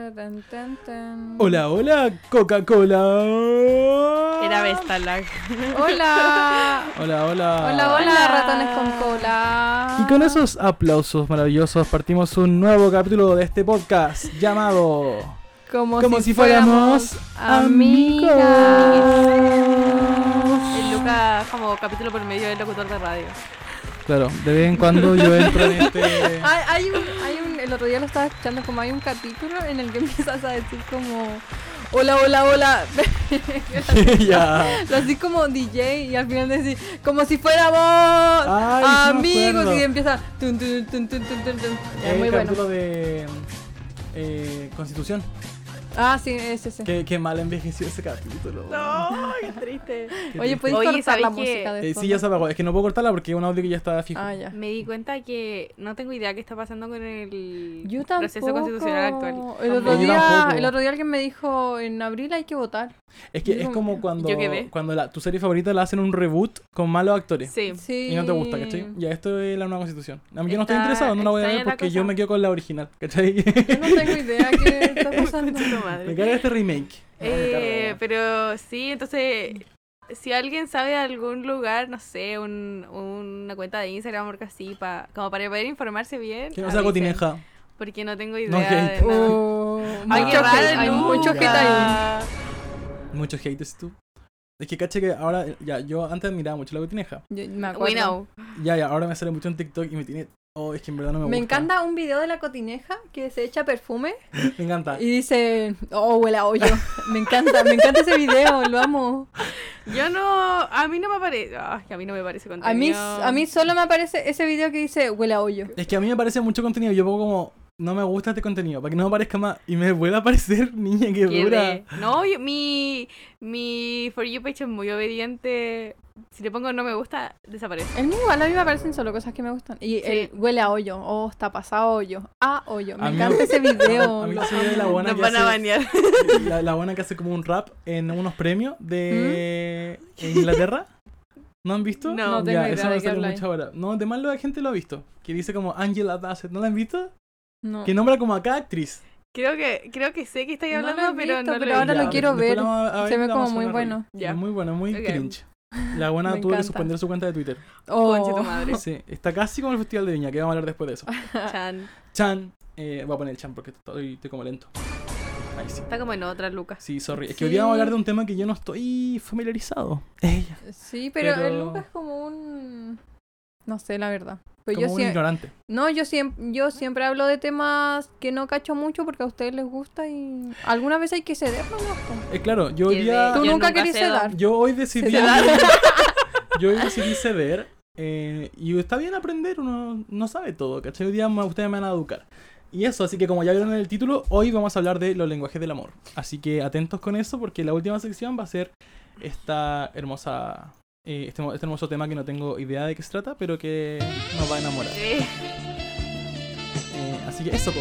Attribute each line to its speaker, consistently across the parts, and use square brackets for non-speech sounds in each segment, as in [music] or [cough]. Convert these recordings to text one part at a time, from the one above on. Speaker 1: Tan, tan, tan.
Speaker 2: Hola, hola, Coca-Cola.
Speaker 3: Era Vestalag.
Speaker 2: [laughs]
Speaker 1: Hola.
Speaker 2: Hola, hola.
Speaker 1: Hola, hola,
Speaker 3: Hola.
Speaker 1: ratones con cola.
Speaker 2: Y con esos aplausos maravillosos partimos un nuevo capítulo de este podcast llamado
Speaker 1: como,
Speaker 2: Como si fuéramos
Speaker 1: amigos.
Speaker 3: El Luca, como capítulo por medio del locutor de radio.
Speaker 2: Claro, de vez en cuando yo entro en este...
Speaker 1: [laughs]
Speaker 2: [laughs]
Speaker 1: Hay, hay un, hay un, el otro día lo estaba escuchando como hay un capítulo en el que [laughs] empiezas a decir como hola, hola, hola. [laughs]
Speaker 2: ya.
Speaker 1: Lo así como DJ y al final decís como si fuéramos
Speaker 2: Ay, sí me
Speaker 1: amigos
Speaker 2: acuerdo.
Speaker 1: y empieza tun, tun, tun, tun, tun, tun, tun. Ya,
Speaker 2: El
Speaker 1: muy bueno.
Speaker 2: Este capítulo de eh, Constitución.
Speaker 1: Ah, sí, ese, ese.
Speaker 2: Qué, qué mal envejeció ese capítulo.
Speaker 3: No, qué triste.
Speaker 2: Qué
Speaker 1: Oye,
Speaker 2: triste.
Speaker 1: ¿puedes
Speaker 3: Oye,
Speaker 1: cortar la
Speaker 3: ¿sabes qué?
Speaker 1: música de
Speaker 2: Eh, sí,
Speaker 1: fondo?
Speaker 2: ya se apagó. Es que no puedo cortarla porque es un audio que ya está fijo.
Speaker 1: Ah, ya.
Speaker 3: [laughs] Me di cuenta que no tengo idea qué está pasando con el
Speaker 1: Yo tampoco.
Speaker 3: proceso constitucional actual.
Speaker 1: El otro,
Speaker 2: Yo
Speaker 1: día,
Speaker 2: tampoco.
Speaker 1: el otro día alguien me dijo, en abril hay que votar.
Speaker 2: Es que es
Speaker 1: Yo-
Speaker 2: como cuando,
Speaker 3: yo quedé.
Speaker 2: cuando la- tu serie favorita la hacen un reboot con malos actores.
Speaker 3: Sí.
Speaker 1: Sí.
Speaker 2: Y no te gusta, ¿cachai? Ya esto es la nueva constitución. A mí yo no estoy
Speaker 3: Está
Speaker 2: interesado, no la voy a ver
Speaker 3: extraña la
Speaker 2: porque yo
Speaker 3: cosa.
Speaker 2: me quedo con la original, ¿cachai?
Speaker 1: Yo
Speaker 2: [laughs]
Speaker 1: no tengo idea
Speaker 3: [laughs]
Speaker 1: qué está pasando. [laughs]
Speaker 3: Concha tu
Speaker 2: me
Speaker 3: madre.
Speaker 2: caga este remake.
Speaker 3: Eh, pero sí, entonces, si alguien sabe de algún lugar, no sé, un- una cuenta de Instagram o algo así, pa- como para poder informarse bien.
Speaker 2: Que no sea
Speaker 3: avisen,
Speaker 2: cotineja.
Speaker 3: Porque no tengo idea.
Speaker 2: No hate.
Speaker 3: de nada. [laughs]
Speaker 1: Oh,
Speaker 3: Ay,
Speaker 1: mucho
Speaker 3: qué raro,
Speaker 1: hate, hay
Speaker 3: Luca.
Speaker 1: mucho hate ahí.
Speaker 2: Muchos haters tú. Es que caché que ahora, ya, yo antes admiraba mucho la cotineja.
Speaker 1: Yo- me
Speaker 3: We
Speaker 1: acuerdo.
Speaker 3: know.
Speaker 2: Ya, ya, ahora me sale mucho en TikTok y me tiene. Oh, es que en verdad no me
Speaker 1: Me
Speaker 2: gusta.
Speaker 1: encanta un video de la cotineja que se echa perfume
Speaker 2: [laughs] Me encanta.
Speaker 1: y dice, oh, huele a
Speaker 2: [laughs]
Speaker 1: hoyo. Me encanta, me encanta ese video, lo amo.
Speaker 3: Yo no, a mí no me parece, ay, a mí no me parece
Speaker 1: A mí,
Speaker 3: contenido.
Speaker 1: a mí solo me aparece ese video que dice, huele a hoyo.
Speaker 2: Es que a mí me parece mucho contenido. Yo pongo como. No me gusta este contenido, para que no me aparezca más. Y me vuelve a aparecer, [laughs] niña, que
Speaker 3: Qué
Speaker 2: dura.
Speaker 3: de- No, yo- mi, mi For You page es muy obediente. Si le pongo no me gusta, desaparece.
Speaker 1: El mío igual a mí me parecen solo cosas que me gustan. Y el huele a hoyo. Oh, está pasado a hoyo. A hoyo. Me
Speaker 2: A mí me-
Speaker 1: encanta ese video.
Speaker 2: a mí
Speaker 1: lo
Speaker 2: ese video de la
Speaker 1: amo.
Speaker 2: buena- Bueno,
Speaker 3: Nos
Speaker 2: ya
Speaker 3: van
Speaker 2: sé.
Speaker 3: a banear. [laughs]
Speaker 2: La, la buena que hace como un rap en unos premios de Inglaterra. ¿No han visto?
Speaker 3: No. No
Speaker 1: ¿Mm? tengo
Speaker 2: Ya,
Speaker 1: idea
Speaker 2: eso
Speaker 1: de
Speaker 2: me
Speaker 1: qué
Speaker 2: sale
Speaker 1: habláis.
Speaker 2: mucho ahora. No, de más la gente lo ha visto. Que dice como Angela Bassett. ¿No la han visto?
Speaker 1: No.
Speaker 2: Que nombra como a cada actriz.
Speaker 3: Creo que, creo que sé que estáis
Speaker 1: No lo he
Speaker 3: hablando, pero
Speaker 1: visto,
Speaker 3: no
Speaker 1: pero
Speaker 3: lo he
Speaker 1: ahora lo
Speaker 3: visto.
Speaker 1: quiero
Speaker 2: después
Speaker 1: ver.
Speaker 2: la vamos a- a
Speaker 1: Se ve
Speaker 2: la
Speaker 1: como
Speaker 2: vamos a
Speaker 1: muy
Speaker 2: ver.
Speaker 1: bueno.
Speaker 3: Ya.
Speaker 2: Muy bueno, muy
Speaker 3: Ok.
Speaker 1: [laughs]
Speaker 2: cringe. La buena
Speaker 1: Me
Speaker 2: tuvo que
Speaker 1: encanta.
Speaker 2: suspender su cuenta de Twitter.
Speaker 3: Conche tu
Speaker 1: Oh.
Speaker 3: madre.
Speaker 2: Sí, está casi como el Festival de Viña, que vamos a hablar después de eso.
Speaker 1: Ah.
Speaker 3: Chan.
Speaker 2: Chan, eh, voy a poner el Chan porque estoy, estoy como lento. Ahí sí.
Speaker 3: Está como en otra, Lucas.
Speaker 2: Sí, sorry. Es que hoy día vamos a
Speaker 1: Sí.
Speaker 2: hablar de un tema que yo no estoy familiarizado. Ella.
Speaker 1: Sí, pero,
Speaker 2: Pero-
Speaker 1: el Luca es como un... No sé, la verdad. Pues
Speaker 2: Como
Speaker 1: yo
Speaker 2: un
Speaker 1: siem-
Speaker 2: ignorante.
Speaker 1: No, yo siempre, yo siempre hablo de temas que no cacho mucho porque a ustedes les gusta y alguna vez hay que ceder, ¿no? Po.
Speaker 2: Eh, claro, yo hoy
Speaker 3: Qué
Speaker 2: día.
Speaker 1: Tú
Speaker 3: Yo
Speaker 1: nunca
Speaker 3: nunca
Speaker 1: querés
Speaker 3: cedo.
Speaker 1: ceder.
Speaker 2: Yo hoy
Speaker 1: [laughs]
Speaker 2: decidí.
Speaker 1: Ceder.
Speaker 2: yo hoy decidí ceder. eh, y está bien aprender, uno no sabe todo, ¿cachai? Hoy día me- ustedes me van a educar. Y eso, así que como ya vieron en el título, hoy vamos a hablar de los lenguajes del amor. Así que atentos con eso, porque la última sección va a ser esta hermosa. eh, este, este hermoso tema que no tengo idea de qué se trata, pero que nos va a enamorar.
Speaker 3: Eh,
Speaker 2: Eh, así que eso, po.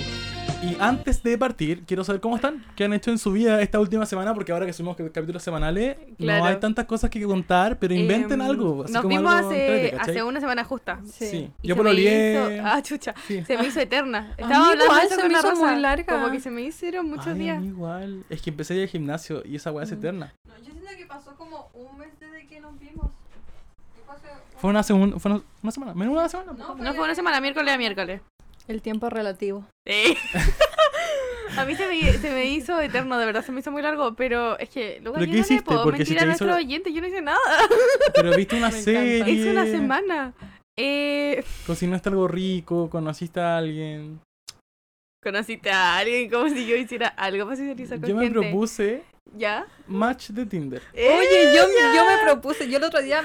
Speaker 2: Y antes de partir, quiero saber cómo están, qué han hecho en su vida esta última semana, porque ahora que subimos cap- capítulos semanales,
Speaker 3: Claro.
Speaker 2: no hay tantas cosas que contar, pero inventen
Speaker 3: em,
Speaker 2: algo. así
Speaker 3: Nos
Speaker 2: como
Speaker 3: vimos
Speaker 2: algo entrete,
Speaker 3: hace,
Speaker 2: ¿cachai?
Speaker 3: hace una semana justa.
Speaker 2: Sí.
Speaker 3: Y
Speaker 2: Yo
Speaker 3: se me
Speaker 2: pololeé.
Speaker 3: hizo- Ah, chucha.
Speaker 2: Sí.
Speaker 3: Se me hizo eterna. Estaba
Speaker 1: mí
Speaker 3: hablando
Speaker 1: igual,
Speaker 3: eso
Speaker 1: se
Speaker 3: con
Speaker 1: me
Speaker 3: la
Speaker 1: hizo
Speaker 3: Rosa,
Speaker 1: muy larga.
Speaker 3: Como que se me hicieron muchos
Speaker 2: Ay, a
Speaker 3: días.
Speaker 2: mí igual. Es que empecé a ir al gimnasio y esa weá es
Speaker 1: Mm.
Speaker 2: eterna.
Speaker 1: yo siento que pasó como un mes desde que nos vimos.
Speaker 2: Fue una, segun- fue una, una semana, menos una semana. po.
Speaker 3: No fue una semana, miércoles a miércoles.
Speaker 1: El tiempo relativo.
Speaker 3: Eh. [laughs] A mí se me, se me hizo eterno, de verdad, se me hizo muy largo, pero es que luego
Speaker 2: ¿Pero
Speaker 3: yo
Speaker 2: qué
Speaker 3: no
Speaker 2: hiciste?
Speaker 3: le puedo
Speaker 2: Porque
Speaker 3: mentir
Speaker 2: si
Speaker 3: a
Speaker 2: te hizo
Speaker 3: nuestro
Speaker 2: la-
Speaker 3: oyente, yo no hice nada. [laughs]
Speaker 2: Pero viste una
Speaker 1: Me encanta.
Speaker 2: serie.
Speaker 3: Hice una semana. Eh,
Speaker 2: Cocinaste algo rico, conociste a alguien.
Speaker 3: conociste a alguien como si yo hiciera algo para socializar con
Speaker 2: Yo me
Speaker 3: gente.
Speaker 2: propuse
Speaker 3: ¿Ya?
Speaker 2: match de Tinder.
Speaker 1: Oye, yo, yo me propuse, yo el otro día,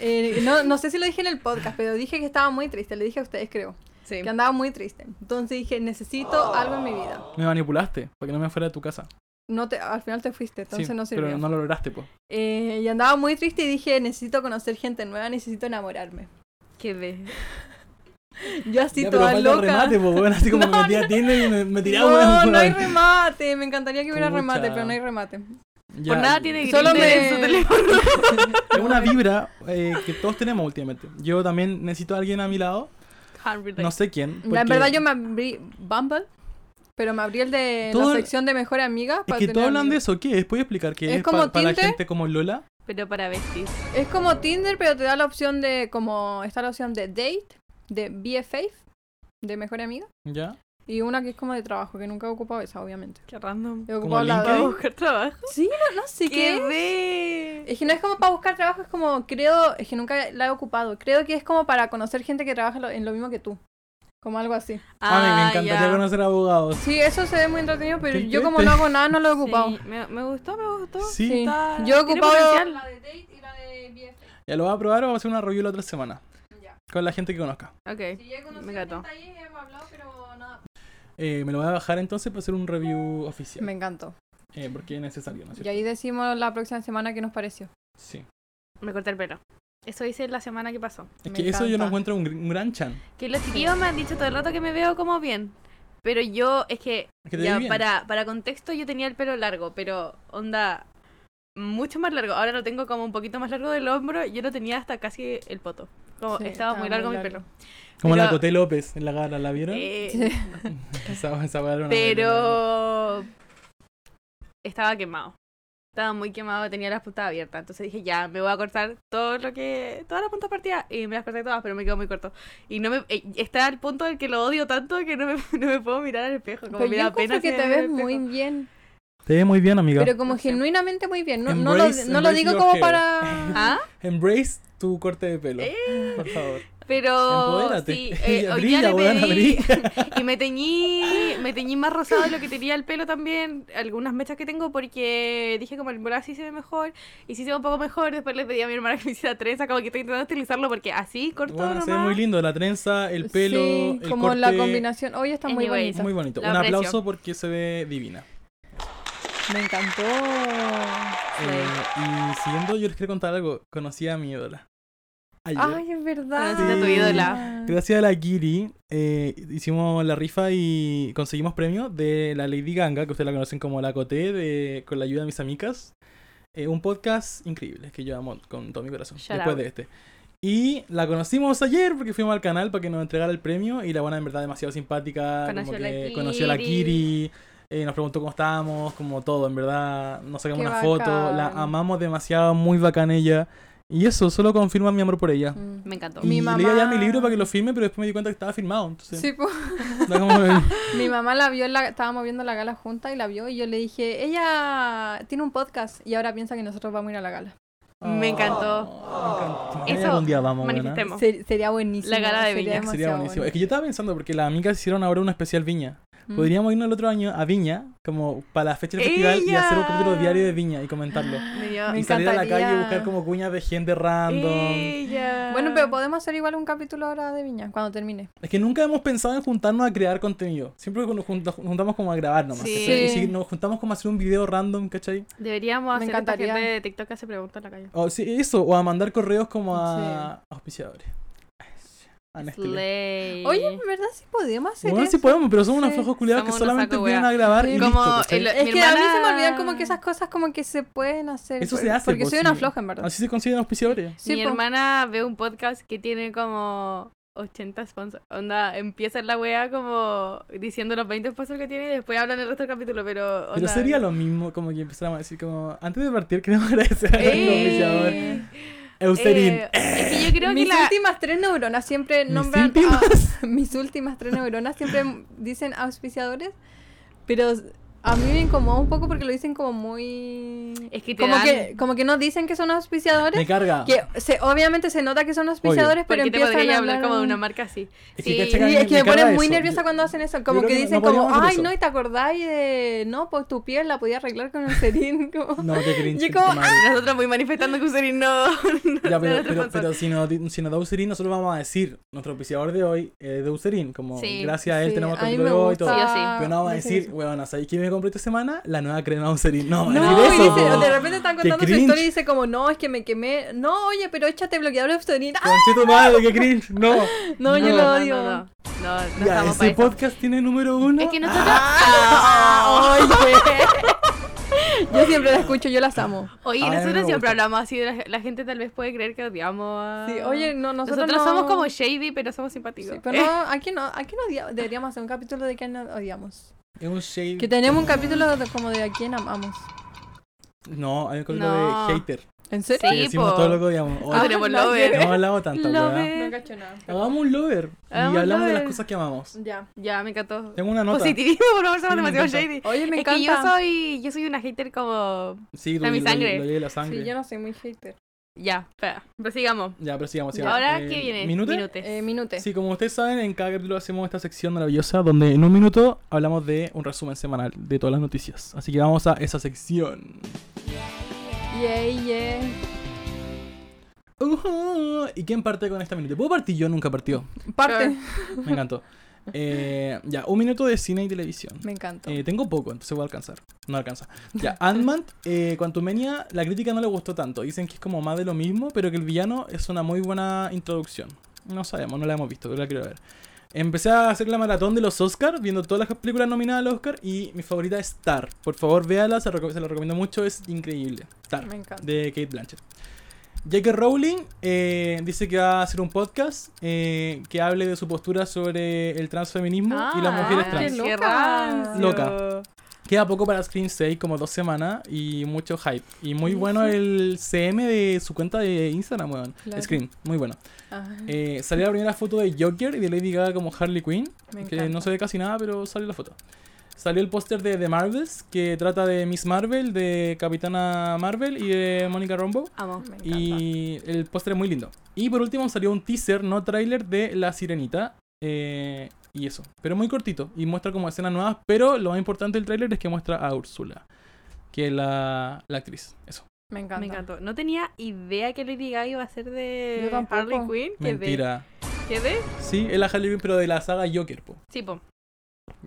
Speaker 1: eh, no, no sé si lo dije en el podcast, pero dije que estaba muy triste, le dije a ustedes creo,
Speaker 3: Sí.
Speaker 1: que andaba muy triste. Entonces dije, necesito algo en mi vida.
Speaker 2: Me manipulaste para que no me fuera de tu casa.
Speaker 1: No te, al final te fuiste,
Speaker 2: Sí,
Speaker 1: entonces no sirvió.
Speaker 2: Pero no lo lograste, pues.
Speaker 1: Eh, y andaba muy triste y dije, necesito conocer gente nueva, necesito enamorarme.
Speaker 3: Quedé.
Speaker 1: Yo así
Speaker 2: Ya, pero
Speaker 1: toda
Speaker 2: falta el
Speaker 1: loca.
Speaker 2: remate, pues, po, weón, así
Speaker 1: [laughs]
Speaker 2: como
Speaker 1: No,
Speaker 2: me metí a Tinder y me, me tiré a
Speaker 1: no,
Speaker 2: weón,
Speaker 1: no
Speaker 2: [laughs]
Speaker 1: hay
Speaker 2: weón.
Speaker 1: remate. Me encantaría que hubiera
Speaker 2: Pucha.
Speaker 1: remate, pero no hay remate.
Speaker 2: Ya,
Speaker 3: Por nada tiene que
Speaker 1: Solo me- [laughs]
Speaker 3: en su teléfono.
Speaker 2: Es una vibra eh, que todos tenemos últimamente. Yo también necesito a alguien a mi lado,
Speaker 3: Can't relate.
Speaker 2: no sé quién.
Speaker 1: La
Speaker 2: porque-
Speaker 1: verdad yo me abrí Bumble, Pero me abrí el de
Speaker 2: Todo-
Speaker 1: la sección de mejor amiga.
Speaker 2: Es que todos hablan de eso, ¿qué es? ¿Puedes explicar qué es,
Speaker 1: Es como
Speaker 2: pa- para
Speaker 1: Tinder.
Speaker 2: gente como Lola?
Speaker 3: Pero para vestir.
Speaker 1: Es como Tinder, pero te da la opción de, como, está la opción de date, de BFF, de mejor amiga.
Speaker 2: ¿Ya?
Speaker 1: Y una que es como de trabajo, que nunca he ocupado esa, obviamente.
Speaker 3: Qué random.
Speaker 1: He
Speaker 2: ¿Como
Speaker 1: ocupado la
Speaker 3: Para
Speaker 2: ¿Qué?
Speaker 1: de...
Speaker 2: LinkedIn?
Speaker 3: buscar trabajo.
Speaker 1: Sí, no, no sé qué.
Speaker 3: ¿Qué ve?
Speaker 1: Es que no es como para buscar trabajo, es como, creo, es que nunca la he ocupado. Creo que es como para conocer gente que trabaja lo- en lo mismo que tú. Como algo así.
Speaker 2: a mí Ah,
Speaker 1: Ah,
Speaker 2: me encantaría
Speaker 3: Ah, ya.
Speaker 2: conocer abogados.
Speaker 1: Sí, eso se ve muy entretenido, pero
Speaker 2: Qué
Speaker 1: yo como no hago nada, no lo he ocupado.
Speaker 3: Sí, me, me gustó, me gustó.
Speaker 2: Sí.
Speaker 1: Sí.
Speaker 3: Está-
Speaker 1: Yo he
Speaker 3: tiene
Speaker 1: ocupado
Speaker 3: potencial.
Speaker 1: la de date y la de BFF.
Speaker 2: Ya lo voy a probar o voy a hacer una review la otra semana.
Speaker 1: Ya.
Speaker 2: Con la gente que conozca.
Speaker 3: Ok. Me encantó.
Speaker 2: Eh, me lo voy a bajar entonces para hacer un review oficial.
Speaker 1: Me encantó.
Speaker 2: Eh, porque es necesario, ¿no es
Speaker 1: Y
Speaker 2: cierto?
Speaker 1: ahí decimos la próxima semana qué nos pareció.
Speaker 2: Sí.
Speaker 3: Me corté el pelo. Eso hice la semana que pasó.
Speaker 2: Es
Speaker 1: Me
Speaker 2: que eso yo
Speaker 1: encanta.
Speaker 2: lo encuentro un, gr- un gran chan.
Speaker 3: Que los chiquillos me han dicho todo el rato que me veo como bien. Pero yo, es que,
Speaker 2: Es que te
Speaker 3: ya,
Speaker 2: vi bien.
Speaker 3: para, para contexto, yo tenía el pelo largo, pero onda, mucho más largo. Ahora lo tengo como un poquito más largo del hombro. Yo lo tenía hasta casi el poto. Como
Speaker 1: Sí,
Speaker 3: estaba muy largo mi pelo.
Speaker 2: Como la
Speaker 3: pero-
Speaker 2: Coté López en la gara, ¿la vieron?
Speaker 3: Eh,
Speaker 1: [laughs] Sí.
Speaker 2: [laughs] Esa- esa weá era una verga.
Speaker 3: pero estaba quemado. Estaba muy quemado, tenía las puntas abiertas. Entonces dije, ya, me voy a cortar todo lo que. Todas las puntas partidas. Y me las corté todas, pero me quedó muy corto. Y no me. eh, Está al punto del que lo odio tanto que no me, [laughs] no me puedo mirar al espejo. Como
Speaker 1: Pero
Speaker 3: me
Speaker 1: yo
Speaker 3: da pena
Speaker 1: encuentro que
Speaker 3: si me
Speaker 1: te
Speaker 3: veo al
Speaker 1: ves
Speaker 3: espejo.
Speaker 1: muy bien.
Speaker 2: Te ve muy bien, amiga.
Speaker 1: Pero como
Speaker 3: No sé.
Speaker 1: genuinamente muy bien. No, no
Speaker 2: Embrace-
Speaker 1: lo, no lo
Speaker 2: embrace
Speaker 1: digo
Speaker 2: your
Speaker 1: como
Speaker 2: hair. [laughs]
Speaker 1: para...
Speaker 3: ¿Ah?
Speaker 2: Embrace tu corte de pelo.
Speaker 1: Eh,
Speaker 2: Por favor.
Speaker 3: Pero.
Speaker 2: Empodérate. [laughs]
Speaker 3: Sí, eh,
Speaker 2: Ya
Speaker 3: hoy día
Speaker 2: brilla,
Speaker 3: le
Speaker 2: weona,
Speaker 3: pedí- [laughs] y me teñí. Me teñí más rosado de lo que tenía el pelo también. Algunas mechas que tengo porque dije como el morado sí se ve mejor. Y sí se ve un poco mejor. Después le pedí a mi hermana que me hiciera trenza. Como que estoy intentando estilizarlo porque así corto
Speaker 2: Bueno, se ve
Speaker 3: nomás.
Speaker 2: muy lindo. La trenza, el pelo,
Speaker 1: Sí,
Speaker 2: el
Speaker 1: como la
Speaker 2: corte.
Speaker 1: combinación. Hoy está muy
Speaker 3: Anyways.
Speaker 1: bonita.
Speaker 2: Muy bonito.
Speaker 3: La
Speaker 2: Un
Speaker 3: aprecio.
Speaker 2: aplauso porque se ve divina.
Speaker 1: Me encantó.
Speaker 2: Eh, y siguiendo, yo les quiero contar algo. Conocí a mi ídola. Ayer.
Speaker 1: Ay, es verdad.
Speaker 3: Conociste
Speaker 2: a tu
Speaker 3: ídola.
Speaker 2: Gracias a la Kiri, eh, hicimos la rifa y conseguimos premio de la Lady Ganga, que ustedes la conocen como la Coté, de, con la ayuda de mis amigas. Eh, un podcast increíble que yo amo con todo mi corazón,
Speaker 3: Shout
Speaker 2: después
Speaker 3: out.
Speaker 2: de este. Y la conocimos ayer porque fuimos al canal para que nos entregara el premio y la buena en verdad demasiado simpática.
Speaker 3: Conoció
Speaker 2: como
Speaker 3: a la
Speaker 2: que conoció a la Kiri,
Speaker 3: Kiri.
Speaker 2: eh, nos preguntó cómo estábamos, como todo, en verdad. Nos sacamos
Speaker 1: Qué
Speaker 2: una foto, la
Speaker 1: bacán.
Speaker 2: amamos demasiado, muy bacán ella. Y eso solo confirma mi amor por ella.
Speaker 1: Mm.
Speaker 3: Me encantó.
Speaker 2: Y
Speaker 1: Mi
Speaker 2: le iba a
Speaker 1: mamá-
Speaker 2: dar mi libro para que lo firme, pero después me di cuenta que estaba firmado. Entonces,
Speaker 1: Sí, po.
Speaker 2: da como
Speaker 1: [laughs]
Speaker 2: el-
Speaker 1: Mi mamá la vio, en la, estábamos viendo la gala junta y la vio y yo le dije, ella tiene un podcast y ahora piensa que nosotros vamos a ir a la gala.
Speaker 3: Me encantó.
Speaker 2: Oh, me encantó.
Speaker 3: Eso,
Speaker 2: Algún día vamos, buena.
Speaker 3: Manifestemos.
Speaker 1: Se- sería buenísimo.
Speaker 3: La gala de
Speaker 1: sería
Speaker 3: Viña.
Speaker 1: demasiado
Speaker 2: Sería buenísimo.
Speaker 1: bueno.
Speaker 2: Es que yo estaba pensando, porque las amigas hicieron ahora una especial Viña.
Speaker 1: Mm.
Speaker 2: Podríamos irnos el otro año a Viña, como para la fecha del festival, y
Speaker 3: ¡Ella!
Speaker 2: hacer un capítulo diario de Viña y comentarlo.
Speaker 3: Me dio-
Speaker 1: Me
Speaker 2: y salir a la calle y
Speaker 1: encantaría.
Speaker 2: buscar como cuñas de gente random.
Speaker 3: Ella.
Speaker 1: Mm. Bueno, pero podemos hacer igual un capítulo ahora de Viña, cuando termine.
Speaker 2: Es que nunca hemos pensado en juntarnos a crear contenido. Siempre nos junta- juntamos como a grabar nomás.
Speaker 3: Sí.
Speaker 2: ¿cachai? Y si nos juntamos como a hacer un video random, ¿cachai?
Speaker 3: Deberíamos
Speaker 1: Me
Speaker 3: hacer esta
Speaker 1: encantaría.
Speaker 3: gente de TikTok que se pregunta en la calle.
Speaker 2: O, Oh, sí, eso, o a mandar correos como a auspiciadores. A Nestlé.
Speaker 3: Slay.
Speaker 1: Oye, en verdad sí podemos hacer
Speaker 2: Bueno, sí
Speaker 1: eso.
Speaker 2: podemos, pero somos unos
Speaker 1: Sí.
Speaker 2: flojos culiados que
Speaker 3: Somos unos
Speaker 2: solamente
Speaker 3: sacos,
Speaker 2: vienen
Speaker 3: wea.
Speaker 2: a grabar
Speaker 1: Sí.
Speaker 2: y
Speaker 3: Como
Speaker 2: listo, ¿cachai?
Speaker 3: el-
Speaker 1: Es
Speaker 3: Mi
Speaker 1: que a mí se me
Speaker 3: hermana-
Speaker 1: olvidan como que esas cosas como que se pueden hacer.
Speaker 2: Eso
Speaker 1: por-
Speaker 2: se hace,
Speaker 1: Porque
Speaker 2: pues,
Speaker 1: soy una
Speaker 2: sí.
Speaker 1: floja, en verdad.
Speaker 2: Así se consiguen auspiciadores.
Speaker 1: Sí, pues.
Speaker 3: Mi
Speaker 1: po.
Speaker 3: hermana ve un podcast que tiene como 80 sponsors. Onda, empieza la weá como diciendo los 20 sponsors que tiene y después hablan el resto del capítulo, pero.
Speaker 2: Pero
Speaker 3: onda,
Speaker 2: sería lo mismo como que empezáramos a decir como, antes de partir queremos [laughs] agradecer a nuestro auspiciador.
Speaker 3: Eh,
Speaker 2: Eucerin.
Speaker 3: eh, es que yo creo que
Speaker 1: mis
Speaker 3: la.
Speaker 1: últimas tres neuronas siempre
Speaker 2: Mis
Speaker 1: nombran.
Speaker 2: últimas.
Speaker 1: a- [laughs] mis últimas tres neuronas siempre m- dicen auspiciadores, pero s- a mí me incomoda un poco porque lo dicen como muy.
Speaker 3: Es que te
Speaker 1: como
Speaker 3: dan-
Speaker 1: que Como que no dicen que son
Speaker 2: Me
Speaker 1: auspiciadores.
Speaker 2: carga.
Speaker 1: Que se, obviamente se nota que son auspiciadores, pero
Speaker 3: Porque te
Speaker 1: empiezan
Speaker 3: podría
Speaker 1: a
Speaker 3: hablar como de una
Speaker 1: un-
Speaker 3: marca así.
Speaker 2: Es
Speaker 3: Sí,
Speaker 2: que,
Speaker 1: Sí,
Speaker 2: cacha que a mí
Speaker 1: es que me
Speaker 2: carga
Speaker 1: ponen muy
Speaker 2: eso.
Speaker 1: nerviosa
Speaker 2: Yo-
Speaker 1: cuando hacen eso. Como que,
Speaker 2: creo que no- no
Speaker 1: dicen como,
Speaker 2: podríamos hacer
Speaker 1: ay,
Speaker 2: eso".
Speaker 1: no, y te acordáis de, no, pues tu piel la podía arreglar con un serín. [laughs] Como...
Speaker 2: No, qué cringe.
Speaker 1: Yo
Speaker 2: tu
Speaker 1: como, ah,
Speaker 2: madre.
Speaker 3: Nosotros muy manifestando que Userin no. no
Speaker 2: Ya,
Speaker 3: sea
Speaker 2: pero,
Speaker 3: nuestro
Speaker 2: pero,
Speaker 3: sponsor.
Speaker 2: pero si, nos, di- si nos da Eucerin, nosotros vamos a decir, nuestro auspiciador de hoy es de Eucerin, como
Speaker 3: Sí,
Speaker 2: gracias a él
Speaker 1: Sí,
Speaker 2: tenemos el
Speaker 1: a mí
Speaker 2: capítulo de
Speaker 1: me
Speaker 2: hoy y todo.
Speaker 1: gusta-
Speaker 3: Sí o sí.
Speaker 2: Pero no vamos a
Speaker 1: dicen
Speaker 2: decir,
Speaker 1: eso.
Speaker 2: weón, ¿sabéis qué me compré esta semana? La nueva crema Eucerin. No, vamos a
Speaker 1: No,
Speaker 2: decir
Speaker 1: y
Speaker 2: eso.
Speaker 1: dice-
Speaker 2: po.
Speaker 1: o de repente están
Speaker 2: Qué
Speaker 1: contando su
Speaker 2: cringe.
Speaker 1: historia y dice como, no, es que me quemé. No, oye, pero échate bloqueador de Eucerin. ¡Ah!
Speaker 2: Conche tu madre, qué cringe. No.
Speaker 1: No, yo
Speaker 2: No,
Speaker 1: lo
Speaker 2: no,
Speaker 1: odio.
Speaker 3: No, no, no, no
Speaker 2: Ya, Ah,
Speaker 3: estamos
Speaker 2: ese
Speaker 3: para eso.
Speaker 2: podcast tiene número uno.
Speaker 3: Es que nosotros.
Speaker 1: [laughs] Yo siempre la escucho, yo las amo.
Speaker 3: Oye,
Speaker 2: A mí me
Speaker 3: nosotros siempre
Speaker 2: gusta.
Speaker 3: hablamos así. La, la gente tal vez puede creer que odiamos a.
Speaker 1: Sí, oye, no, nosotros,
Speaker 3: Ah. Nosotros
Speaker 1: no-
Speaker 3: somos eh. como shady, pero somos simpáticos.
Speaker 1: Sí, pero no, aquí no, aquí no odia- deberíamos hacer un capítulo de que no odiamos.
Speaker 2: [laughs] Es un shade.
Speaker 1: Que tenemos un capítulo de- como de a quién amamos.
Speaker 2: No, hay un capítulo
Speaker 3: No.
Speaker 2: de hater.
Speaker 1: ¿En
Speaker 3: Sí,
Speaker 1: serio?
Speaker 2: Que decimos
Speaker 3: po.
Speaker 2: todo lo que odiamos.
Speaker 3: Ah,
Speaker 2: Oye,
Speaker 3: tenemos
Speaker 1: la
Speaker 3: Lover.
Speaker 2: no hemos hablado tanto, weá.
Speaker 1: No
Speaker 3: Lover.
Speaker 1: cacho nada.
Speaker 2: Hagamos un lover y
Speaker 3: Hagamos un
Speaker 2: hablamos de las
Speaker 3: lover.
Speaker 2: cosas que amamos.
Speaker 1: Ya.
Speaker 3: Ya, me encantó.
Speaker 2: Tengo una nota.
Speaker 3: Positivismo, por favor, somos
Speaker 2: Sí, me
Speaker 3: demasiado
Speaker 2: encanta.
Speaker 3: shady.
Speaker 1: Oye, me
Speaker 3: es
Speaker 1: encanta.
Speaker 3: que yo soy, yo soy una hater como...
Speaker 2: Sí,
Speaker 3: Está
Speaker 2: lo-
Speaker 3: mi
Speaker 2: lo-
Speaker 3: sangre.
Speaker 2: Lo, de la sangre.
Speaker 1: Sí, yo no soy muy hater.
Speaker 3: Ya, espera, prosigamos.
Speaker 2: Ya, pero sigamos,
Speaker 1: Ya.
Speaker 2: sigamos.
Speaker 3: Ahora,
Speaker 2: Eh,
Speaker 3: ¿qué viene?
Speaker 2: ¿Minute?
Speaker 3: Minutes.
Speaker 1: Eh, minute.
Speaker 2: Sí, como ustedes saben, en cada capítulo hacemos esta sección maravillosa donde en un minuto hablamos de un resumen semanal de todas las noticias. Así que vamos a esa sección.
Speaker 1: Yeah, yeah.
Speaker 2: Ujú. Uh-huh. ¿Y quién parte con esta minuto? ¿Puedo partir yo? Nunca partió.
Speaker 1: Parte.
Speaker 2: Me encantó. Eh, ya, un minuto de cine y televisión.
Speaker 1: Me encanta.
Speaker 2: Eh, tengo poco, entonces voy a alcanzar. No alcanza.
Speaker 1: [laughs]
Speaker 2: Ya, Ant-Man, eh, Quantumania, la crítica no le gustó tanto. Dicen que es como más de lo mismo, pero que el villano es una muy buena introducción. No sabemos, no la hemos visto, pero la quiero ver. Empecé a hacer la maratón de los Oscars, viendo todas las películas nominadas al Oscar, y mi favorita es Tar. Por favor, véala, se, reco- se la recomiendo mucho, es increíble. Tar
Speaker 1: Me encanta.
Speaker 2: de Kate Blanchett. J.K. Rowling eh, dice que va a hacer un podcast eh, que hable de su postura sobre el transfeminismo y las mujeres
Speaker 1: qué
Speaker 2: trans.
Speaker 1: loco.
Speaker 3: Ah, Qué
Speaker 1: rancio.
Speaker 2: Loca. Queda poco para Scream 6, como dos semanas, y mucho hype. Y muy bueno el CM de su cuenta de Instagram, weón.
Speaker 1: Claro.
Speaker 2: Scream, muy bueno.
Speaker 1: Ah,
Speaker 2: Eh, salió la primera foto de Joker y de Lady Gaga como Harley Quinn,
Speaker 1: me
Speaker 2: que
Speaker 1: encanta.
Speaker 2: no se ve casi nada, pero salió la foto. Salió el póster de The Marvels, que trata de Miss Marvel, de Capitana Marvel y de Monica Rambeau.
Speaker 3: Amo.
Speaker 1: Me encanta.
Speaker 2: Y el póster es muy lindo. Y por último salió un teaser, no tráiler, de La Sirenita. eh, y eso. Pero muy cortito. Y muestra como escenas nuevas. Pero lo más importante del tráiler es que muestra a Úrsula. Que es la, la actriz. Eso.
Speaker 1: Me encanta.
Speaker 3: Me encantó. No tenía idea que Lady Gaga iba a ser de
Speaker 1: Yo tampoco.
Speaker 3: Harley Quinn. que
Speaker 2: Mentira.
Speaker 3: de- que de-
Speaker 2: Sí, es la Harley Quinn, pero de la saga Joker, po.
Speaker 3: Sí, po.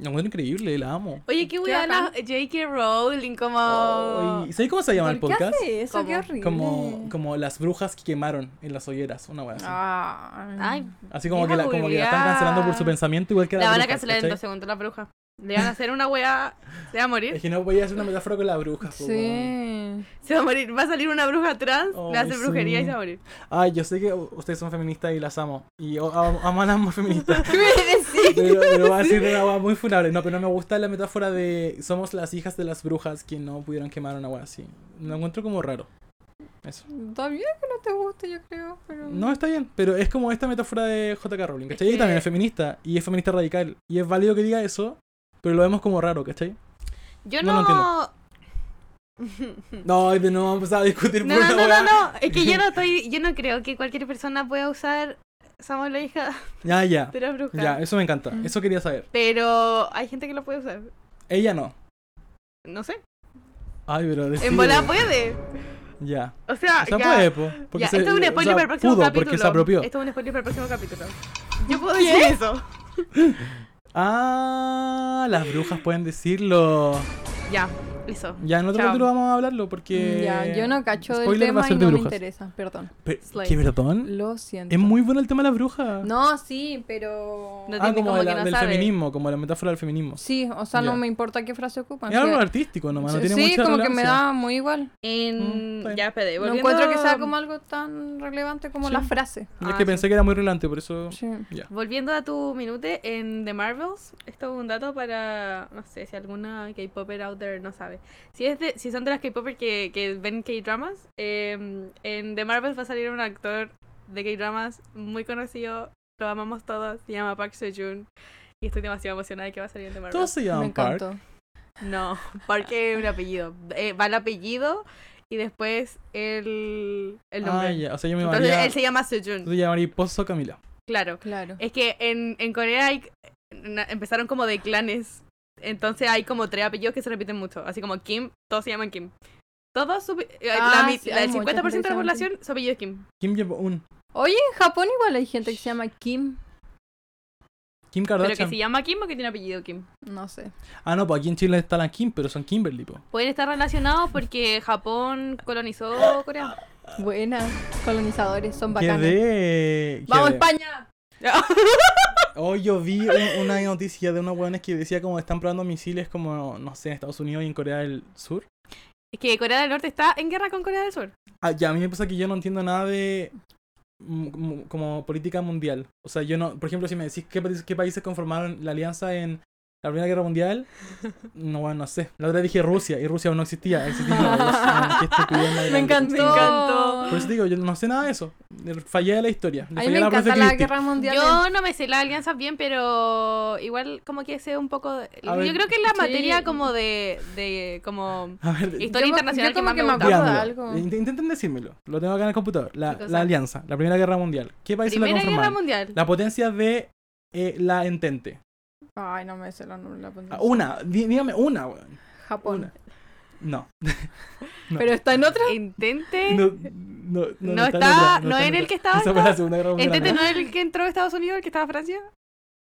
Speaker 2: La mujer increíble, la amo.
Speaker 3: Oye, qué weá la
Speaker 1: bacán.
Speaker 3: J.K. Rowling como...
Speaker 2: Ay, ¿Sabes cómo se llama el
Speaker 1: Oh. ¿Por qué
Speaker 2: podcast?
Speaker 1: hace eso? Qué
Speaker 3: ¿Cómo?
Speaker 1: horrible.
Speaker 2: Como, como las brujas que quemaron en las hogueras, una wea así.
Speaker 1: Ah.
Speaker 3: Ay,
Speaker 2: así como que, la,
Speaker 3: deja
Speaker 2: como que la
Speaker 3: googlear.
Speaker 2: están cancelando por su pensamiento, igual que
Speaker 3: la
Speaker 2: las
Speaker 3: van a
Speaker 2: brujas,
Speaker 3: cancelar en
Speaker 2: ¿cachai?
Speaker 3: dos segundos la bruja. Le van a hacer una weá... Se va a morir.
Speaker 2: Es que no podía hacer una metáfora con la bruja. po, weón.
Speaker 1: Sí.
Speaker 3: Se va a morir. Va a salir una bruja trans, le
Speaker 2: Ay,
Speaker 3: hace brujería
Speaker 2: sí.
Speaker 3: y se va a [laughs] morir.
Speaker 2: Ay, yo sé que u- ustedes son feministas y las amo. Y o- am- amo a las más feministas. [laughs]
Speaker 1: ¿Qué me decís?
Speaker 2: Pero, pero va a ser una agua muy funable. No, pero no me gusta la metáfora de somos las hijas de las brujas que no pudieron quemar una agua así. Lo encuentro como raro. Eso.
Speaker 1: Está bien que no te guste, yo creo, pero...
Speaker 2: No está bien, pero es como esta metáfora de J.K. Rowling, ¿cachai?
Speaker 3: Es
Speaker 2: Ella también
Speaker 3: que-
Speaker 2: es feminista y es feminista radical. Y es válido que diga eso, pero lo vemos como raro, ¿cachai?
Speaker 3: Yo
Speaker 2: No lo
Speaker 3: no...
Speaker 2: [laughs] No, de nuevo vamos a empezar a discutir
Speaker 3: No,
Speaker 2: por
Speaker 3: no,
Speaker 2: una
Speaker 3: no,
Speaker 2: wea.
Speaker 3: no, no. Es que
Speaker 2: [laughs]
Speaker 3: yo no estoy... Yo no creo que cualquier persona pueda usar... Somos la hija
Speaker 2: Ya, ya.
Speaker 3: de la bruja.
Speaker 2: Ya, eso me encanta. Eso quería saber.
Speaker 3: Pero hay gente que lo puede usar.
Speaker 2: Ella no.
Speaker 3: No sé.
Speaker 2: Ay, pero decide.
Speaker 3: En bola puede.
Speaker 2: [laughs] Ya.
Speaker 3: O sea,
Speaker 2: O sea,
Speaker 3: ya.
Speaker 2: puede, po, porque
Speaker 3: ya,
Speaker 2: se-
Speaker 3: esto es un
Speaker 2: o sea,
Speaker 3: spoiler para el próximo
Speaker 2: pudo,
Speaker 3: capítulo.
Speaker 2: porque se apropió.
Speaker 3: Esto es un spoiler para el próximo capítulo. Yo puedo decir eso.
Speaker 2: Ah, las brujas pueden decirlo.
Speaker 3: Ya, eso.
Speaker 2: Ya en otro
Speaker 3: Chao.
Speaker 2: capítulo vamos a hablarlo porque.
Speaker 1: Mm, Ya, yo no cacho del
Speaker 2: spoiler va
Speaker 1: tema
Speaker 2: a ser
Speaker 1: y
Speaker 2: de
Speaker 1: no me
Speaker 2: brujas.
Speaker 1: interesa, perdón.
Speaker 2: Pe-
Speaker 3: Slay.
Speaker 2: ¿Qué perdón?
Speaker 1: Lo siento.
Speaker 2: Es muy bueno el tema de las brujas.
Speaker 1: No, sí, pero...
Speaker 3: No-
Speaker 2: ah,
Speaker 3: tiene
Speaker 2: como,
Speaker 3: como
Speaker 2: de
Speaker 3: que
Speaker 2: la-
Speaker 3: no
Speaker 2: del
Speaker 3: sabe.
Speaker 2: feminismo, como la metáfora del feminismo.
Speaker 1: Sí, o sea,
Speaker 2: Ya.
Speaker 1: no me importa qué frase ocupan.
Speaker 2: Es algo
Speaker 1: sí,
Speaker 2: artístico nomás, no
Speaker 1: sí,
Speaker 2: tiene
Speaker 1: sí,
Speaker 2: mucha
Speaker 1: como que me
Speaker 2: relevancia.
Speaker 1: da muy igual.
Speaker 2: Mm, está
Speaker 3: En...
Speaker 2: bien.
Speaker 3: ya, espérate.
Speaker 1: No
Speaker 3: volviendo-
Speaker 1: encuentro que sea como algo tan relevante como
Speaker 2: Sí.
Speaker 1: la frase.
Speaker 2: Es
Speaker 3: Ah,
Speaker 2: que
Speaker 3: sí.
Speaker 2: pensé que era muy relevante, por eso.
Speaker 1: Sí.
Speaker 3: Volviendo a tu minute en The Marvels, esto es un dato para, no sé, si alguna K-Popper out there no sabe. Si, es de- si son de las K-Popper que, que ven K-Dramas, eh, en The Marvels va a salir un actor de K-Dramas muy conocido, lo amamos todos, se llama Park Seo-joon. Y estoy demasiado emocionada de que va a salir en The
Speaker 2: Todos
Speaker 3: Marvels.
Speaker 2: se
Speaker 1: Me
Speaker 2: llaman Park.
Speaker 1: encantó.
Speaker 3: No, Park es un apellido. Eh, va el apellido y después el, el nombre.
Speaker 2: Ah, ya. O sea, yo me
Speaker 3: Entonces
Speaker 2: llamaría.
Speaker 3: él se llama Seo-joon,
Speaker 2: Yo te llamaría Pozo Camila.
Speaker 3: claro.
Speaker 1: Claro.
Speaker 3: Es que en, en Corea hay, na- empezaron como de clanes. Entonces hay como tres apellidos que se repiten mucho. Así como Kim, todos se llaman Kim. Todos, su, eh,
Speaker 1: Ah,
Speaker 3: la, mi-
Speaker 1: sí,
Speaker 3: la-
Speaker 1: hay
Speaker 3: el
Speaker 1: mucha
Speaker 3: 50%
Speaker 1: gente que
Speaker 3: de la
Speaker 1: se llama Kim.
Speaker 3: población, su apellido es Kim.
Speaker 2: Kim Jong-un.
Speaker 1: Oye, en Japón igual hay gente que se llama Kim.
Speaker 2: Kim
Speaker 3: Pero que
Speaker 2: Kardashian.
Speaker 3: se llama Kim o que tiene apellido Kim.
Speaker 1: No sé.
Speaker 2: Ah, no, pues aquí en Chile está la Kim, pero son Kimberly, po.
Speaker 3: Pueden estar relacionados porque Japón colonizó Corea.
Speaker 1: [laughs] Buenas. Colonizadores, son
Speaker 2: Ah. Qué
Speaker 1: bacanes.
Speaker 2: de.
Speaker 1: ¿eh? ¡Vamos,
Speaker 2: qué de-
Speaker 1: España!
Speaker 2: Hoy yo vi un- una noticia de unos hueones que decía como están probando misiles como, no sé, en Estados Unidos y en Corea del Sur.
Speaker 3: es que Corea del Norte está en guerra con Corea del Sur.
Speaker 2: Ah, ya, a mí me pasa que yo no entiendo nada de mm, como- como política mundial. O sea, yo no, por ejemplo, si me decís qué, países- qué países conformaron la alianza en La Primera
Speaker 1: [laughs]
Speaker 2: Guerra Mundial, no, bueno, no sé. La otra dije Rusia, y Rusia aún no existía.
Speaker 1: [laughs]
Speaker 2: existía Rusia. Qué estupidez más
Speaker 1: Me
Speaker 2: grande.
Speaker 1: encantó.
Speaker 3: Me encantó.
Speaker 2: Por eso digo, yo no sé nada de eso. Fallé a la historia.
Speaker 1: A
Speaker 2: Le
Speaker 1: mí
Speaker 2: fallé
Speaker 1: me
Speaker 2: a la profe
Speaker 1: encanta la
Speaker 2: Christie.
Speaker 1: guerra mundial.
Speaker 3: Yo no me sé las alianzas bien, pero igual como que sé un poco... de-
Speaker 2: A ver.
Speaker 3: yo creo que es la
Speaker 1: Sí.
Speaker 3: materia como de... de como...
Speaker 2: A ver,
Speaker 3: Historia
Speaker 1: Yo me-
Speaker 3: internacional
Speaker 1: yo
Speaker 3: que
Speaker 1: como
Speaker 3: más
Speaker 1: que
Speaker 3: me
Speaker 1: me
Speaker 3: gusta.
Speaker 1: acuerdo.
Speaker 2: diámoslo.
Speaker 1: de algo.
Speaker 2: Int- Intenten decírmelo. Lo tengo acá en el computador. La,
Speaker 3: ¿Qué cosa?
Speaker 2: la alianza, la Primera Guerra Mundial. ¿Qué países la
Speaker 3: Primera Guerra
Speaker 2: conformaban?
Speaker 3: Mundial.
Speaker 2: La potencia de eh, la entente.
Speaker 1: Ay, no me sé la, la
Speaker 2: Ah, Una, dí- dígame una, weón.
Speaker 1: Japón.
Speaker 2: Una. No. No.
Speaker 1: Pero está en otra.
Speaker 3: Intente...
Speaker 2: No, no, no,
Speaker 3: Eh, No
Speaker 2: en
Speaker 3: está-
Speaker 2: otra,
Speaker 3: no en
Speaker 2: otra.
Speaker 3: el que estaba,
Speaker 2: Esa fue
Speaker 3: no.
Speaker 2: la Segunda Guerra Mundial.
Speaker 3: Intente
Speaker 2: amiga.
Speaker 3: no es el que entró a Estados Unidos, el que estaba a Francia.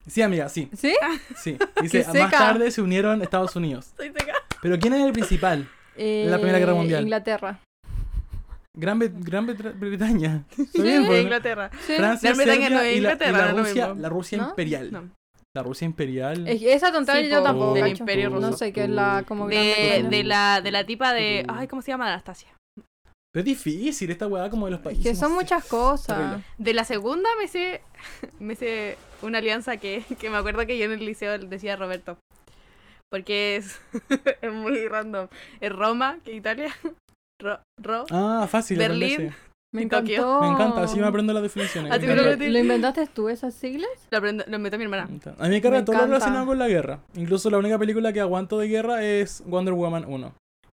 Speaker 2: Sí, amiga, sí. Ah,
Speaker 1: ¿Sí?
Speaker 3: [laughs]
Speaker 2: sí. Dice,
Speaker 1: Qué
Speaker 2: más
Speaker 1: seca.
Speaker 2: tarde se unieron Estados Unidos.
Speaker 3: Estoy seca.
Speaker 2: Pero ¿quién es el principal? La Primera Guerra Mundial.
Speaker 1: eh, Inglaterra.
Speaker 2: Gran, Bre- Gran Bre- Bretaña. Está
Speaker 1: Sí,
Speaker 2: bien,
Speaker 3: De
Speaker 2: pues.
Speaker 3: Inglaterra.
Speaker 1: Sí.
Speaker 2: Francia,
Speaker 3: Gran Bretaña
Speaker 2: Serbia
Speaker 3: no es
Speaker 2: y la, y
Speaker 3: Inglaterra,
Speaker 2: la
Speaker 3: no es lo
Speaker 2: Rusia,
Speaker 3: mismo.
Speaker 2: la Rusia
Speaker 1: ¿No?
Speaker 2: imperial.
Speaker 3: No.
Speaker 2: La Rusia imperial.
Speaker 1: Es- Esa tontería
Speaker 3: Sí,
Speaker 1: yo
Speaker 3: po,
Speaker 1: tampoco.
Speaker 3: del
Speaker 1: cacho.
Speaker 3: Imperio
Speaker 1: No
Speaker 3: Ruso.
Speaker 1: sé qué es la como Gran
Speaker 3: De,
Speaker 1: Bretaña.
Speaker 3: de la, de la tipa de...
Speaker 2: Mm.
Speaker 3: Ay, ¿cómo se llama? Anastasia.
Speaker 2: Pero es difícil esta weá como de los
Speaker 1: Es
Speaker 2: países.
Speaker 1: que son
Speaker 2: no sé.
Speaker 1: muchas cosas.
Speaker 2: Terrible.
Speaker 3: De la segunda me sé, [laughs] me sé una alianza que, que me acuerdo que yo en el liceo le decía a Roberto. Porque es, [laughs] es muy random. Es Roma, que Italia. [laughs] Ro, ro.
Speaker 2: Ah, fácil.
Speaker 3: Berlín.
Speaker 2: aprenderse.
Speaker 1: Me
Speaker 3: En Tokio.
Speaker 1: encantó.
Speaker 2: Me encanta, así
Speaker 1: oh.
Speaker 2: me aprendo las definiciones.
Speaker 3: Ah,
Speaker 2: me
Speaker 3: te creo
Speaker 2: encanta.
Speaker 3: que-
Speaker 1: ¿Lo inventaste tú esas siglas?
Speaker 3: Lo, aprendo, lo meto a mi hermana.
Speaker 2: A mí me carga
Speaker 1: Me
Speaker 2: todo lo
Speaker 1: encanta.
Speaker 2: relacionado con la guerra. Incluso la única película que aguanto de guerra es Wonder Woman 1.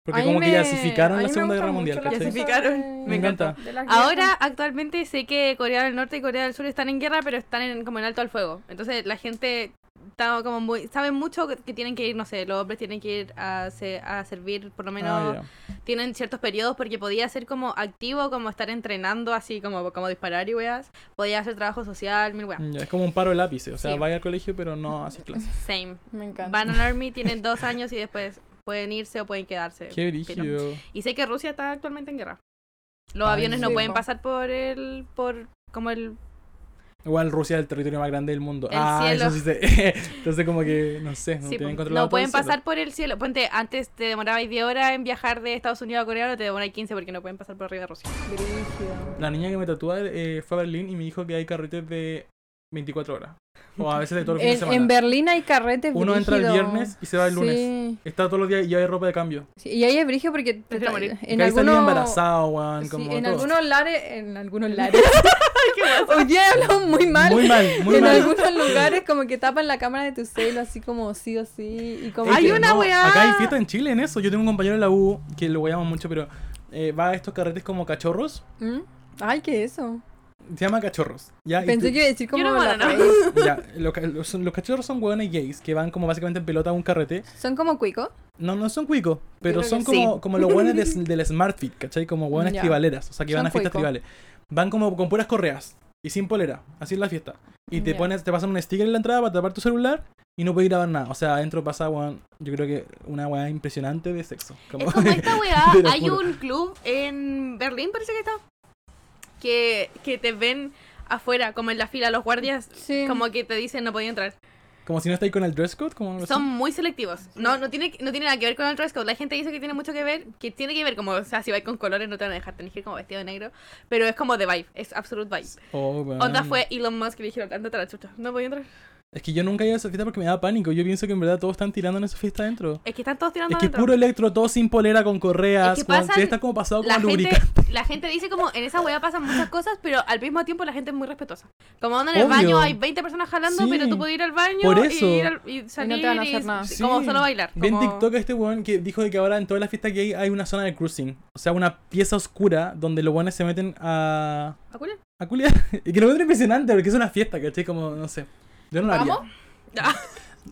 Speaker 2: Porque
Speaker 1: A mí
Speaker 2: como que
Speaker 1: me-
Speaker 2: clasificaron
Speaker 1: a mí
Speaker 2: la
Speaker 1: me
Speaker 2: Segunda
Speaker 1: gusta
Speaker 2: Guerra
Speaker 1: mucho
Speaker 2: Mundial.
Speaker 1: la
Speaker 2: ¿cachai?
Speaker 1: cosa
Speaker 3: Clasificaron.
Speaker 1: de-
Speaker 2: Me encanta.
Speaker 1: de las
Speaker 3: Ahora,
Speaker 1: guerras.
Speaker 3: actualmente sé que Corea del Norte y Corea del Sur están en guerra, pero están en, como en alto al fuego. Entonces la gente está como muy, saben mucho que, que tienen que ir, no sé, los hombres tienen que ir a, se- a servir por lo menos
Speaker 2: Ah, ya.
Speaker 3: tienen ciertos periodos porque podía ser como activo, como estar entrenando así, como, como disparar y weas. Podía hacer trabajo social, mil weas.
Speaker 2: Ya, es como un paro de lápices. O sea,
Speaker 3: Sí.
Speaker 2: vaya al colegio pero no haces clases.
Speaker 3: Same.
Speaker 1: Me encanta.
Speaker 2: [laughs]
Speaker 3: Van an Army tienen dos años y después pueden irse o pueden quedarse.
Speaker 2: Qué
Speaker 3: Pero-
Speaker 2: brígido.
Speaker 3: Y sé que Rusia está actualmente en guerra. Los
Speaker 2: Ay,
Speaker 3: aviones no
Speaker 1: sí,
Speaker 3: pueden
Speaker 1: po.
Speaker 3: pasar por el, por como el...
Speaker 2: Igual Rusia es el territorio más grande del mundo.
Speaker 3: El
Speaker 2: ah,
Speaker 3: cielo.
Speaker 2: eso sí sé. [laughs] Entonces como que, no sé, no
Speaker 3: sí,
Speaker 1: pues,
Speaker 2: tienen
Speaker 3: po.
Speaker 2: controlado todo el
Speaker 3: no pueden
Speaker 2: cielo.
Speaker 3: pasar por el cielo. Ponte, antes te demorabais 10 horas en viajar de Estados Unidos a Corea, ahora te demoráis 15 porque no pueden pasar por arriba de Rusia.
Speaker 1: Brígido.
Speaker 2: La niña que me tatúa eh, fue a Berlín y me dijo que hay carretes de 24 horas. O a veces de todos los fines de
Speaker 1: En,
Speaker 2: semana.
Speaker 1: en Berlín hay carretes
Speaker 2: Uno entra el
Speaker 1: brígido.
Speaker 2: viernes y se va el lunes.
Speaker 1: Sí.
Speaker 2: Está todos los días y hay ropa de cambio.
Speaker 1: Sí, Y ahí es brígido porque te-
Speaker 3: Prefiero morir.
Speaker 2: En
Speaker 1: en
Speaker 2: ahí salí
Speaker 1: algunos
Speaker 2: embarazado, weón.
Speaker 1: sí,
Speaker 2: como
Speaker 1: en
Speaker 2: todo.
Speaker 1: algunos lares, en algunos
Speaker 3: [laughs]
Speaker 1: lares. Oye, he hablado muy mal.
Speaker 2: Muy mal, muy
Speaker 1: en
Speaker 2: mal.
Speaker 1: algunos lugares como que tapan la cámara de tu celo así como sí o sí y como
Speaker 2: Es
Speaker 3: Hay
Speaker 1: que-
Speaker 2: que
Speaker 3: una weá.
Speaker 2: Acá hay fiesta en Chile en eso. Yo tengo un compañero en la U que lo llamo mucho, pero eh, va a estos carretes como cachorros.
Speaker 1: ¿Mm? Ay, ¿qué es eso?
Speaker 2: Se llama cachorros. ¿ya? Y
Speaker 1: Pensé
Speaker 2: tú-
Speaker 1: que iba a decir como
Speaker 3: Yo no
Speaker 1: la
Speaker 3: mono, ¿no?
Speaker 1: raíz.
Speaker 2: ya, lo ca- los, los cachorros son weones gays que van como básicamente en pelota a un carrete.
Speaker 1: son como cuico.
Speaker 2: No, no son cuicos, pero
Speaker 1: creo que
Speaker 2: son
Speaker 3: sí.
Speaker 2: como, como los
Speaker 3: [laughs]
Speaker 2: weones de- del Smart Fit, ¿cachai? Como weones
Speaker 1: Ya.
Speaker 2: tribaleras, o sea, que van
Speaker 1: Son
Speaker 2: a fiestas
Speaker 1: cuico.
Speaker 2: tribales. Van como con puras correas y sin polera, así es la fiesta. Y te
Speaker 1: Ya.
Speaker 2: pones, te pasan un sticker en la entrada para tapar tu celular y no puedes grabar nada. O sea, adentro pasa, weón, yo creo que una weá impresionante de sexo. Como-
Speaker 3: Es como esta weá,
Speaker 2: Te lo
Speaker 3: hay
Speaker 2: juro.
Speaker 3: un club en Berlín, parece que está, que, que te ven afuera, como en la fila, los guardias,
Speaker 1: Sí.
Speaker 3: como que te dicen no podía entrar.
Speaker 2: [laughs] Como si no estáis con el dress code, como algo así.
Speaker 3: Son muy selectivos. No, no tiene, no tiene nada que ver con el dress code. La gente dice que tiene mucho que ver, que tiene que ver como, o sea, si vais con colores no te van a dejar, tenés que ir como vestido de negro, pero es como de vibe, es absolute vibe.
Speaker 2: Oh, weón.
Speaker 3: Onda fue Elon Musk que le dijeron, andate a la chucha, no podía entrar.
Speaker 2: Es que yo nunca he ido a esa fiesta porque me da pánico. Yo pienso que en verdad todos están tirando en esa fiesta adentro.
Speaker 3: Es que están todos tirando
Speaker 2: Es que
Speaker 3: adentro.
Speaker 2: puro electro, todo sin polera, con correas.
Speaker 3: Es que
Speaker 2: con-
Speaker 3: pasan-
Speaker 2: está como pasado como
Speaker 3: la gente,
Speaker 2: lubricante.
Speaker 3: la gente dice como en esa weá pasan muchas cosas, pero al mismo tiempo la gente es muy respetuosa. Como onda en el
Speaker 2: Obvio.
Speaker 3: baño, hay 20 personas jalando,
Speaker 2: Sí.
Speaker 3: pero tú puedes ir al baño
Speaker 2: Por eso.
Speaker 3: y, ir al- y salir
Speaker 1: van a hacer
Speaker 3: y-
Speaker 1: nada.
Speaker 2: Sí.
Speaker 3: como solo bailar.
Speaker 2: Vi en
Speaker 3: como-
Speaker 2: TikTok a este weón que dijo de que ahora en todas las fiestas que hay hay una zona de cruising. O sea, una pieza oscura donde los buenos se meten a.
Speaker 3: ¿A cuál?
Speaker 2: a culiar. [laughs] Y que lo encuentro impresionante porque es una fiesta, ¿cachai? Como, no sé. Yo no la haría.
Speaker 1: ¿Vamos?
Speaker 3: Ah.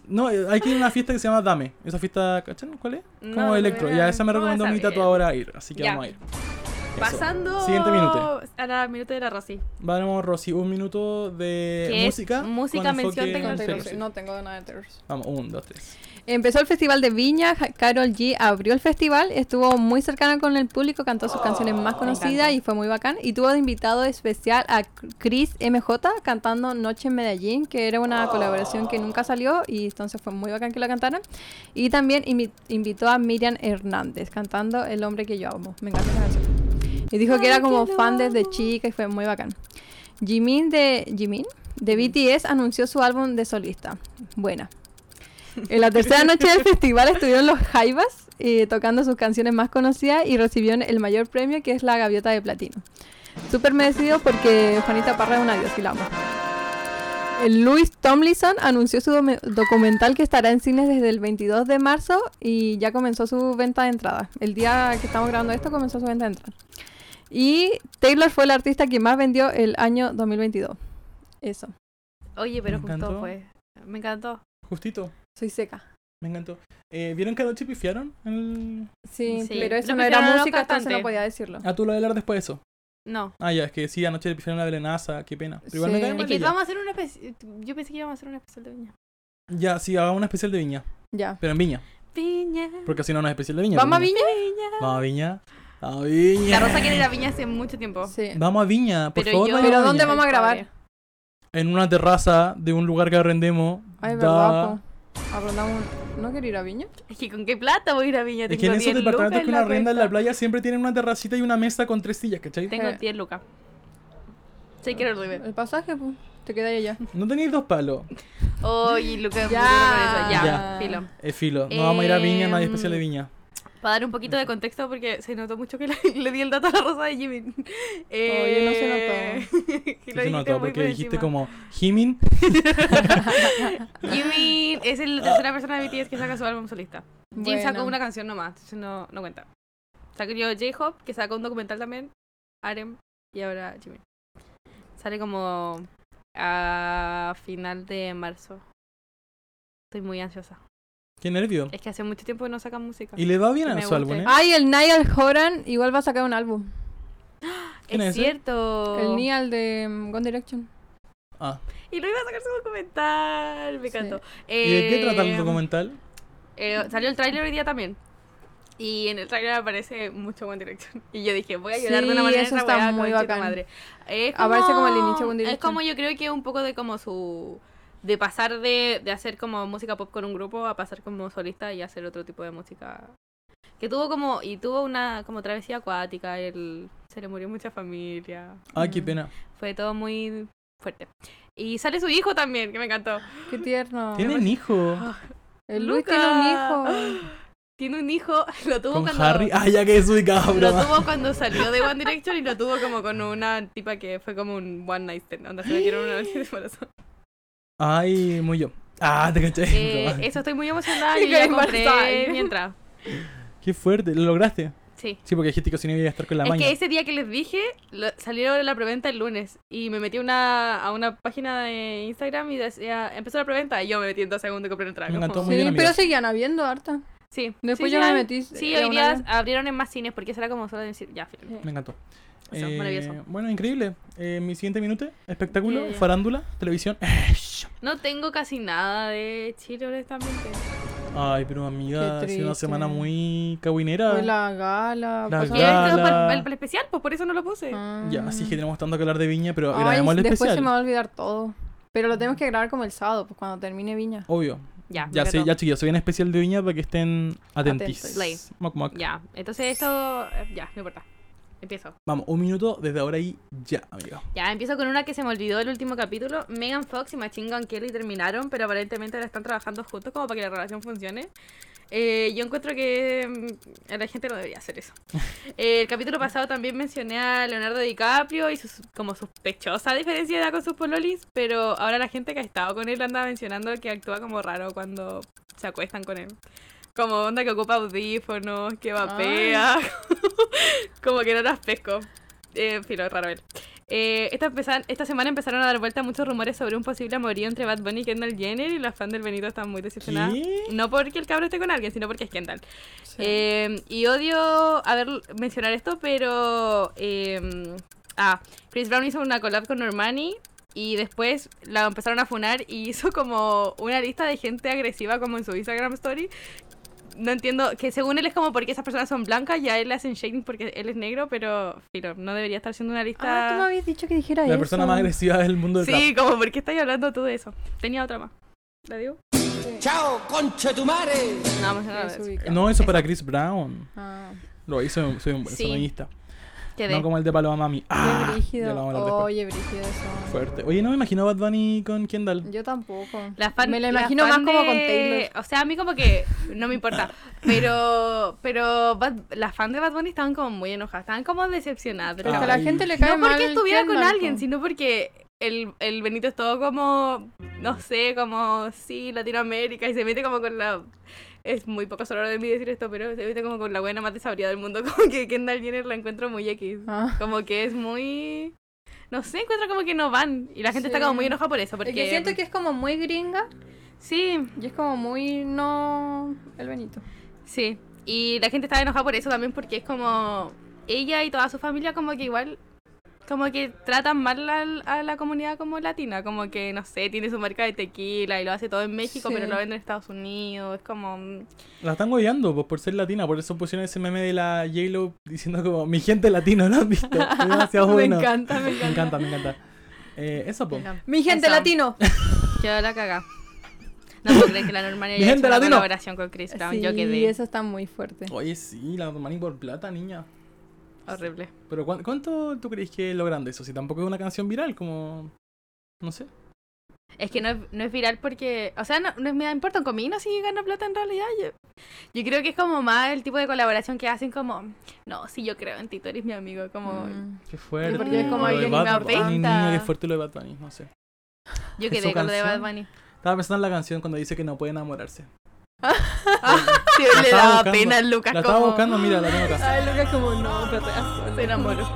Speaker 2: No, eh, hay que ir a una fiesta que se llama Dame. Esa fiesta, ¿cachai? ¿Cuál es?
Speaker 3: No,
Speaker 2: Como
Speaker 3: no
Speaker 2: electro.
Speaker 3: voy a-
Speaker 2: Ya, esa me
Speaker 3: no voy a
Speaker 2: recomendó mi
Speaker 3: saber.
Speaker 2: tatuadora ir. Así que
Speaker 3: Ya.
Speaker 2: vamos a ir. Eso.
Speaker 3: Pasando
Speaker 2: Siguiente minuto.
Speaker 3: a la minuto de la Rosy.
Speaker 2: Vamos, Rosy, un minuto de
Speaker 3: ¿Qué es
Speaker 2: música.
Speaker 3: música,
Speaker 2: con
Speaker 3: mención,
Speaker 2: enfoque
Speaker 3: Taylor
Speaker 1: Con
Speaker 2: en
Speaker 1: Taylor
Speaker 2: Taylor
Speaker 1: Swift.
Speaker 2: Swift.
Speaker 1: No tengo nada de Taylor Swift.
Speaker 2: Vamos, un, dos, tres.
Speaker 1: Empezó el Festival de Viña, Carol G abrió el festival, estuvo muy cercana con el público, cantó sus canciones más conocidas
Speaker 3: encanta.
Speaker 1: y fue muy bacán. Y tuvo de invitado especial a Chris MJ cantando Noche en Medellín, que era una colaboración que nunca salió y entonces fue muy bacán que la cantaran. Y también invi- invitó a Miriam Hernández cantando El hombre que yo amo. Me encanta esa canción. Y dijo que
Speaker 3: Ay,
Speaker 1: era como
Speaker 3: que lo
Speaker 1: fan desde
Speaker 3: amo.
Speaker 1: chica y fue muy bacán. Jimin de Jimin de BTS anunció su álbum de solista. Buena. En la tercera noche del festival estuvieron los Jaivas eh, tocando sus canciones más conocidas y recibieron el mayor premio que es la gaviota de platino. Súper merecido porque Juanita Parra es una diosa y la amo. El Louis Tomlinson anunció su dome- documental que estará en cines desde el 22 de marzo y ya comenzó su venta de entradas. El día que estamos grabando esto comenzó su venta de entradas. Y Taylor fue el artista que más vendió el año 2022. Eso,
Speaker 3: Oye, pero
Speaker 2: Me
Speaker 3: justo
Speaker 2: encantó.
Speaker 3: fue. Me encantó.
Speaker 2: Justito,
Speaker 1: soy seca.
Speaker 2: me encantó. Eh, ¿Vieron que anoche pifiaron? El...
Speaker 1: Sí,
Speaker 3: Sí.
Speaker 1: pero eso
Speaker 3: Lo
Speaker 1: no era
Speaker 3: pifiaron a los
Speaker 1: música, entonces no
Speaker 3: cantantes.
Speaker 1: podía decirlo.
Speaker 2: Ah, tú lo vas a hablar después de eso.
Speaker 3: No.
Speaker 2: Ah, ya, es que sí, anoche le pifiaron la Belenaza, qué pena. Pero igual me
Speaker 1: Sí.
Speaker 2: cae
Speaker 1: Es
Speaker 2: mal
Speaker 3: Es que
Speaker 2: ella.
Speaker 3: vamos a hacer una especial. Yo pensé que íbamos a hacer una especial de viña.
Speaker 2: Ya, sí, hagamos una especial de viña.
Speaker 1: Ya.
Speaker 2: Pero en viña,
Speaker 3: Viña.
Speaker 2: porque si no, no es especial de viña.
Speaker 1: ¿Vamos a
Speaker 2: pues,
Speaker 1: Viña?
Speaker 2: Vamos a viña. Vamos a viña.
Speaker 3: La Rosa quiere ir a viña hace mucho tiempo.
Speaker 1: Sí.
Speaker 2: Vamos a viña, por
Speaker 3: Pero
Speaker 2: favor.
Speaker 3: yo-
Speaker 2: vayamos
Speaker 1: Pero
Speaker 2: a
Speaker 1: ¿dónde
Speaker 2: Viña.
Speaker 1: vamos a grabar?
Speaker 2: En una terraza de un lugar que arrendemos.
Speaker 1: Ay,
Speaker 2: da-
Speaker 1: verdad, po. Arrendamos un- ¿No quiero ir a Viña?
Speaker 3: Es que con qué plata voy a ir a viña.
Speaker 2: Es
Speaker 3: Tengo
Speaker 2: que en esos
Speaker 3: 10
Speaker 2: departamentos
Speaker 3: lucas
Speaker 2: que uno arrenda en la
Speaker 3: cuenta.
Speaker 2: playa siempre tienen una terracita y una mesa con tres sillas, ¿cachai?
Speaker 3: Tengo
Speaker 1: Eh.
Speaker 3: 10 lucas. Sí, quiero volver.
Speaker 1: El pasaje, pues. Te quedas allá.
Speaker 2: No tenéis dos palos.
Speaker 3: Oye, Lucas,
Speaker 1: Ya.
Speaker 3: ya.
Speaker 1: Ya.
Speaker 3: ya. Filo.
Speaker 2: Es filo. No vamos a ir a Viña, no hay especial de
Speaker 3: Em,
Speaker 2: Viña.
Speaker 3: Para dar un poquito de contexto, porque se notó mucho que le, [laughs] le di el dato a la rosa de Eh, Jimin.
Speaker 1: Oye,
Speaker 3: [laughs] no se notó.
Speaker 2: Sí, se notó porque dijiste como Jimin.
Speaker 3: [laughs] Jimin es el- la tercera persona de BTS que saca su álbum solista. Jim
Speaker 1: Bueno.
Speaker 3: sacó una canción nomás, entonces no, no cuenta. Sacó yo J-Hop, que sacó un documental también, Arem, y ahora Jimin. Sale como a final de marzo. Estoy muy ansiosa.
Speaker 2: Qué nervio.
Speaker 3: Es que hace mucho tiempo que no sacan música.
Speaker 2: Y le va bien a
Speaker 3: Me
Speaker 2: su
Speaker 3: gusta.
Speaker 2: álbum, ¿eh?
Speaker 1: Ay, el Niall Horan igual va a sacar un álbum.
Speaker 2: ¿quién
Speaker 3: es
Speaker 2: es ese?
Speaker 3: cierto.
Speaker 1: El Niall de mm, One Direction.
Speaker 2: Ah.
Speaker 3: Y lo iba a sacar su documental. Me
Speaker 1: Sí.
Speaker 3: encantó.
Speaker 2: ¿Y de qué trata el
Speaker 3: Eh,
Speaker 2: documental?
Speaker 3: eh, salió el tráiler hoy día también. Y en el tráiler aparece mucho One Direction. [laughs] Y yo dije, voy a llorar de
Speaker 1: Sí,
Speaker 3: una manera
Speaker 1: eso
Speaker 3: esta
Speaker 1: está
Speaker 3: weá,
Speaker 1: muy
Speaker 3: conchita
Speaker 1: bacán.
Speaker 3: madre. Es
Speaker 1: Aparece como el inicio de One
Speaker 3: Es
Speaker 1: Direction.
Speaker 3: como yo creo que un poco de como su... De pasar de, de hacer como música pop con un grupo a pasar como solista y hacer otro tipo de música. Que tuvo como... Y tuvo una como travesía acuática. él se le murió mucha familia.
Speaker 2: Ah, qué pena.
Speaker 3: Fue todo muy fuerte. Y sale su hijo también, que me encantó.
Speaker 1: Qué tierno.
Speaker 2: Tienen hijo.
Speaker 1: El Luis
Speaker 3: Luca.
Speaker 1: tiene un hijo.
Speaker 3: [gasps] Tiene un hijo, [laughs] lo tuvo
Speaker 2: Con
Speaker 3: cuando...
Speaker 2: Harry. Ah, ya que es ubicado,
Speaker 3: Lo
Speaker 2: broma.
Speaker 3: tuvo cuando salió de One Direction y lo tuvo como con una tipa que fue como un one night stand. Onda, se metieron una noche
Speaker 2: [laughs]
Speaker 3: de embarazo.
Speaker 2: Ay, muy yo. Ah, te caché.
Speaker 3: Eh,
Speaker 2: broma.
Speaker 3: eso, estoy muy [laughs] emocionada.
Speaker 1: Y
Speaker 3: Yo ya
Speaker 1: quedé
Speaker 3: compré [laughs]
Speaker 1: embarazada.
Speaker 3: mi entrada.
Speaker 2: Qué fuerte. ¿Lo lograste?
Speaker 3: Sí.
Speaker 2: Sí, porque dijiste que si no iba a estar con la
Speaker 3: es
Speaker 2: maña.
Speaker 3: que ese día que les dije, lo- salió la preventa el lunes. Y me metí a una, a una página de Instagram y decía, empezó la preventa. Y yo me metí en dos segundos y compré una entrada.
Speaker 2: Me
Speaker 3: como-
Speaker 2: encantó. Ah, Muy
Speaker 1: Sí,
Speaker 2: bien, amiga.
Speaker 1: pero seguían habiendo harta.
Speaker 3: Sí.
Speaker 1: Después
Speaker 3: Sí,
Speaker 1: yo me
Speaker 3: sí, hay-
Speaker 1: metí.
Speaker 3: Sí,
Speaker 1: eh,
Speaker 3: hoy
Speaker 1: una
Speaker 3: día
Speaker 1: vez.
Speaker 3: abrieron en más cines porque será como solo decir, ya, filo.
Speaker 1: Sí.
Speaker 2: Me encantó.
Speaker 3: Eso,
Speaker 2: Eh,
Speaker 3: maravilloso. Eh.
Speaker 2: Bueno, increíble. Eh, mi siguiente minuto, espectáculo,
Speaker 3: Ya, ya.
Speaker 2: farándula, televisión. [laughs]
Speaker 3: No tengo casi nada de Chile, honestamente.
Speaker 2: Ay, pero amiga,
Speaker 1: Qué
Speaker 2: ha sido una
Speaker 1: triste.
Speaker 2: semana muy caguinera.
Speaker 1: Fue la gala.
Speaker 2: Ah. La
Speaker 1: pasaron-
Speaker 3: Y
Speaker 2: gala.
Speaker 3: esto
Speaker 2: Ala.
Speaker 3: es para el, para el especial, pues por eso no lo puse.
Speaker 1: Ah.
Speaker 2: Ya, así que tenemos tanto que hablar de Viña, pero
Speaker 1: Ay,
Speaker 2: grabemos el
Speaker 1: después
Speaker 2: especial.
Speaker 1: se me va a olvidar todo. Pero lo tenemos que grabar como el sábado, pues cuando termine Viña.
Speaker 2: Obvio.
Speaker 3: Ya,
Speaker 2: Ya,
Speaker 3: me
Speaker 2: sí,
Speaker 3: retó.
Speaker 2: ya chiquillos, soy en especial de Viña para que estén atentis.
Speaker 1: Atentos.
Speaker 3: Play.
Speaker 2: Moc, moc.
Speaker 3: Ya, entonces esto. eh, Ya, no importa. Empiezo.
Speaker 2: Vamos, un minuto desde ahora y ya, amiga.
Speaker 3: Ya, empiezo con una que se me olvidó el último capítulo. Megan Fox y Machine Gun Kelly terminaron, pero aparentemente ahora están trabajando juntos como para que la relación funcione. Eh, yo encuentro que mm, a la gente no debería hacer eso. Eh, el capítulo pasado también mencioné a Leonardo DiCaprio y su como sospechosa diferencia de edad con sus pololis, pero ahora la gente que ha estado con él anda mencionando que actúa como raro cuando se acuestan con él. Como onda que ocupa audífonos, que vapea, [laughs] como que no las pesco. Eh, filo, raro él. Eh, esta, empeza- esta semana empezaron a dar vuelta muchos rumores sobre un posible amorío entre Bad Bunny y Kendall Jenner y los fans del Benito están muy decepcionados.
Speaker 2: ¿Qué?
Speaker 3: No porque el cabro esté con alguien, sino porque es Kendall.
Speaker 1: Sí.
Speaker 3: Eh, y odio haber mencionar esto, pero eh, ah, Chris Brown hizo una collab con Normani y después la empezaron a funar y [laughs] hizo como una lista de gente agresiva como en su Instagram story. No entiendo, que según él es como porque esas personas son blancas y a él le hacen shading porque él es negro, pero filo, no debería estar siendo una
Speaker 1: Ah, tú me
Speaker 3: lista.
Speaker 1: habías dicho que dijera
Speaker 2: La
Speaker 1: eso.
Speaker 2: persona más agresiva del mundo del
Speaker 3: sí, como porque estáis hablando tú de eso. Tenía otra más. ¿La digo?
Speaker 4: Chao, concha tu madre.
Speaker 3: No, vamos a
Speaker 1: Sí,
Speaker 3: hablar de
Speaker 1: se
Speaker 3: eso.
Speaker 1: ubica.
Speaker 2: rap. No, eso para Chris Brown.
Speaker 1: Ah.
Speaker 2: Lo hizo, soy un buen
Speaker 3: Sí.
Speaker 2: sonidista.
Speaker 3: Quedé.
Speaker 2: No como el de Paloma Mami. ¡Ah!
Speaker 1: Qué
Speaker 2: Ya lo
Speaker 1: brígido.
Speaker 2: vamos a hablar después.
Speaker 1: Oye, brígido eso.
Speaker 2: Fuerte. Oye, no me imagino a Bad Bunny con Kendall.
Speaker 1: Yo tampoco.
Speaker 3: La fan-
Speaker 1: me lo
Speaker 3: la
Speaker 1: imagino más
Speaker 3: fan
Speaker 1: como
Speaker 3: de-
Speaker 1: con Taylor.
Speaker 3: O sea, a mí como que no me importa. Pero pero Bad- las fans de Bad Bunny estaban como muy enojadas. Estaban como decepcionadas.
Speaker 1: Pero es
Speaker 2: Ah,
Speaker 1: que a la gente le cae
Speaker 3: no
Speaker 1: mal
Speaker 3: porque estuviera con
Speaker 1: Kendall,
Speaker 3: alguien,
Speaker 1: po.
Speaker 3: sino porque el, el Benito es todo como, no sé, como, sí, Latinoamérica. Y se mete como con la... Es muy poco sonoro de mí decir esto, pero se mete como con la buena más desabría del mundo. [laughs] Como que Kendall Jenner la encuentro muy X.
Speaker 1: Ah.
Speaker 3: Como que es muy... No sé, encuentro como que no van. Y la gente está
Speaker 1: Sí.
Speaker 3: como muy enojada por eso. Porque
Speaker 1: Es que siento que es como muy gringa
Speaker 3: Sí,
Speaker 1: y es como muy no el Benito.
Speaker 3: Sí, y la gente estaba enojada por eso también porque es como ella y toda su familia como que igual como que tratan mal al- a, la comunidad como latina, como que no sé, tiene su marca de tequila y lo hace todo en México,
Speaker 1: Sí.
Speaker 3: pero lo vende en Estados Unidos, es como mm,
Speaker 2: La están guiando pues, por ser latina, por eso pusieron ese meme de la J-Lo diciendo como mi gente latina, ¿lo han
Speaker 1: [laughs]
Speaker 2: visto? Es demasiado
Speaker 1: me
Speaker 2: bueno.
Speaker 1: encanta, me
Speaker 2: Me
Speaker 1: encanta.
Speaker 2: encanta, me encanta. Eh, eso, pues.
Speaker 1: Mi gente
Speaker 3: Eso.
Speaker 1: latino.
Speaker 3: quedó la caga. No puedo creer que la
Speaker 2: [laughs]
Speaker 3: normal haya
Speaker 2: Gente
Speaker 3: hecho una
Speaker 2: latino.
Speaker 3: colaboración con Chris Brown, yo
Speaker 1: Sí,
Speaker 3: quedé
Speaker 1: eso está muy fuerte.
Speaker 2: Oye, sí, la Normani por plata, niña.
Speaker 3: horrible.
Speaker 2: Pero ¿cuán- ¿cuánto tú crees que logran de eso? Si tampoco es una canción viral, como... No sé.
Speaker 3: Es que no es, no es viral porque, o sea, no, no es- me importa un comino si gana plata en realidad. Yo, yo creo que es como más el tipo de colaboración que hacen como, no, si yo creo en ti, tú eres mi amigo, como...
Speaker 1: Mm.
Speaker 2: Qué fuerte.
Speaker 1: porque es como
Speaker 2: Lo de
Speaker 1: alguien
Speaker 2: Bad
Speaker 3: me
Speaker 2: Bunny,
Speaker 3: afecta.
Speaker 2: niña, qué fuerte lo de Bad Bunny, no sé. ¿Es
Speaker 3: Yo
Speaker 2: su
Speaker 3: quedé con lo de Bad
Speaker 2: canción?
Speaker 3: Bunny.
Speaker 2: Estaba pensando en la canción cuando dice que no
Speaker 1: [laughs]
Speaker 2: puede enamorarse.
Speaker 3: [laughs] Sí,
Speaker 2: La
Speaker 3: le
Speaker 2: estaba
Speaker 3: daba
Speaker 2: buscando.
Speaker 3: pena a Lucas
Speaker 2: La estaba
Speaker 3: como
Speaker 2: buscando, mira, la tengo acá.
Speaker 1: Ay, Lucas como no, perreazo.
Speaker 3: [laughs] se enamoró.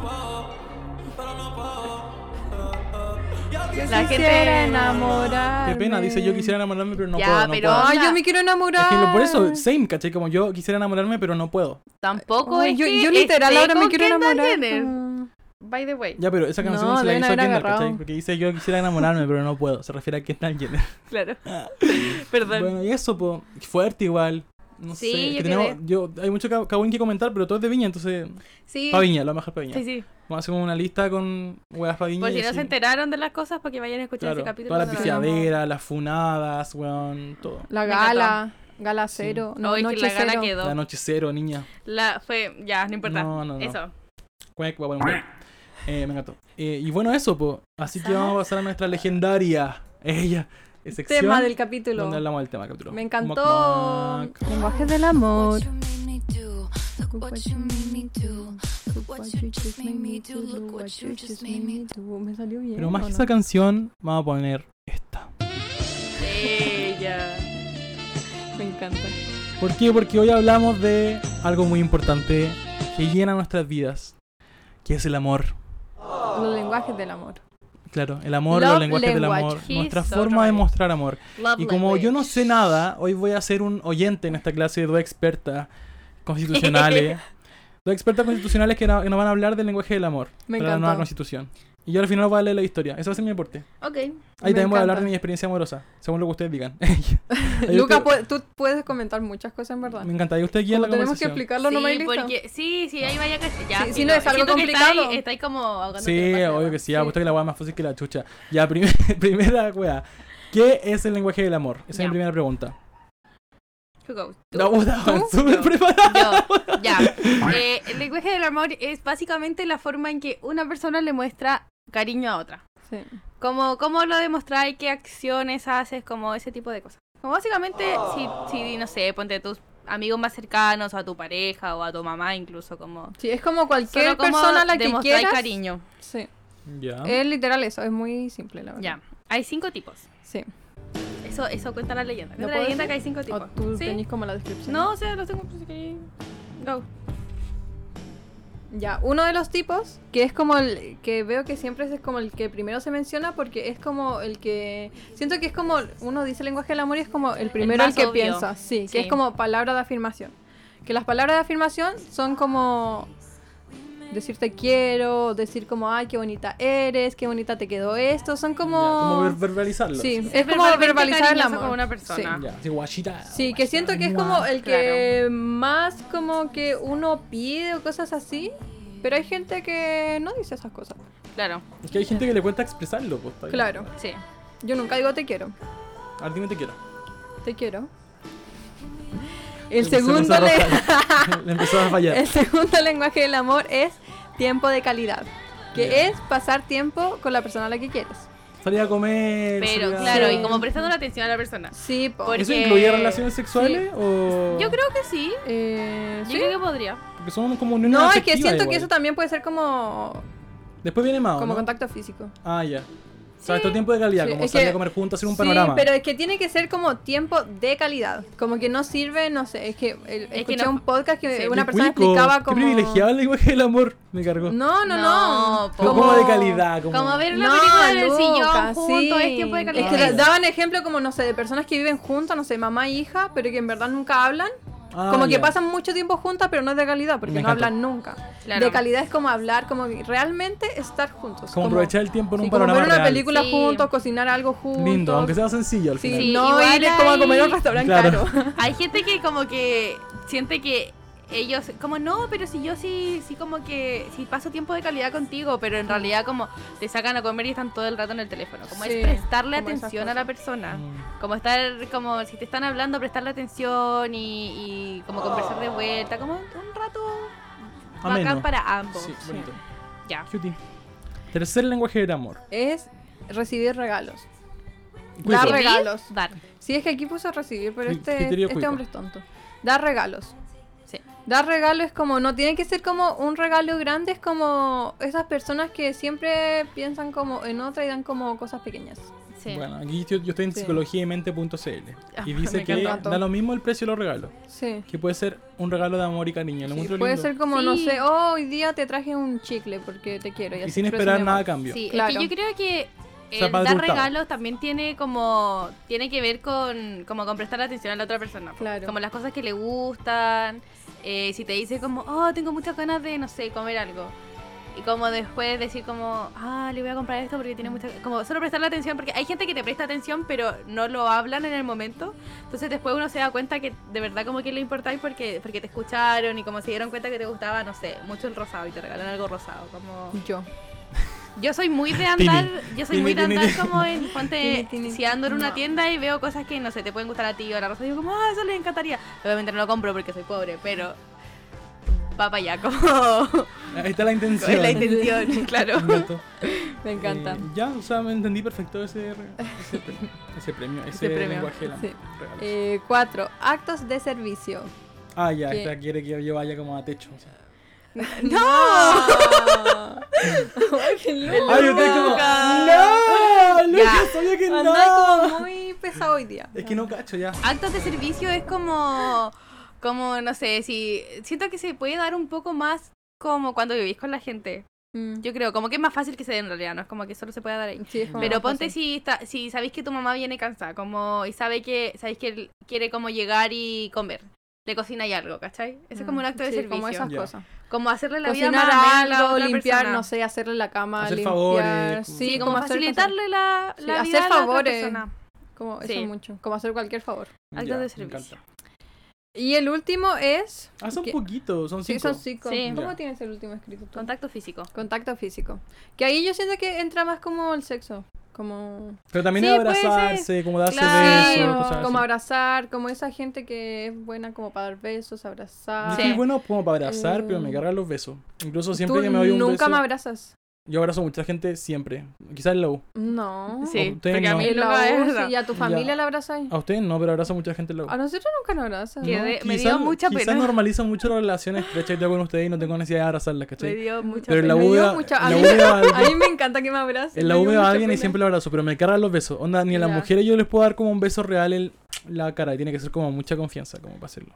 Speaker 1: La gente enamorar.
Speaker 2: Qué pena, dice yo quisiera enamorarme pero no
Speaker 3: Ya,
Speaker 2: puedo, no
Speaker 3: pero-
Speaker 2: puedo.
Speaker 1: Ay,
Speaker 3: Onda.
Speaker 1: yo me quiero enamorar.
Speaker 2: Es que lo- por eso, same, ¿cachai? Como yo quisiera enamorarme pero no puedo.
Speaker 3: Tampoco
Speaker 1: Ay,
Speaker 3: es
Speaker 1: yo,
Speaker 3: que
Speaker 1: yo literal
Speaker 3: esté
Speaker 1: ahora me
Speaker 3: con
Speaker 1: quiero
Speaker 3: Kendall
Speaker 1: enamorar. Mm.
Speaker 3: Jenner.
Speaker 1: como-
Speaker 3: By the way.
Speaker 2: Ya, pero esa canción
Speaker 1: No,
Speaker 2: se la
Speaker 1: deben
Speaker 2: hizo
Speaker 1: haber
Speaker 2: Kendall,
Speaker 1: agarrado.
Speaker 2: ¿cachai? Porque dice yo quisiera enamorarme pero no puedo. Se refiere a Kendall Jenner. [laughs]
Speaker 3: Claro. Perdón.
Speaker 2: Ah, Bueno, y eso, po, fuerte igual. No
Speaker 3: Sí,
Speaker 2: sé, es
Speaker 3: yo
Speaker 2: que
Speaker 3: quedé.
Speaker 2: tenemos, yo, hay mucho ca- cagüín que comentar, pero todo es de viña, entonces...
Speaker 3: sí.
Speaker 2: Pa' viña, lo mejor pa' viña.
Speaker 3: Sí, sí.
Speaker 2: Vamos a hacer como una lista con weas pa' viña.
Speaker 3: Por
Speaker 2: y
Speaker 3: si no
Speaker 2: así.
Speaker 3: se enteraron de las cosas, para que vayan a escuchar
Speaker 2: Claro,
Speaker 3: ese capítulo.
Speaker 2: toda la
Speaker 3: cuando lo
Speaker 1: pifiada.
Speaker 2: pifiadera, las funadas, weón, todo.
Speaker 1: La
Speaker 3: Me
Speaker 1: gala, gala cero.
Speaker 3: vean.
Speaker 1: No,
Speaker 3: Hoy que
Speaker 1: noche
Speaker 3: la gala
Speaker 1: cero.
Speaker 2: La
Speaker 3: quedó.
Speaker 2: noche cero, niña.
Speaker 3: La fue, ya, no importa.
Speaker 2: No, no, no.
Speaker 3: Eso.
Speaker 2: Cuec, guau, guau, guau. Eh, me encantó. Eh, y bueno, eso, po. Así que vamos a pasar a nuestra legendaria. Ella. eh, Sección
Speaker 1: Tema del capítulo.
Speaker 2: Donde hablamos del tema, capítulo.
Speaker 1: Me encantó.
Speaker 2: Moc, moc.
Speaker 1: Lenguajes del amor.
Speaker 5: What you made me do, look what you made me do, look what you just made me do, look what you just made me do.
Speaker 1: Me salió bien.
Speaker 2: Pero más
Speaker 1: ¿o
Speaker 2: que
Speaker 1: no?
Speaker 2: esa canción, vamos a poner esta.
Speaker 3: Ella.
Speaker 1: Me encanta.
Speaker 2: ¿Por qué? Porque hoy hablamos de algo muy importante que llena nuestras vidas, que es el amor.
Speaker 1: Los lenguajes del amor.
Speaker 2: Claro, el amor,
Speaker 1: Love
Speaker 2: los lenguajes del
Speaker 1: language.
Speaker 2: amor,
Speaker 3: He's
Speaker 2: nuestra
Speaker 3: so
Speaker 2: forma de
Speaker 3: right.
Speaker 2: mostrar amor.
Speaker 3: Love
Speaker 2: Y como yo no sé nada, hoy voy a ser un oyente en esta clase de dos expertas
Speaker 1: [laughs]
Speaker 2: constitucionales. dos expertas constitucionales que, no- que nos van a hablar del lenguaje del amor
Speaker 1: Me
Speaker 2: para la nueva
Speaker 1: encantó.
Speaker 2: constitución. Y yo al final voy a leer la historia. Eso va a ser mi aporte.
Speaker 3: Ok.
Speaker 2: Ahí
Speaker 1: Me
Speaker 2: también voy a hablar
Speaker 1: encanta.
Speaker 2: de mi experiencia amorosa, según lo que
Speaker 1: [laughs]
Speaker 2: ustedes digan.
Speaker 1: Lucas, pu- tú puedes comentar muchas cosas en verdad.
Speaker 2: Me encantaría usted aquí en
Speaker 1: Como
Speaker 2: la
Speaker 1: tenemos que
Speaker 2: conversación.
Speaker 1: explicarlo
Speaker 3: sí,
Speaker 1: nomás y listo.
Speaker 3: porque sí, sí, ahí vaya que ya.
Speaker 1: Sí, sí,
Speaker 3: filo.
Speaker 1: no, es algo
Speaker 3: Siento que
Speaker 1: complicado.
Speaker 3: Está ahí, está ahí como ahogándote
Speaker 2: Sí,
Speaker 3: en la
Speaker 2: obvio
Speaker 3: palabra.
Speaker 2: que sí. Apuesto que la weá es más fácil que la chucha. Ya, prim- [laughs] primera weá. ¿Qué es el lenguaje del amor? Esa es
Speaker 3: Ya.
Speaker 2: mi primera pregunta.
Speaker 3: Who goes? Tú.
Speaker 2: La puta, weón,
Speaker 3: ¿Tú?
Speaker 2: [laughs] súper
Speaker 3: Yo.
Speaker 2: preparada.
Speaker 3: Yo,
Speaker 2: [laughs]
Speaker 3: ya. Eh, el lenguaje del amor es básicamente la forma en que una persona le muestra cariño a otra.
Speaker 1: Sí.
Speaker 3: Como cómo lo demostráis, qué acciones haces, como ese tipo de cosas. Como básicamente, si, si, no sé, ponte a tus amigos más cercanos, o a tu pareja, o a tu mamá incluso, como...
Speaker 1: Sí, es como cualquier
Speaker 3: Solo como
Speaker 1: persona a la que
Speaker 3: demostráis
Speaker 1: quieras.
Speaker 3: cariño.
Speaker 1: Sí.
Speaker 2: Ya.
Speaker 1: Es literal eso, es muy simple la verdad.
Speaker 3: Ya. Hay cinco tipos.
Speaker 1: Sí.
Speaker 3: Eso, eso cuenta la leyenda. Cuenta la
Speaker 1: puedo
Speaker 3: leyenda
Speaker 1: decir?
Speaker 3: que hay cinco tipos.
Speaker 1: O Ah, tú
Speaker 3: ¿Sí?
Speaker 1: tenés como la descripción.
Speaker 3: No, o sea, los tengo si queréis. Go.
Speaker 1: Ya, uno de los tipos, que es como el que veo que siempre es como el que primero se menciona porque es como el que... Siento que es como, uno dice lenguaje del amor y es como el primero el,
Speaker 3: más
Speaker 1: que
Speaker 3: obvio.
Speaker 1: piensa, sí,
Speaker 3: Sí.
Speaker 1: que es como palabra de afirmación. Que las palabras de afirmación son como decir te quiero, decir como, ay, qué bonita eres, qué bonita te quedó esto, son como...
Speaker 2: Ya, como ver- verbalizarlo.
Speaker 1: Sí, es,
Speaker 3: Es
Speaker 1: como
Speaker 3: verbalmente
Speaker 1: verbalizar el
Speaker 3: cariñoso
Speaker 1: amor.
Speaker 3: con una persona.
Speaker 2: Ya. Sí, guachita.
Speaker 1: Sí, que siento que es como el que más como que uno pide o cosas así, pero hay gente que no dice esas cosas.
Speaker 3: Claro,
Speaker 2: Es que hay gente que le cuesta expresarlo, pues. está bien.
Speaker 1: Claro,
Speaker 3: sí.
Speaker 1: yo nunca digo te quiero,
Speaker 2: A ver, dime te quiero. [laughs]
Speaker 1: te quiero. El
Speaker 2: Se empezó
Speaker 1: segundo,
Speaker 2: a
Speaker 1: le-
Speaker 2: [laughs] arrojar. Le empezó a
Speaker 1: [laughs]
Speaker 2: fallar.
Speaker 1: el segundo lenguaje del amor es Tiempo de calidad. Que
Speaker 2: Ya.
Speaker 1: es pasar tiempo con la persona a la que quieres.
Speaker 2: Salir a comer.
Speaker 3: Pero
Speaker 2: salir a-
Speaker 3: claro,
Speaker 1: Sí.
Speaker 3: y como prestando la atención a la persona.
Speaker 1: Sí, po-
Speaker 3: Por-
Speaker 2: ¿Eso
Speaker 3: porque-
Speaker 2: incluye relaciones sexuales? O...
Speaker 3: Yo creo que sí.
Speaker 1: eh,
Speaker 3: Yo
Speaker 1: ¿sí?
Speaker 3: creo que podría.
Speaker 2: Porque son como uniones
Speaker 1: No, es que
Speaker 2: afectivas
Speaker 1: siento
Speaker 2: igual.
Speaker 1: que eso también puede ser como,
Speaker 2: Después viene Mao.
Speaker 1: como
Speaker 2: ¿no?
Speaker 1: contacto físico.
Speaker 2: Ah, ya. O sea, esto tiempo de calidad,
Speaker 1: Sí,
Speaker 2: como
Speaker 1: es
Speaker 2: salir
Speaker 1: que-
Speaker 2: a comer juntos, hacer un
Speaker 1: sí,
Speaker 2: panorama.
Speaker 1: pero es que tiene que ser como tiempo de calidad. Como que no sirve, no sé, es que el-
Speaker 3: que
Speaker 1: escuché
Speaker 3: no-
Speaker 1: un podcast que
Speaker 3: sí.
Speaker 1: una
Speaker 2: Qué
Speaker 1: persona
Speaker 2: cuico,
Speaker 1: explicaba como
Speaker 2: Qué privilegiado el lenguaje del amor, [laughs] me cargó.
Speaker 1: No, no, no.
Speaker 3: No, po.
Speaker 2: como... de calidad, como,
Speaker 3: Como ver una
Speaker 1: No,
Speaker 3: película en el
Speaker 1: Luca,
Speaker 3: sillón juntos
Speaker 1: sí.
Speaker 3: es tiempo de
Speaker 1: Es
Speaker 3: calidad.
Speaker 1: que
Speaker 2: Ah,
Speaker 1: da-
Speaker 2: ya.
Speaker 1: daban ejemplo como, no sé, de personas que viven juntas, no sé, mamá e hija, pero que en verdad nunca hablan.
Speaker 2: Ah,
Speaker 1: como que
Speaker 2: ya.
Speaker 1: pasan mucho tiempo juntas, pero no es de calidad, porque
Speaker 2: Me
Speaker 1: no
Speaker 2: encanta.
Speaker 1: hablan nunca.
Speaker 3: Claro.
Speaker 1: De calidad es como hablar, como que realmente estar juntos.
Speaker 2: Como aprovechar el tiempo en
Speaker 1: sí,
Speaker 2: un
Speaker 1: como
Speaker 2: panorama
Speaker 1: ver una
Speaker 2: real.
Speaker 1: película
Speaker 3: Sí.
Speaker 1: juntos, cocinar algo juntos.
Speaker 2: Lindo, aunque sea sencillo al
Speaker 1: Sí,
Speaker 2: final.
Speaker 3: Sí,
Speaker 1: no
Speaker 3: igual
Speaker 1: ir como a comer a un
Speaker 3: hay-
Speaker 1: restaurante
Speaker 2: Claro.
Speaker 1: caro.
Speaker 3: [laughs] Hay gente que como que siente que ellos como no, pero si yo sí sí como que si paso tiempo de calidad contigo, pero en realidad como te sacan a comer y están todo el rato en el teléfono, como
Speaker 1: Sí,
Speaker 3: es prestarle
Speaker 1: como esas
Speaker 3: atención a la persona.
Speaker 1: Mm,
Speaker 3: Como estar como si te están hablando, prestarle atención y, y como conversar de vuelta, como un rato
Speaker 2: Ameno.
Speaker 3: bacán para ambos.
Speaker 2: Sí, bonito.
Speaker 3: Ya.
Speaker 2: Cutie. Tercer lenguaje del amor.
Speaker 1: [laughs] Es recibir regalos.
Speaker 2: Cuico.
Speaker 1: Dar
Speaker 3: Recibir,
Speaker 1: regalos.
Speaker 3: Dar.
Speaker 1: Sí, es que aquí puse recibir, pero
Speaker 2: Cri-
Speaker 1: este,
Speaker 2: criterio
Speaker 1: este
Speaker 2: cuico.
Speaker 1: hombre es tonto. Dar regalos.
Speaker 3: Sí.
Speaker 1: Dar regalo es como, no tiene que ser como un regalo grande, es como esas personas que siempre piensan como en otra y dan como cosas pequeñas.
Speaker 3: Sí.
Speaker 2: Bueno, aquí yo, yo estoy en
Speaker 1: Sí.
Speaker 2: psicología y mente.cl
Speaker 3: Ah,
Speaker 2: y dice
Speaker 3: me
Speaker 2: que
Speaker 1: encantó.
Speaker 2: da lo mismo el precio y los regalos.
Speaker 1: Sí.
Speaker 2: Que puede ser un regalo de amor y cariño.
Speaker 1: Sí,
Speaker 2: Lo encuentro
Speaker 1: puede
Speaker 2: lindo.
Speaker 1: ser como, no
Speaker 3: Sí.
Speaker 1: sé, oh, hoy día te traje un chicle porque te quiero.
Speaker 2: Y
Speaker 1: así
Speaker 2: sin
Speaker 1: expreso
Speaker 2: esperar
Speaker 1: mi
Speaker 2: nada a
Speaker 1: amor.
Speaker 2: cambio.
Speaker 3: Sí, es
Speaker 1: Claro.
Speaker 3: que yo creo que
Speaker 2: O sea,
Speaker 3: el
Speaker 2: padre
Speaker 3: dar
Speaker 2: Hurtado.
Speaker 3: regalos también tiene como tiene que ver con como con prestar atención a la otra persona,
Speaker 1: Claro.
Speaker 3: como las cosas que le gustan, eh, si te dice como, "Oh, tengo muchas ganas de no sé, comer algo." Y como después decir como, "Ah, le voy a comprar esto porque tiene
Speaker 1: Mm.
Speaker 3: mucha como solo prestarle atención porque hay gente que te presta atención, pero no lo hablan en el momento. Entonces después uno se da cuenta que de verdad como que le importáis porque porque te escucharon y como se dieron cuenta que te gustaba, no sé, mucho el rosado y te regalan algo rosado, como
Speaker 1: Yo.
Speaker 3: yo soy muy de andar,
Speaker 2: Tini.
Speaker 3: yo soy
Speaker 2: Tini,
Speaker 3: muy de
Speaker 2: tini,
Speaker 3: andar
Speaker 2: tini.
Speaker 3: como en ponte
Speaker 1: Tini, tini.
Speaker 3: si ando en una
Speaker 1: No.
Speaker 3: tienda y veo cosas que no sé, te pueden gustar a ti o a la rosa, digo como, ah, eso le encantaría. Obviamente no lo compro porque soy pobre, pero va para allá
Speaker 2: [laughs]
Speaker 3: como
Speaker 1: [laughs]
Speaker 2: Ahí está la intención.
Speaker 3: es
Speaker 2: [laughs]
Speaker 3: la intención, claro.
Speaker 2: Me encantó.
Speaker 1: Me encanta.
Speaker 2: Eh, ya, o sea, me entendí perfecto ese, re- ese, premio,
Speaker 1: [laughs]
Speaker 2: ese premio, ese,
Speaker 3: premio,
Speaker 2: lenguaje del amor.
Speaker 1: sí.
Speaker 2: Regalos.
Speaker 1: Eh, cuatro, actos de servicio.
Speaker 2: ah, ya,
Speaker 1: que-
Speaker 2: esta quiere que yo vaya como a techo. o sea.
Speaker 1: ¡No! [laughs] Ay, qué loco.
Speaker 2: Ay, usted como, ¡No! Lucas, sabía que
Speaker 1: Andai
Speaker 2: no.
Speaker 1: Ah, como muy pesado hoy día.
Speaker 2: Es que no cacho ya.
Speaker 3: Actos de servicio es como como no sé, si siento que se puede dar un poco más como cuando vivís con la gente.
Speaker 1: Mm.
Speaker 3: Yo creo como que es más fácil que se dé en realidad, no es como que solo se puede dar ahí.
Speaker 1: Sí, es como
Speaker 3: Pero
Speaker 1: más
Speaker 3: ponte
Speaker 1: fácil.
Speaker 3: si está, si sabéis que tu mamá viene cansada, como y sabe que sabéis que él quiere como llegar y comer. Le cocina y algo, ¿cachai? Ese es como un acto de
Speaker 1: Mm, Sí,
Speaker 3: servicio.
Speaker 1: Como
Speaker 3: Como,
Speaker 1: esas
Speaker 2: Ya.
Speaker 1: cosas.
Speaker 3: hacerle la vida más
Speaker 1: Cocinar
Speaker 3: amena a la
Speaker 1: algo,
Speaker 3: otra
Speaker 1: limpiar,
Speaker 3: persona.
Speaker 1: no sé, hacerle la cama,
Speaker 2: Hacer
Speaker 1: limpiar.
Speaker 2: favores, como-
Speaker 1: sí,
Speaker 3: Sí, como,
Speaker 1: hacer cosas-
Speaker 3: facilitarle la,
Speaker 1: Sí,
Speaker 3: la
Speaker 1: hacer
Speaker 3: vida a la otra
Speaker 1: favores.
Speaker 3: persona.
Speaker 1: Como eso
Speaker 3: Sí.
Speaker 1: mucho. Como hacer cualquier favor.
Speaker 3: Actos
Speaker 2: Ya,
Speaker 3: de
Speaker 2: me
Speaker 3: servicio.
Speaker 2: encanta.
Speaker 1: Y el último es.
Speaker 2: Ah, son
Speaker 1: que-
Speaker 2: poquitos, son
Speaker 1: Sí,
Speaker 2: cinco.
Speaker 1: son cinco.
Speaker 3: Sí.
Speaker 1: ¿Cómo
Speaker 2: Ya.
Speaker 1: tienes el último escrito tú?
Speaker 3: Contacto físico.
Speaker 1: Contacto físico. Que ahí yo siento que entra más como el sexo. Como.
Speaker 2: Pero también
Speaker 3: Sí,
Speaker 2: es
Speaker 3: puede ser.
Speaker 2: abrazarse, como darse
Speaker 3: Claro.
Speaker 2: besos,
Speaker 1: Sí,
Speaker 2: cosas así.
Speaker 1: como abrazar, como esa gente que es buena como para dar besos, abrazar.
Speaker 2: Yo
Speaker 3: Sí.
Speaker 2: soy bueno como para abrazar, pero me
Speaker 1: Eh,
Speaker 2: cargan los besos. Incluso siempre
Speaker 1: Tú
Speaker 2: que me doy un
Speaker 1: nunca
Speaker 2: beso,
Speaker 1: me abrazas.
Speaker 2: yo abrazo a mucha gente siempre. Quizás en la U.
Speaker 1: No.
Speaker 3: Sí,
Speaker 2: ustedes
Speaker 3: porque a
Speaker 2: no.
Speaker 3: mí
Speaker 1: Y
Speaker 3: no
Speaker 1: la
Speaker 3: me
Speaker 1: U,
Speaker 3: agarra.
Speaker 1: sí, y a tu familia
Speaker 2: Ya.
Speaker 1: la abrazas.
Speaker 2: A ustedes no, pero abrazo a mucha gente en la U.
Speaker 1: A nosotros nunca nos abrazas.
Speaker 3: Que
Speaker 1: ¿no?
Speaker 3: de- me dio mucha
Speaker 2: quizás
Speaker 3: pena.
Speaker 2: normalizo mucho las relaciones estrechas que tengo con ustedes y no tengo necesidad de abrazarlas,
Speaker 3: Me
Speaker 2: ¿cachai?
Speaker 3: dio mucha
Speaker 2: Pero en la
Speaker 1: Me
Speaker 2: U
Speaker 1: dio
Speaker 2: veo-
Speaker 1: mucha- a mí-
Speaker 2: en la U veo a
Speaker 1: A mí
Speaker 2: alguien-
Speaker 1: me encanta que me abraces.
Speaker 2: en la
Speaker 1: me
Speaker 2: U
Speaker 1: dio
Speaker 2: veo a
Speaker 1: mucha
Speaker 2: alguien y
Speaker 1: pena.
Speaker 2: siempre lo abrazo, pero me cargan los besos. Onda, ni a las
Speaker 1: Ya.
Speaker 2: mujeres yo les puedo dar como un beso real en la cara y tiene que ser como mucha confianza como para hacerlo.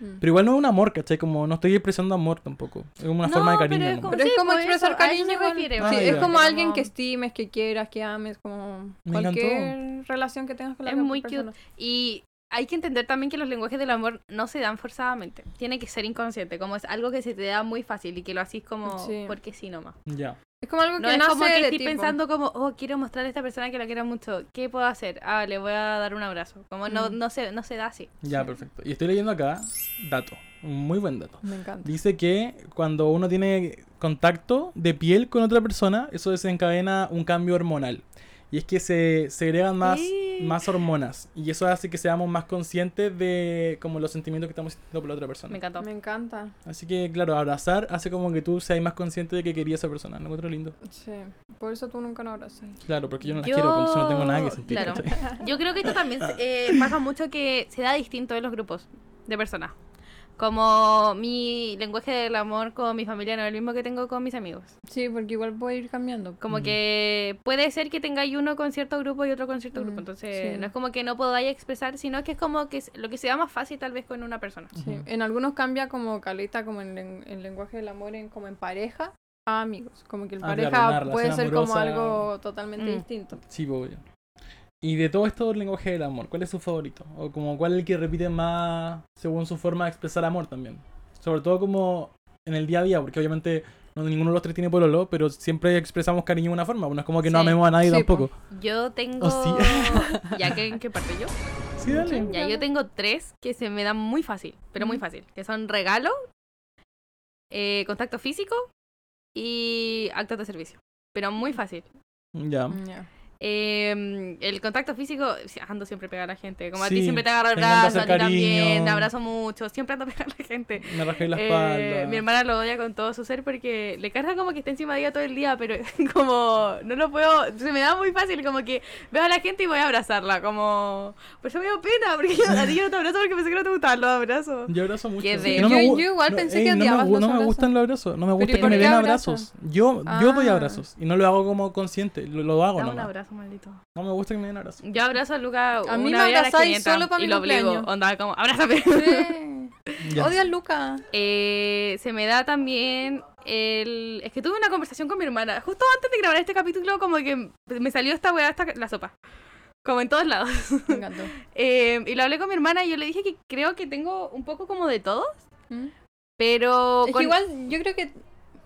Speaker 1: Mm.
Speaker 2: Pero igual no es un amor, ¿cachai? Como no estoy expresando amor tampoco. Es como una forma de cariño.
Speaker 3: Pero es
Speaker 2: ¿no?
Speaker 3: como,
Speaker 1: Pero es como
Speaker 3: pues,
Speaker 1: expresar
Speaker 3: eso- a eso
Speaker 1: cariño
Speaker 3: se
Speaker 1: igual.
Speaker 3: refiere,
Speaker 2: Ah,
Speaker 3: pues.
Speaker 1: Sí,
Speaker 2: ya.
Speaker 1: es como alguien que
Speaker 3: Como-
Speaker 1: estimes, que quieras, que ames, como
Speaker 2: Me
Speaker 1: cualquier relación que tengas con la
Speaker 3: Es
Speaker 1: otra
Speaker 3: muy
Speaker 1: persona.
Speaker 3: Y hay que entender también que los lenguajes del amor no se dan forzadamente. Tiene que ser inconsciente, como es algo que se te da muy fácil y que lo haces como
Speaker 1: Sí.
Speaker 3: porque sí nomás.
Speaker 2: Ya.
Speaker 1: Es como algo
Speaker 3: No
Speaker 1: que
Speaker 3: es
Speaker 1: nace
Speaker 3: como que
Speaker 1: de
Speaker 3: estoy
Speaker 1: ti, po.
Speaker 3: pensando como, oh, quiero mostrarle a esta persona que la quiero mucho. ¿Qué puedo hacer? Ah, le voy a dar un abrazo. Como no,
Speaker 1: Mm.
Speaker 3: no, se, no se da así.
Speaker 2: Ya, perfecto. Y estoy leyendo acá dato, un muy buen dato.
Speaker 1: Me encanta.
Speaker 2: Dice que cuando uno tiene contacto de piel con otra persona, eso desencadena un cambio hormonal. Y es que se segregan más
Speaker 3: Sí. Sí.
Speaker 2: más hormonas. Y eso hace que seamos más conscientes de como los sentimientos que estamos sintiendo por la otra
Speaker 3: Me
Speaker 2: persona.
Speaker 3: encantó.
Speaker 1: Me encanta.
Speaker 2: Así que, claro, abrazar hace como que tú seas más consciente de que querías a esa persona. Lo encuentro lindo.
Speaker 1: Sí. Por eso tú nunca no abrazas.
Speaker 2: Claro, porque yo no las
Speaker 3: Yo-
Speaker 2: quiero, porque yo no tengo nada que sentir.
Speaker 3: claro.
Speaker 2: ¿cachai?
Speaker 3: Yo creo que esto también se- eh, pasa mucho que se da distinto en los grupos de personas. Como mi lenguaje del amor con mi familia no es el mismo que tengo con mis amigos.
Speaker 1: Sí, porque igual puede ir cambiando.
Speaker 3: Como
Speaker 2: Mm.
Speaker 3: que puede ser que tengáis uno con cierto grupo y otro con cierto
Speaker 1: Mm,
Speaker 3: grupo. Entonces,
Speaker 1: sí.
Speaker 3: no es como que no podáis expresar, sino que es como que es- lo que se da más fácil tal vez con una persona.
Speaker 1: Sí. En algunos cambia como caleta, como en len- el lenguaje del amor, en, como en pareja, a amigos. Como que el
Speaker 2: Ah,
Speaker 1: pareja
Speaker 2: claro, una
Speaker 1: puede
Speaker 2: relación
Speaker 1: ser como
Speaker 2: amorosa.
Speaker 1: algo totalmente
Speaker 3: Mm.
Speaker 1: distinto.
Speaker 2: Sí, pues, obvio. Y de todo esto, el lenguaje del amor, ¿cuál es su favorito? O como cuál es el que repite más según su forma de expresar amor también. Sobre todo como en el día a día, porque obviamente no, ninguno de los tres tiene pololo, pero siempre expresamos cariño de una forma. pues No es como que no
Speaker 3: Sí.
Speaker 2: amemos a nadie
Speaker 1: Sí,
Speaker 2: tampoco.
Speaker 3: Yo tengo...
Speaker 2: sí.
Speaker 3: [laughs] ya que en qué parte yo.
Speaker 2: Sí, dale.
Speaker 3: Ya, yo tengo tres que se me dan muy fácil, pero muy
Speaker 1: Ujú.
Speaker 3: fácil. Que son regalo, eh, contacto físico y actos de servicio. Pero muy fácil.
Speaker 2: Ya. [laughs]
Speaker 1: Ya.
Speaker 3: Eh, el contacto físico, sí, ando siempre pegada a la gente. Como a
Speaker 2: Sí,
Speaker 3: ti siempre te agarro el
Speaker 2: me encanta
Speaker 3: brazo,
Speaker 2: hacer
Speaker 3: a ti también,
Speaker 2: cariño.
Speaker 3: te abrazo mucho. Siempre ando [laughs] pegada a la gente.
Speaker 2: Me rajé la
Speaker 3: Eh,
Speaker 2: espalda.
Speaker 3: mi hermana lo odia con todo su ser porque le carga como que está encima de ella todo el día, pero [laughs] como no lo puedo, se me da muy fácil, como que veo a la gente y voy a abrazarla, como... Pues yo me dio pena, porque yo, a ti yo no te abrazo porque pensé que no te gustaban los abrazos.
Speaker 2: Yo abrazo mucho.
Speaker 3: Qué
Speaker 2: sí.
Speaker 3: de-
Speaker 2: Y no me
Speaker 1: Yo-
Speaker 2: gu-
Speaker 1: yo igual
Speaker 2: no,
Speaker 1: pensé
Speaker 2: ey,
Speaker 1: que
Speaker 2: no me,
Speaker 1: odiabas
Speaker 2: gu-
Speaker 1: los
Speaker 2: no me
Speaker 1: abrazos.
Speaker 2: gustan los abrazos. No me
Speaker 1: ¿y
Speaker 2: gusta que
Speaker 1: por
Speaker 2: me
Speaker 1: qué
Speaker 2: den
Speaker 1: abrazos?
Speaker 2: abrazos. Yo, yo doy
Speaker 1: Ah.
Speaker 2: abrazos. Y no lo hago como consciente. Lo, lo hago
Speaker 3: Dame un
Speaker 2: nomás.
Speaker 3: abrazo, maldito.
Speaker 2: No me gusta que me den abrazos.
Speaker 3: Yo abrazo a Luca
Speaker 1: A mí
Speaker 3: una
Speaker 1: me
Speaker 3: vez a la
Speaker 1: abrazáis
Speaker 3: 500
Speaker 1: solo pa' mi
Speaker 3: y lo obligo,
Speaker 1: cumpleaños.
Speaker 3: onda como, abrázame. [laughs]
Speaker 1: Sí.
Speaker 2: Ya.
Speaker 1: Odio a Luca.
Speaker 3: Eh, se me da también el... Es que tuve una conversación con mi hermana. Justo antes de grabar este capítulo, como que me salió esta weá, esta, la sopa. Como en todos lados.
Speaker 1: Me
Speaker 2: [laughs]
Speaker 1: encantó.
Speaker 3: Eh, y lo hablé con mi hermana y yo le dije que creo que tengo un poco como de todo,
Speaker 1: Mm.
Speaker 3: pero...
Speaker 1: Es que
Speaker 3: con-
Speaker 1: igual yo creo que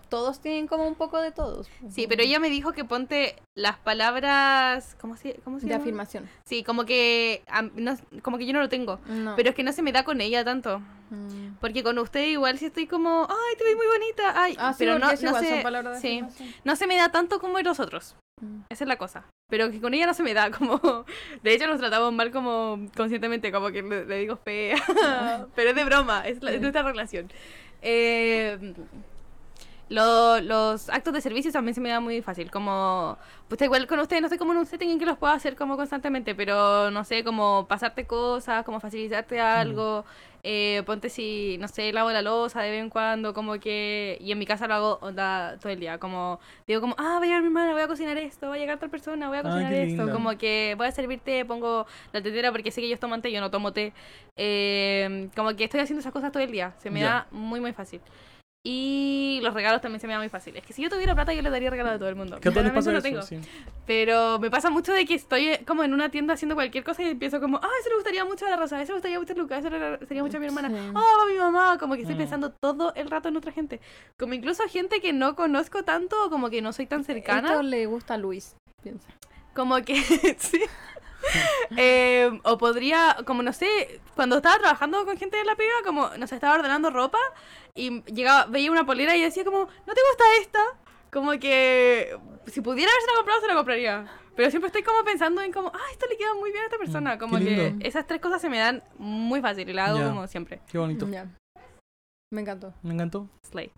Speaker 1: todos tienen como un poco de todos.
Speaker 3: Sí, pero ella me dijo que ponte las palabras... ¿Cómo se, cómo se
Speaker 1: De
Speaker 3: llama?
Speaker 1: afirmación.
Speaker 3: Sí, como que, a- no- como que yo no lo tengo.
Speaker 1: No.
Speaker 3: Pero es que no se me da con ella tanto.
Speaker 1: Mm.
Speaker 3: Porque con usted igual si estoy como, ay, te ves muy bonita, ay,
Speaker 1: Ah, sí,
Speaker 3: pero
Speaker 1: porque
Speaker 3: no,
Speaker 1: es
Speaker 3: no
Speaker 1: igual,
Speaker 3: se,
Speaker 1: son palabras de
Speaker 3: sí,
Speaker 1: afirmación.
Speaker 3: no se me da tanto como en los otros.
Speaker 1: Mm.
Speaker 3: Esa es la cosa. Pero que con ella no se me da [laughs] como... De hecho nos tratamos mal como conscientemente, como que le, le digo fea. [laughs] Pero es de broma, es, la- es nuestra relación. Eh, lo- los actos de servicio también se me da muy fácil. Como... Pues igual con ustedes, no sé cómo en un setting en que los puedo hacer como constantemente, pero no sé, como pasarte cosas, como facilitarte algo. eh, ponte si, no sé, lavo la losa de vez en cuando, como que... Y en mi casa lo hago onda, todo el día, como... Digo como, ah, va a llegar mi hermana, voy a cocinar esto, va a llegar tal persona, voy a
Speaker 2: Ah,
Speaker 3: cocinar
Speaker 2: qué
Speaker 3: esto.
Speaker 2: lindo.
Speaker 3: Como que voy a servir té, pongo la tetera porque sé que ellos toman té, yo no tomo té. Eh, como que estoy haciendo esas cosas todo el día, se me
Speaker 2: Ya.
Speaker 3: da muy, muy fácil. Y los regalos también se me da muy fácil. Es que si yo tuviera plata, yo le daría regalo a todo el mundo.
Speaker 2: ¿Qué tal les pasa
Speaker 3: Claramente no
Speaker 2: eso?
Speaker 3: tengo.
Speaker 2: Sí.
Speaker 3: Pero me pasa mucho de que estoy eh, como en una tienda haciendo cualquier cosa y empiezo como, ah, eso le gustaría mucho a la Rosa, eso le gustaría mucho a Lucas, eso le gustaría mucho a mi hermana.
Speaker 1: Sí.
Speaker 3: Ah, va mi mamá, como que estoy
Speaker 2: Mm.
Speaker 3: pensando todo el rato en otra gente. Como incluso gente que no conozco tanto o como que no soy tan cercana.
Speaker 1: Esto le gusta a Luis, piensa.
Speaker 3: Como que, [laughs] sí. Eh, o podría, como no sé, cuando estaba trabajando con gente de la pega, como nos estaba ordenando ropa y llegaba, veía una polera y decía como, ¿no te gusta esta? Como que si pudiera haberse la comprado, se la compraría. Pero siempre estoy como pensando en como, ah, esto le queda muy bien a esta persona.
Speaker 2: Mm, qué
Speaker 3: Como que
Speaker 2: lindo.
Speaker 3: esas tres cosas se me dan muy fácil y la hago
Speaker 2: Ya.
Speaker 3: como siempre.
Speaker 2: Qué bonito.
Speaker 1: Ya. Me encantó.
Speaker 2: Me encantó.
Speaker 3: Slay.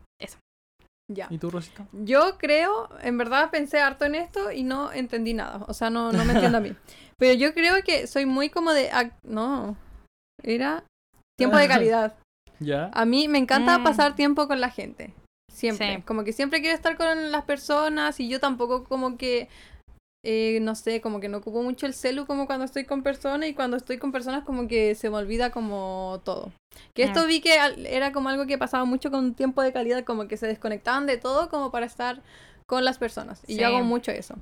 Speaker 1: Ya.
Speaker 2: ¿Y tú, Rosita?
Speaker 1: Yo creo, en verdad pensé harto en esto y no entendí nada. O sea, no, no me entiendo a mí. Pero yo creo que soy muy como de... ac- No, era tiempo de calidad.
Speaker 2: ¿Ya?
Speaker 1: A mí me encanta
Speaker 3: Mm.
Speaker 1: pasar tiempo con la gente. Siempre.
Speaker 3: Sí.
Speaker 1: Como que siempre quiero estar con las personas y yo tampoco como que... eh, no sé, como que no ocupo mucho el celu como cuando estoy con personas y cuando estoy con personas como que se me olvida como todo. Que esto
Speaker 3: Mm.
Speaker 1: vi que al- era como algo que pasaba mucho con tiempo de calidad, como que se desconectaban de todo como para estar con las personas. Y
Speaker 3: Sí.
Speaker 1: yo hago mucho eso.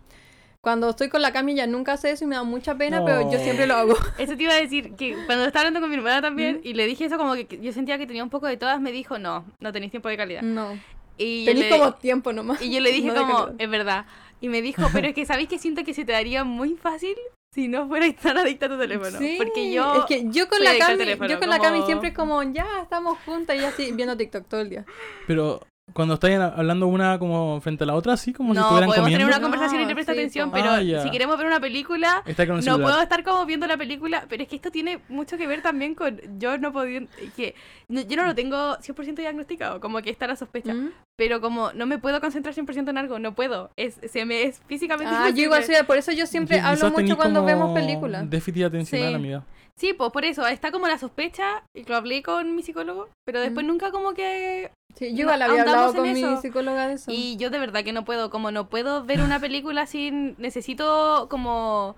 Speaker 1: Cuando estoy con la camilla nunca hace eso y me da mucha pena, pero yo siempre lo
Speaker 3: [laughs]
Speaker 1: hago.
Speaker 3: Eso te iba a decir que cuando estaba hablando con mi hermana también
Speaker 2: ¿Mm?
Speaker 3: y le dije eso como que yo sentía que tenía un poco de todas, me dijo, no, no tenéis tiempo de calidad.
Speaker 2: Mm.
Speaker 1: No.
Speaker 3: Y yo
Speaker 1: Tenéis
Speaker 3: le-
Speaker 1: como tiempo nomás.
Speaker 3: Y yo le dije
Speaker 1: No de
Speaker 3: como,
Speaker 1: calidad.
Speaker 3: es verdad. Y me dijo, pero es que sabéis que siento que se te daría muy fácil si no fueras tan adicta a tu teléfono.
Speaker 1: Sí,
Speaker 3: porque yo...
Speaker 1: es que yo con
Speaker 3: soy
Speaker 1: la
Speaker 3: adicta al
Speaker 1: Cami,
Speaker 3: teléfono,
Speaker 1: yo con la Cami
Speaker 3: como- [laughs]
Speaker 1: siempre es como ya estamos juntas y así viendo TikTok todo el día.
Speaker 2: Pero Cuando están hablando una como frente a la otra, así como si
Speaker 3: no,
Speaker 2: estuvieran
Speaker 3: podemos
Speaker 2: comiendo.
Speaker 3: tener una
Speaker 1: No,
Speaker 3: conversación y le presta
Speaker 1: sí,
Speaker 3: atención,
Speaker 1: po.
Speaker 3: pero
Speaker 2: Ah, ya.
Speaker 3: si queremos ver una película,
Speaker 2: Está con el
Speaker 3: no
Speaker 2: celular.
Speaker 3: puedo estar como viendo la película, pero es que esto tiene mucho que ver también con yo no podía que no- yo no lo tengo 100% diagnosticado, como que está la sospecha,
Speaker 1: Mm.
Speaker 3: pero como no me puedo concentrar 100% en algo, no puedo, es se me es físicamente
Speaker 1: Ah, yo igual
Speaker 3: imposible.
Speaker 1: soy, por eso yo siempre
Speaker 2: Quizás
Speaker 1: hablo
Speaker 2: tenís
Speaker 1: mucho cuando
Speaker 2: como
Speaker 1: vemos películas.
Speaker 2: Déficit atencional,
Speaker 3: Sí.
Speaker 2: amiga.
Speaker 3: Sí, pues por eso, está como la sospecha, y lo hablé con mi psicólogo, pero después
Speaker 1: Mm.
Speaker 3: nunca como que
Speaker 1: Sí, yo igual
Speaker 3: no,
Speaker 1: había hablado
Speaker 3: ahondamos
Speaker 1: con
Speaker 3: en
Speaker 1: mi
Speaker 3: eso.
Speaker 1: psicóloga de eso.
Speaker 3: Y yo de verdad que no puedo, como no puedo ver una película sin, necesito como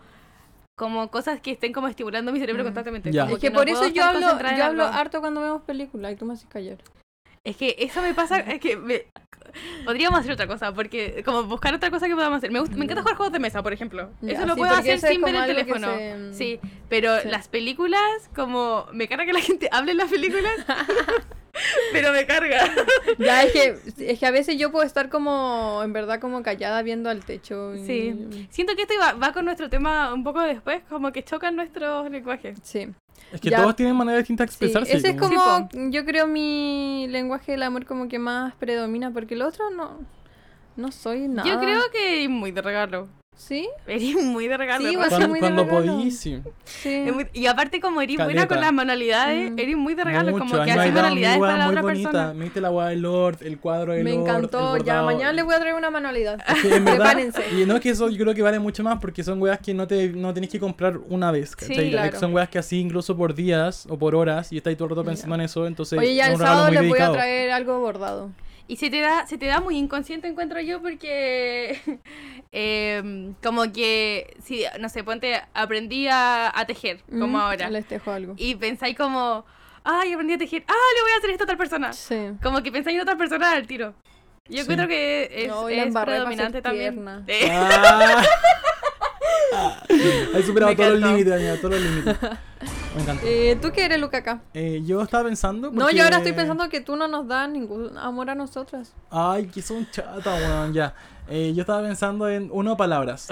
Speaker 3: como cosas que estén como estimulando mi cerebro
Speaker 1: Mm.
Speaker 3: constantemente.
Speaker 2: Ya.
Speaker 3: como
Speaker 1: es que
Speaker 3: no
Speaker 1: por
Speaker 3: puedo
Speaker 1: eso yo
Speaker 3: estar
Speaker 1: hablo,
Speaker 3: concentrada en
Speaker 1: yo hablo
Speaker 3: algo.
Speaker 1: harto cuando vemos películas y tú me haces callar.
Speaker 3: Es que eso me pasa, es que me- podríamos hacer otra cosa, porque como buscar otra cosa que podamos hacer. Me, gusta, me encanta jugar juegos de mesa, por ejemplo.
Speaker 1: Ya,
Speaker 3: eso lo
Speaker 1: sí,
Speaker 3: puedo
Speaker 1: porque
Speaker 3: hacer
Speaker 1: eso es
Speaker 3: sin ver
Speaker 1: como
Speaker 3: el
Speaker 1: algo que
Speaker 3: teléfono.
Speaker 1: se-
Speaker 3: Sí, pero
Speaker 1: sí.
Speaker 3: las películas, como me carga que la gente hable en las películas, [laughs] pero me carga.
Speaker 1: [laughs] Ya, es que, es que a veces yo puedo estar como, en verdad, como callada viendo al techo. y-
Speaker 3: Sí. Siento que esto va, va con nuestro tema un poco después, como que chocan nuestros lenguajes.
Speaker 1: Sí.
Speaker 2: Es que
Speaker 1: Ya.
Speaker 2: todos tienen manera distinta de
Speaker 1: Sí,
Speaker 2: expresarse.
Speaker 1: Ese es
Speaker 2: como-
Speaker 1: como, yo creo, mi lenguaje del amor como que más predomina, porque el otro no, no soy nada.
Speaker 3: Yo creo que muy de regalo.
Speaker 1: ¿Sí?
Speaker 3: Eres muy de regalo.
Speaker 1: Sí,
Speaker 3: ¿no?
Speaker 1: igual
Speaker 2: Cuando,
Speaker 1: muy de
Speaker 2: cuando
Speaker 1: regalo.
Speaker 2: podís, sí.
Speaker 1: Sí.
Speaker 3: Es muy- Y aparte como eres buena
Speaker 2: Caleta.
Speaker 3: con las manualidades,
Speaker 1: Mm.
Speaker 3: eres muy de regalo,
Speaker 2: Mucho,
Speaker 3: como que
Speaker 2: ahí
Speaker 3: haces
Speaker 2: bailaron
Speaker 3: manualidades
Speaker 2: igual,
Speaker 3: para la
Speaker 2: muy
Speaker 3: otra
Speaker 2: bonita.
Speaker 3: persona.
Speaker 2: Me diste la guada del Lord, el cuadro del
Speaker 1: Me
Speaker 2: Lord.
Speaker 1: encantó.
Speaker 2: el
Speaker 1: Ya,
Speaker 2: bordado.
Speaker 1: mañana les voy a traer una manualidad.
Speaker 2: Es que en verdad-
Speaker 1: Prepárense.
Speaker 2: Y no es que eso yo creo que vale mucho más porque son weas que no te no tenés que comprar una vez, ¿cachai?
Speaker 3: Sí,
Speaker 1: claro.
Speaker 2: Son weas que así incluso por días o por horas y estáis todo el rato pensando en eso, entonces
Speaker 1: Oye, ya
Speaker 2: es
Speaker 1: el
Speaker 2: un regalo
Speaker 1: sábado
Speaker 2: muy
Speaker 1: les voy a
Speaker 2: dedicado.
Speaker 1: traer algo bordado.
Speaker 3: Y se te da, se te da muy inconsciente, encuentro yo, porque [laughs] em, como que, sí, no sé, ponte, aprendí a, a tejer, como
Speaker 1: Mm,
Speaker 3: ahora.
Speaker 1: Les tejo algo.
Speaker 3: Y pensáis como, ay, aprendí a tejer, ah, le voy a hacer esto a tal persona.
Speaker 1: Sí.
Speaker 3: Como que pensáis en otra persona al tiro. Yo
Speaker 2: Sí.
Speaker 3: encuentro que es,
Speaker 1: No, y la
Speaker 3: es
Speaker 1: embarré para ser
Speaker 3: predominante también.
Speaker 1: tierna.
Speaker 3: Eh,
Speaker 2: Ah. [laughs] He superado
Speaker 3: Me
Speaker 2: todos los
Speaker 3: encantó.
Speaker 2: límites, amiga, todos los límites.
Speaker 1: [laughs]
Speaker 2: Me encantó.
Speaker 1: Eh, ¿Tú qué eres, Lucaca?
Speaker 2: Eh, yo estaba pensando.
Speaker 1: No, yo ahora estoy
Speaker 2: porque-
Speaker 1: pensando que tú no nos das ningún amor a nosotras.
Speaker 2: Ay, que son chata, weón, ya. Eh, yo estaba pensando en uno, palabras.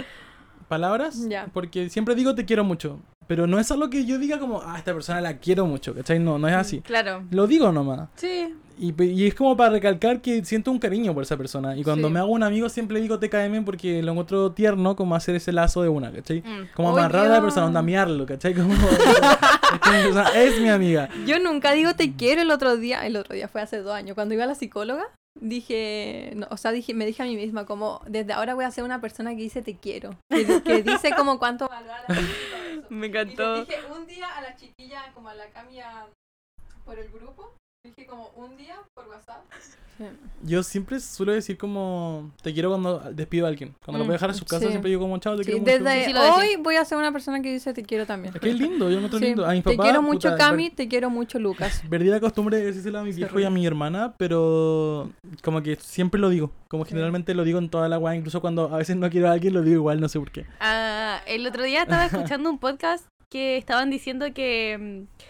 Speaker 2: Palabras,
Speaker 1: Ya.
Speaker 2: porque siempre digo te quiero mucho, pero no es algo que yo diga como, ah, esta persona la quiero mucho, ¿cachai? No, no es así.
Speaker 3: [laughs]
Speaker 1: Mm.
Speaker 3: Claro.
Speaker 2: Lo digo nomás.
Speaker 3: Sí.
Speaker 2: Y, pe- y es como para recalcar que siento un cariño por esa persona. Y cuando
Speaker 1: Sí.
Speaker 2: me hago un amigo siempre digo TKM porque lo encuentro tierno como hacer ese lazo de una, ¿cachai?
Speaker 3: Mm.
Speaker 2: Como
Speaker 1: Oh,
Speaker 2: amarrar a la
Speaker 1: Dios.
Speaker 2: persona, onda miarlo, ¿cachai? [laughs] Como, esta persona es mi amiga.
Speaker 1: Yo nunca digo te quiero el otro día. El otro día fue hace dos años. Cuando iba a la psicóloga, dije, no, o sea, dije, me dije a mí misma como, desde ahora voy a ser una persona que dice te quiero. Que, que dice como cuánto valora la gente y todo eso.
Speaker 3: [laughs] Me
Speaker 1: Y
Speaker 3: encantó.
Speaker 1: les dije un día a la chiquilla, como a la camia por el grupo, dije como un día por WhatsApp.
Speaker 2: Yo siempre suelo decir como te quiero cuando despido a alguien. Cuando lo
Speaker 1: Mm,
Speaker 2: voy a dejar a su casa
Speaker 1: sí.
Speaker 2: siempre digo como chao, te
Speaker 1: Sí,
Speaker 2: quiero mucho.
Speaker 1: desde
Speaker 3: Sí, lo decís.
Speaker 1: hoy voy a ser una persona que dice te quiero también.
Speaker 2: Es que es lindo, yo lo encuentro
Speaker 1: Sí.
Speaker 2: lindo. A mis
Speaker 1: te
Speaker 2: papás,
Speaker 1: quiero mucho
Speaker 2: puta,
Speaker 1: Cami, te quiero mucho Lucas.
Speaker 2: per- Perdí la costumbre de decírselo a mi viejo y a mi hermana, pero como que siempre lo digo. Como generalmente lo digo en toda la guay, incluso cuando a veces no quiero a alguien, lo digo igual, no sé por qué.
Speaker 3: Ah, el otro día estaba escuchando un podcast que estaban diciendo que, mm,